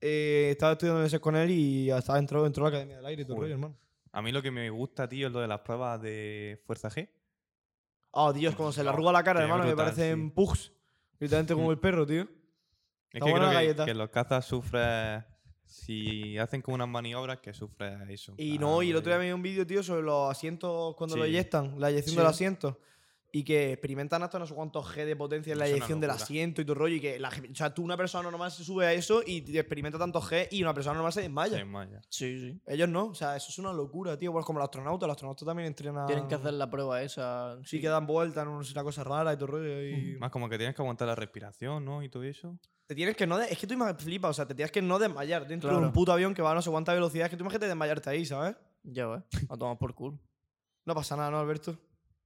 Speaker 3: Eh, estaba estudiando en el SEC con él y hasta entró, entró a la Academia del Aire y todo el
Speaker 1: Joder.
Speaker 3: rollo, hermano.
Speaker 1: A mí lo que me gusta, tío, es lo de las pruebas de Fuerza G.
Speaker 3: Oh, Dios, cuando se le arruga la cara,
Speaker 1: Ah, Qué
Speaker 3: hermano, me
Speaker 1: brutal,
Speaker 3: parecen
Speaker 1: sí. (laughs)
Speaker 3: pugs. Literalmente como el perro, tío.
Speaker 1: Es
Speaker 3: Está
Speaker 1: que
Speaker 3: buena
Speaker 1: creo
Speaker 3: la
Speaker 1: que-
Speaker 3: galleta.
Speaker 1: que, los cazas sufren. Si hacen como unas maniobras, que sufre eso.
Speaker 3: Y
Speaker 1: Ah,
Speaker 3: no, y el otro día
Speaker 1: de-
Speaker 3: vi un vídeo, tío, sobre los asientos cuando lo
Speaker 1: Sí.
Speaker 3: eyectan, la eyección
Speaker 2: Sí.
Speaker 3: del asiento. Y que experimentan hasta no sé cuántos G de potencia en la
Speaker 1: Es una
Speaker 3: eyección del
Speaker 1: locura.
Speaker 3: asiento y todo el rollo. Y que la, gen- o sea, tú, una persona normal se sube a eso y te experimenta tantos G y una persona normal se desmaya.
Speaker 1: de malla.
Speaker 2: Sí, sí.
Speaker 3: Ellos no, o sea, eso es una locura, tío. Pues como los astronautas, los astronautas también entrenan.
Speaker 2: Tienen que hacer la prueba esa.
Speaker 3: Ah. Sí, que dan vueltas, no sé, una cosa rara y todo el rollo. Y...
Speaker 1: Más como que tienes que aguantar la respiración, ¿no? Y todo eso. (laughs)
Speaker 3: Te tienes que no. de- Es que tú me flipas, o sea, te tienes que no desmayar dentro de
Speaker 2: Claro.
Speaker 3: un puto avión que va a no sé cuánta velocidad. Es que tú imagínate desmayarte ahí, ¿sabes?
Speaker 2: Ya ves. A tomar por culo.
Speaker 3: No pasa nada, ¿no, Alberto?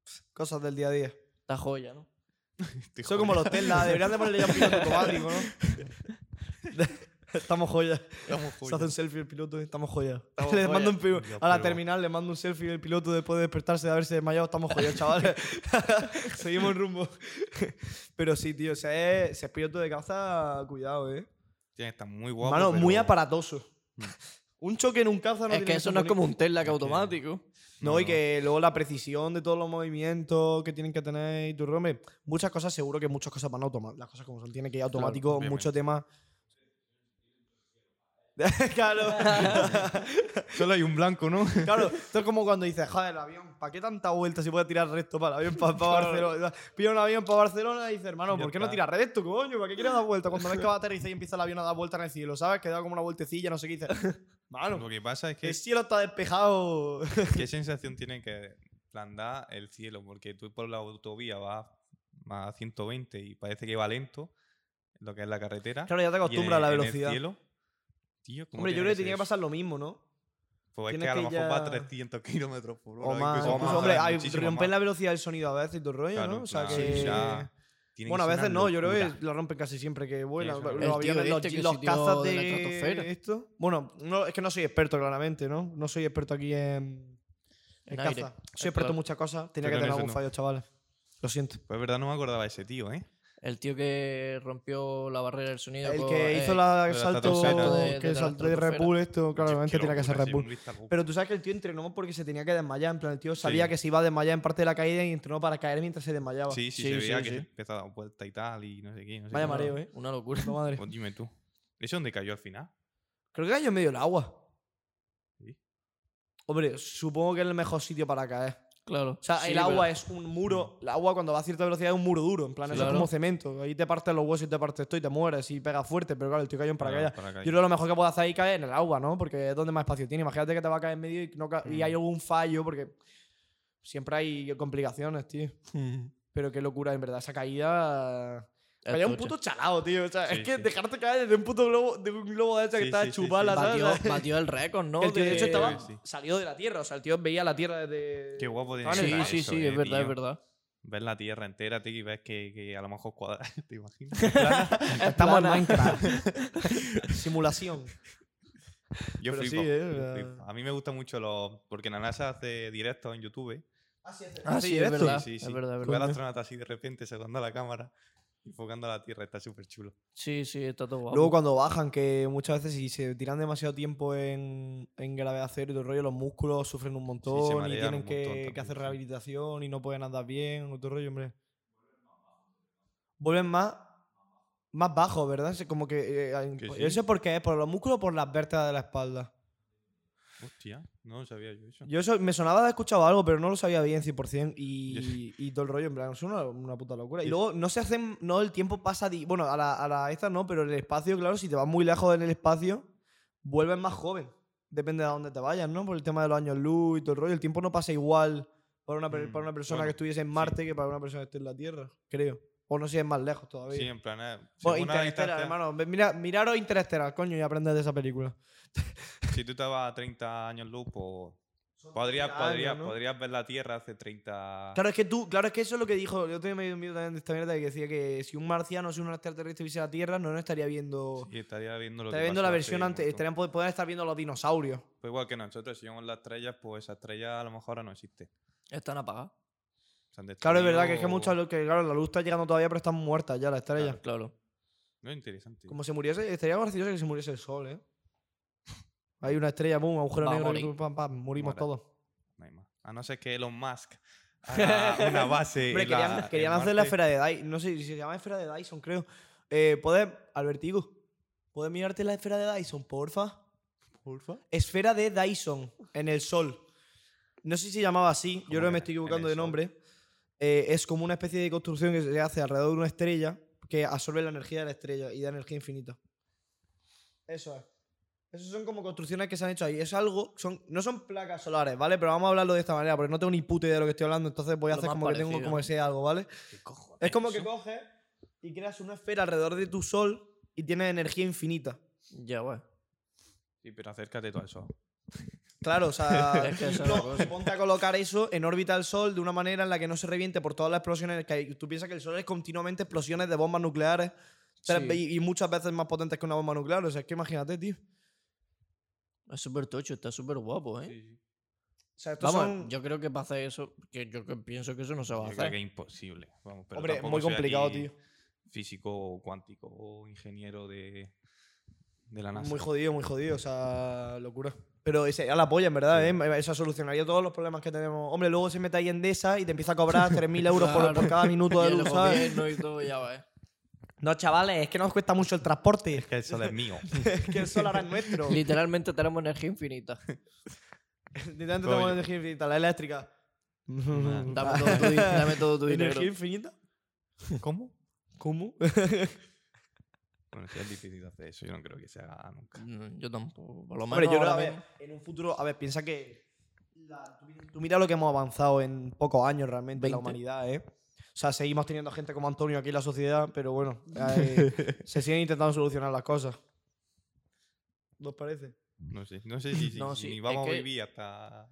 Speaker 3: Pff, Cosas del día a día.
Speaker 2: Está joya, ¿no?
Speaker 1: Estoy
Speaker 3: Son como
Speaker 1: jodido.
Speaker 3: los Tesla, deberían de ponerle ya un piloto automático, ¿no?
Speaker 1: (laughs)
Speaker 3: Estamos joyas.
Speaker 1: Estamos
Speaker 3: Se hace un
Speaker 1: jodidos.
Speaker 3: selfie el piloto, estamos joyas. (laughs)
Speaker 2: Estamos
Speaker 3: Le
Speaker 2: joya.
Speaker 3: mando un pi-
Speaker 1: Ya,
Speaker 3: a la
Speaker 1: pero-
Speaker 3: terminal le mando un selfie del piloto después de despertarse de haberse desmayado, estamos
Speaker 1: (laughs)
Speaker 3: joyas, chavales. (laughs) Seguimos rumbo. (laughs) Pero sí, tío, si es, si es piloto de caza, cuidado, eh.
Speaker 1: Tiene que estar muy guapo. Mm.
Speaker 3: Mano, muy
Speaker 1: pero-
Speaker 3: aparatoso. un choque en un caza no
Speaker 2: es que
Speaker 3: tiene
Speaker 2: eso
Speaker 3: ser
Speaker 2: no es como un
Speaker 3: bonito.
Speaker 2: Tesla
Speaker 1: Es
Speaker 2: que
Speaker 1: que-
Speaker 2: automático.
Speaker 3: No,
Speaker 1: No,
Speaker 3: y
Speaker 1: no.
Speaker 3: que luego la precisión de todos los movimientos que tienen que tener y tu hombre, muchas cosas, seguro que muchas cosas van automáticas. Las cosas como son, tiene que ir automático,
Speaker 1: obviamente.
Speaker 3: muchos temas. (laughs) claro,
Speaker 1: (laughs) Solo hay un blanco, ¿no? (laughs)
Speaker 3: claro. Esto es como cuando dices, joder, el avión, ¿para qué tanta vuelta si puede tirar recto para el avión para Barcelona? Pilla un avión para Barcelona y dices, hermano,
Speaker 1: Ya
Speaker 3: ¿por qué no
Speaker 1: está.
Speaker 3: tiras recto, coño? ¿Para qué quieres dar vuelta? Cuando ves que va a aterrizar y empieza el avión a dar vueltas en el cielo, ¿sabes? Que da como una vueltecilla, no sé qué, y dices,
Speaker 1: Lo (laughs)
Speaker 3: mano,
Speaker 1: que pasa es que
Speaker 3: el cielo está
Speaker 1: (laughs)
Speaker 3: despejado. (laughs)
Speaker 1: ¿Qué sensación tiene que plantar el cielo? Porque tú por la autovía vas más a 120 y parece que va lento, lo que es la carretera.
Speaker 3: Claro, ya te
Speaker 1: y en
Speaker 3: acostumbras a
Speaker 1: el-
Speaker 3: la
Speaker 1: en el
Speaker 3: velocidad.
Speaker 1: cielo, tío, ¿cómo
Speaker 3: Hombre, yo
Speaker 1: tiene
Speaker 3: creo que
Speaker 1: ser
Speaker 3: tenía que
Speaker 1: eso?
Speaker 3: pasar lo mismo, ¿no?
Speaker 1: Pues es
Speaker 3: tienes
Speaker 1: que a lo
Speaker 3: que
Speaker 1: mejor va a
Speaker 3: ya-
Speaker 1: 300 kilómetros por hora.
Speaker 3: O más,
Speaker 1: incluso
Speaker 3: o
Speaker 1: más,
Speaker 3: más, hombre,
Speaker 1: ¿sabes?
Speaker 3: hay,
Speaker 1: Muchísimo
Speaker 3: rompen
Speaker 1: más.
Speaker 3: la velocidad del sonido a veces y todo el rollo,
Speaker 1: Claro,
Speaker 3: ¿no?
Speaker 1: en
Speaker 3: O sea
Speaker 1: plan,
Speaker 3: que...
Speaker 1: sí, ya tiene que
Speaker 3: Bueno, a
Speaker 1: ser una
Speaker 3: veces no, yo creo
Speaker 1: locura.
Speaker 3: que lo rompen casi siempre que vuelan.
Speaker 1: es una
Speaker 3: Los
Speaker 1: locura.
Speaker 2: El tío
Speaker 3: aviones, los,
Speaker 2: este que
Speaker 3: los
Speaker 2: se tiró
Speaker 3: cazas
Speaker 2: de la
Speaker 3: de,
Speaker 2: estratosfera.
Speaker 3: esto. Bueno, no, es que no soy experto claramente, ¿no? No soy experto aquí en, en
Speaker 2: En
Speaker 3: caza.
Speaker 2: aire,
Speaker 3: Soy experto
Speaker 2: claro.
Speaker 3: en muchas cosas. Tenía
Speaker 1: Pero en
Speaker 3: que tener
Speaker 1: eso
Speaker 3: algún
Speaker 1: no.
Speaker 3: fallo, chavales. Lo siento.
Speaker 1: Pues es verdad, no me acordaba de ese tío, ¿eh?
Speaker 2: El tío que rompió la barrera del sonido.
Speaker 3: El
Speaker 2: con-
Speaker 3: que hizo
Speaker 2: eh,
Speaker 3: la- el
Speaker 1: la
Speaker 3: salto,
Speaker 1: estratosfera
Speaker 2: de-
Speaker 3: que
Speaker 2: de la
Speaker 3: saltó de Red
Speaker 2: estratosfera.
Speaker 3: Bull, esto claramente
Speaker 1: Qué
Speaker 3: tiene que ser
Speaker 1: locura,
Speaker 3: Red
Speaker 1: sí,
Speaker 3: Bull.
Speaker 1: un Vista Bull.
Speaker 3: Pero tú sabes que el tío entrenó porque se tenía que desmayar. En plan, el tío sabía que se iba a desmayar en parte de la caída y entrenó para caer mientras se desmayaba.
Speaker 1: sí, sí,
Speaker 2: Sí,
Speaker 1: se veía
Speaker 2: sí,
Speaker 1: que
Speaker 2: sí.
Speaker 1: se empezó a dar vuelta y tal, y no sé qué. No sé
Speaker 3: Vaya
Speaker 1: qué.
Speaker 3: mareo, ¿eh?
Speaker 2: Una locura.
Speaker 3: No, madre.
Speaker 1: Pues dime tú. ¿Eso dónde cayó al final?
Speaker 3: Creo que cayó en medio del agua.
Speaker 1: Sí.
Speaker 3: Hombre, supongo que es el mejor sitio para caer.
Speaker 2: Claro.
Speaker 3: O sea, el agua es un muro. El agua cuando va a cierta velocidad es un muro duro. En plan,
Speaker 2: Sí,
Speaker 3: eso es
Speaker 2: claro.
Speaker 3: como cemento. Ahí te partes los huesos y te partes esto y te mueres y pega fuerte. Pero claro, el tío cayó en paracaídas. Yo creo que lo mejor que puedes hacer ahí es caer en el agua, ¿no? Porque es donde más espacio tiene. Imagínate que te va a caer en medio y, no ca- y
Speaker 1: Mm.
Speaker 3: hay algún fallo porque siempre hay complicaciones, tío. Pero qué locura, en verdad. Esa caída... Caía un puto chalado, tío. O sea,
Speaker 1: Ah, Sí,
Speaker 3: es que
Speaker 1: sí.
Speaker 3: dejarte caer de un puto globo, de un globo de esa que
Speaker 1: Sí,
Speaker 3: está
Speaker 1: sí, sí,
Speaker 3: chupada,
Speaker 1: sí.
Speaker 3: ¿sabes?
Speaker 2: Batió, batió el récord, ¿no?
Speaker 3: el tío, de hecho, estaba
Speaker 1: Sí, sí.
Speaker 3: salido de la Tierra. O sea, el tío veía la Tierra desde...
Speaker 1: (laughs) Qué guapo tiene
Speaker 3: Ah,
Speaker 1: que
Speaker 3: en el-
Speaker 1: estar
Speaker 2: Sí, sí,
Speaker 1: eso,
Speaker 2: sí,
Speaker 1: eh,
Speaker 2: es verdad, es
Speaker 1: tío.
Speaker 2: verdad.
Speaker 1: Ves la tierra entera, tío, y ves que, que a lo mejor cuadra, (laughs) te imaginas.
Speaker 3: (laughs) Estamos en
Speaker 2: plana.
Speaker 3: Minecraft. (laughs) Simulación.
Speaker 1: Yo
Speaker 3: Pero sí,
Speaker 1: flipo,
Speaker 3: eh,
Speaker 1: yo
Speaker 3: la-
Speaker 1: flipo. A mí me gusta mucho los... Porque la NASA hace directos en YouTube.
Speaker 2: Ah, sí, es
Speaker 3: directo.
Speaker 2: verdad.
Speaker 1: sí, sí,
Speaker 2: Es verdad, es
Speaker 1: Ve al
Speaker 2: verdad.
Speaker 1: astronauta así de repente sacando la cámara, enfocando a la Tierra. Está súper chulo.
Speaker 2: Sí, sí, está todo guapo.
Speaker 3: Luego cuando bajan, que muchas veces si se tiran demasiado tiempo en, en gravedad cero y todo el rollo, los músculos sufren un montón y
Speaker 1: marean
Speaker 3: tienen
Speaker 1: un
Speaker 3: que,
Speaker 1: montón
Speaker 3: que
Speaker 1: también,
Speaker 3: hacer
Speaker 1: sí.
Speaker 3: rehabilitación y no pueden andar bien, otro rollo, hombre. Vuelven más, más bajos, ¿verdad? Es Como que... eh, hay-
Speaker 1: Que sí.
Speaker 3: Eso es porque es por los músculos o por las vértebras de la espalda.
Speaker 1: Hostia, no sabía yo eso.
Speaker 3: Yo eso me sonaba de haber escuchado algo, pero no lo sabía bien 100% y, y todo el rollo, en plan, es una, una puta locura. Y
Speaker 1: Yo-
Speaker 3: luego no se hacen, no el tiempo pasa, di- bueno, a la, a la esta no, pero en el espacio, claro, si te vas muy lejos en el espacio, vuelves más joven. Depende de a dónde te vayas, ¿no? Por el tema de los años luz y todo el rollo. El tiempo no pasa igual para una, per-
Speaker 1: Mm,
Speaker 3: para una persona
Speaker 1: bueno,
Speaker 3: que estuviese en Marte que para una persona que esté en la Tierra, creo. O no sé si es más lejos todavía.
Speaker 1: Sí, en plan... eh,
Speaker 3: Bueno,
Speaker 1: según la
Speaker 3: Interestelar,
Speaker 1: distancia-
Speaker 3: hermano. Mira, miraros Interestelar, coño, y aprended de esa película.
Speaker 1: Si tú estabas a 30 años luz, pues... Podrías,
Speaker 3: 30 años,
Speaker 1: podrías,
Speaker 3: ¿no?
Speaker 1: podrías ver la Tierra hace 30...
Speaker 3: Claro, es que tú, claro, es que eso es lo que dijo. Yo tenía medio miedo también de esta mierda que decía que si un marciano, si un extraterrestre viese la Tierra, no, no estaría viendo.
Speaker 1: Y estaría viendo lo
Speaker 3: estaría
Speaker 1: que
Speaker 3: viendo la
Speaker 1: pasó hace
Speaker 3: versión
Speaker 1: un
Speaker 3: antes.
Speaker 1: montón.
Speaker 3: Estarían, pod- podrían estar viendo los dinosaurios.
Speaker 1: Pues igual que nosotros, si vemos las estrellas, pues esa estrella a lo mejor ahora no existe.
Speaker 2: Están apagados.
Speaker 1: Se han
Speaker 3: Claro, es verdad
Speaker 1: destruido
Speaker 3: que es que
Speaker 1: o-
Speaker 3: muchos lo que, claro, la luz está llegando todavía, pero están muertas ya las estrellas.
Speaker 2: Claro.
Speaker 1: No, interesante.
Speaker 3: Como si muriese, estaría gracioso que se muriese el sol,
Speaker 1: (laughs)
Speaker 3: ¿eh? Hay una estrella, boom, agujero
Speaker 2: Va a
Speaker 3: negro, y
Speaker 2: morir.
Speaker 3: tú, pam, pam, murimos
Speaker 1: Mora.
Speaker 3: todos.
Speaker 1: No hay más. A no ser que Elon Musk haga una base.
Speaker 3: Hombre, (laughs)
Speaker 1: en
Speaker 3: querían,
Speaker 1: Eh, la-
Speaker 3: querían
Speaker 1: en
Speaker 3: hacer la
Speaker 1: Marte.
Speaker 3: esfera de Dyson. No sé si se llama esfera de Dyson, creo. Eh, ¿Puedes, Albertigo, ¿puedes mirarte la esfera de Dyson, porfa?
Speaker 4: Porfa.
Speaker 3: Esfera de Dyson, en el sol. No sé si se llamaba así, yo creo
Speaker 1: que
Speaker 3: que me estoy
Speaker 1: en el
Speaker 3: equivocando de
Speaker 1: sol?
Speaker 3: nombre. Eh, es como una especie de construcción que se hace alrededor de una estrella que absorbe la energía de la estrella y da energía infinita. Eso es. Esas son como construcciones que se han hecho ahí. Es algo, son, no son placas solares, ¿vale? Pero vamos a hablarlo de esta manera, porque no tengo ni puta idea de lo que estoy hablando, entonces voy a
Speaker 2: Lo
Speaker 3: hacer
Speaker 2: más
Speaker 3: como que tengo
Speaker 2: parecido.
Speaker 3: como que sea algo, ¿vale?
Speaker 2: ¿Qué cojones?
Speaker 3: Es como que coges y creas una esfera alrededor de tu sol y tienes energía infinita. (laughs)
Speaker 2: Ya, güey.
Speaker 1: Sí, pero acércate todo eso.
Speaker 3: Claro, o sea,
Speaker 2: (laughs) Es que esa es la
Speaker 3: no,
Speaker 2: cosa.
Speaker 3: ponte a colocar eso en órbita del Sol de una manera en la que no se reviente por todas las explosiones que hay. Tú piensas que el Sol es continuamente explosiones de bombas nucleares tres
Speaker 2: Sí.
Speaker 3: ve- y, y muchas veces más potentes que una bomba nuclear. O sea, es que imagínate, tío.
Speaker 2: Es súper tocho, está súper guapo, ¿eh?
Speaker 3: O sea, estos
Speaker 2: Vamos,
Speaker 3: son-
Speaker 2: yo creo que para hacer eso, que yo que pienso que eso no se va a
Speaker 1: Yo creo que
Speaker 2: hacer.
Speaker 1: es imposible. Vamos, pero
Speaker 3: Hombre, es
Speaker 1: tampoco
Speaker 3: muy
Speaker 1: soy
Speaker 3: complicado,
Speaker 1: aquí
Speaker 3: tío.
Speaker 1: Físico o cuántico o ingeniero de, de la NASA.
Speaker 3: Muy jodido, muy jodido. O sea, locura. Pero ese, a la polla, en verdad, ¿eh? Eso solucionaría todos los problemas que tenemos. Hombre, luego se mete ahí en DESA y te empieza a cobrar 3.000 euros por, por cada minuto
Speaker 2: (laughs) Y
Speaker 3: de
Speaker 2: el
Speaker 3: luz, ¿sabes?
Speaker 2: gobierno y todo, ya va, ¿eh?
Speaker 3: No, chavales, es que nos cuesta mucho el transporte.
Speaker 1: Que eso es mío.
Speaker 3: es que el sol ahora es nuestro.
Speaker 2: Literalmente tenemos energía infinita.
Speaker 3: (laughs) Literalmente
Speaker 1: Coño.
Speaker 3: tenemos energía infinita, la eléctrica.
Speaker 2: (laughs) Dame todo tu, di- dame todo tu
Speaker 3: (laughs)
Speaker 2: dinero.
Speaker 3: ¿Energía infinita?
Speaker 4: ¿Cómo?
Speaker 3: (laughs) (laughs) ¿Cómo?
Speaker 1: Bueno, sí, es difícil de hacer eso. Yo no creo que se haga nunca.
Speaker 2: Mm, Yo tampoco. Por lo menos
Speaker 3: Hombre, yo creo,
Speaker 2: ahora
Speaker 3: a ver,
Speaker 2: mismo.
Speaker 3: en un futuro, a ver, piensa que. la- tú, mira- tú mira lo que hemos avanzado en pocos años realmente en la
Speaker 2: 20.
Speaker 3: humanidad, ¿eh? O sea, seguimos teniendo gente como Antonio aquí en la sociedad, pero bueno, eh, se siguen intentando solucionar las cosas. ¿Nos parece?
Speaker 1: No sé. No sé si, si-
Speaker 2: No,
Speaker 1: si
Speaker 2: sí,
Speaker 1: ni
Speaker 2: es
Speaker 1: vamos
Speaker 2: que-
Speaker 1: a vivir hasta.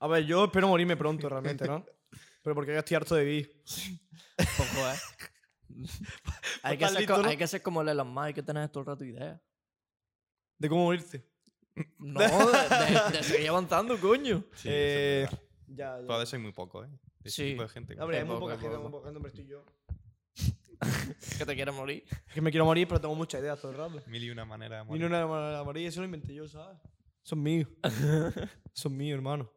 Speaker 3: A ver, yo espero morirme pronto realmente, ¿no? pero porque yo estoy harto de vivir.
Speaker 2: Poco, ¿eh?
Speaker 3: (laughs)
Speaker 2: hay, que
Speaker 3: Estás
Speaker 2: ser
Speaker 3: listo,
Speaker 2: co-
Speaker 3: ¿no?
Speaker 2: hay que ser como el Elon Musk, hay que tener todo el rato ideas.
Speaker 3: ¿De cómo morirte? (laughs)
Speaker 2: No, de, de seguir avanzando, coño.
Speaker 1: Sí,
Speaker 3: Eh,
Speaker 1: eso es verdad.
Speaker 3: Ya, ya.
Speaker 1: Todavía soy muy poco, ¿eh? De ese
Speaker 2: Sí.
Speaker 1: tipo de gente.
Speaker 3: Hombre, hay muy
Speaker 2: Poco,
Speaker 3: poca
Speaker 2: poco.
Speaker 3: gente, muy poca gente, pero estoy yo.
Speaker 2: Que te quieres morir.
Speaker 3: Es que me quiero morir, pero tengo muchas ideas todo el rato.
Speaker 1: Mil y una manera de
Speaker 3: Ni
Speaker 1: morir.
Speaker 3: una manera de morir, eso lo inventé yo, ¿sabes? Son
Speaker 2: (laughs)
Speaker 3: míos. Son míos, hermano.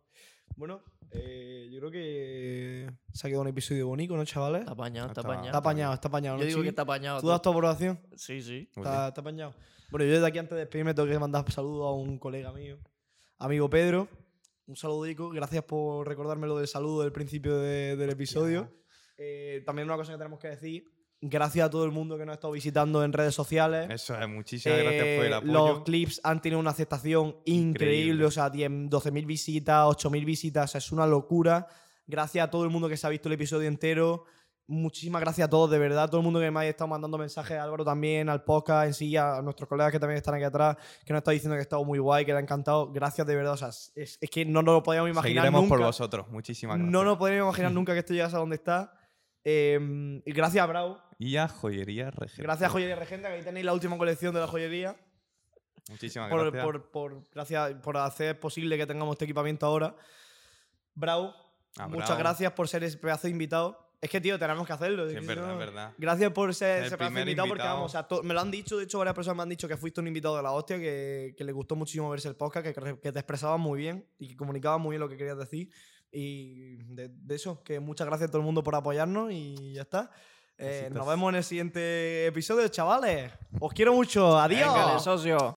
Speaker 3: Bueno, eh, yo creo que se ha quedado un episodio bonito, ¿no, chavales?
Speaker 2: Está apañado,
Speaker 1: Está-
Speaker 2: está
Speaker 3: Está
Speaker 2: apañado. ¿eh?
Speaker 3: apañado, está apañado.
Speaker 2: Yo
Speaker 3: ¿no,
Speaker 2: digo
Speaker 3: Chiqui?
Speaker 2: que está apañado.
Speaker 3: ¿Tú das
Speaker 2: todo.
Speaker 3: tu aprobación?
Speaker 2: Sí, sí.
Speaker 1: Uy,
Speaker 3: Está, está apañado. Bueno, yo desde aquí antes de despedirme tengo que mandar saludos a un colega mío, amigo Pedro. Un saludico, gracias por recordarme lo del saludo del principio de- del episodio. Eh, también una cosa que tenemos que decir, gracias a todo el mundo que nos ha estado visitando en redes sociales.
Speaker 1: Eso es, muchísimas gracias por el
Speaker 3: Eh,
Speaker 1: apoyo.
Speaker 3: Los clips han tenido una aceptación increíble,
Speaker 1: Increíble.
Speaker 3: o sea, 10 12.000 visitas, 8.000 visitas, o sea, es una locura. Gracias a todo el mundo que se ha visto el episodio entero. Muchísimas gracias a todos, de verdad, todo el mundo que me ha estado mandando mensajes, a Álvaro también, al podcast en sí, a nuestros colegas que también están aquí atrás, que nos están diciendo que ha estado muy guay, que le ha encantado. Gracias de verdad, o sea, es, es que no nos lo podíamos imaginar
Speaker 1: Seguiremos
Speaker 3: nunca.
Speaker 1: por vosotros. Muchísimas gracias.
Speaker 3: no nos podíamos
Speaker 1: (laughs)
Speaker 3: imaginar nunca que esto llegase a donde está. Eh, y gracias a Brau,
Speaker 1: Y a Joyería Regente.
Speaker 3: gracias a Joyería Regenta, que ahí tenéis la última colección de la joyería
Speaker 1: Muchísimas
Speaker 3: por,
Speaker 1: Ah, gracias.
Speaker 3: por, por, gracias por hacer posible que tengamos este equipamiento ahora. Brau,
Speaker 1: A
Speaker 3: muchas
Speaker 1: Bravo.
Speaker 3: gracias por ser ese pedazo de invitado. Es que, tío, tenemos que hacerlo.
Speaker 1: Sí,
Speaker 3: que
Speaker 1: es
Speaker 3: si
Speaker 1: verdad,
Speaker 3: no-
Speaker 1: es verdad.
Speaker 3: Gracias por ser
Speaker 1: El
Speaker 3: ese pedazo de
Speaker 1: primer
Speaker 3: invitado, porque
Speaker 1: invitado.
Speaker 3: vamos, o sea, to- me lo han dicho, de hecho, varias personas me han dicho que fuiste un invitado de la hostia, que, que le gustó muchísimo verse el podcast, que, cre- que te expresabas muy bien y que comunicabas muy bien lo que querías decir. Y de, de eso, que muchas gracias a todo el mundo por apoyarnos y ya está. Eh, nos
Speaker 1: Besitos.
Speaker 3: vemos en el siguiente episodio, chavales. Os quiero mucho. Adiós.
Speaker 2: Véngale, socio.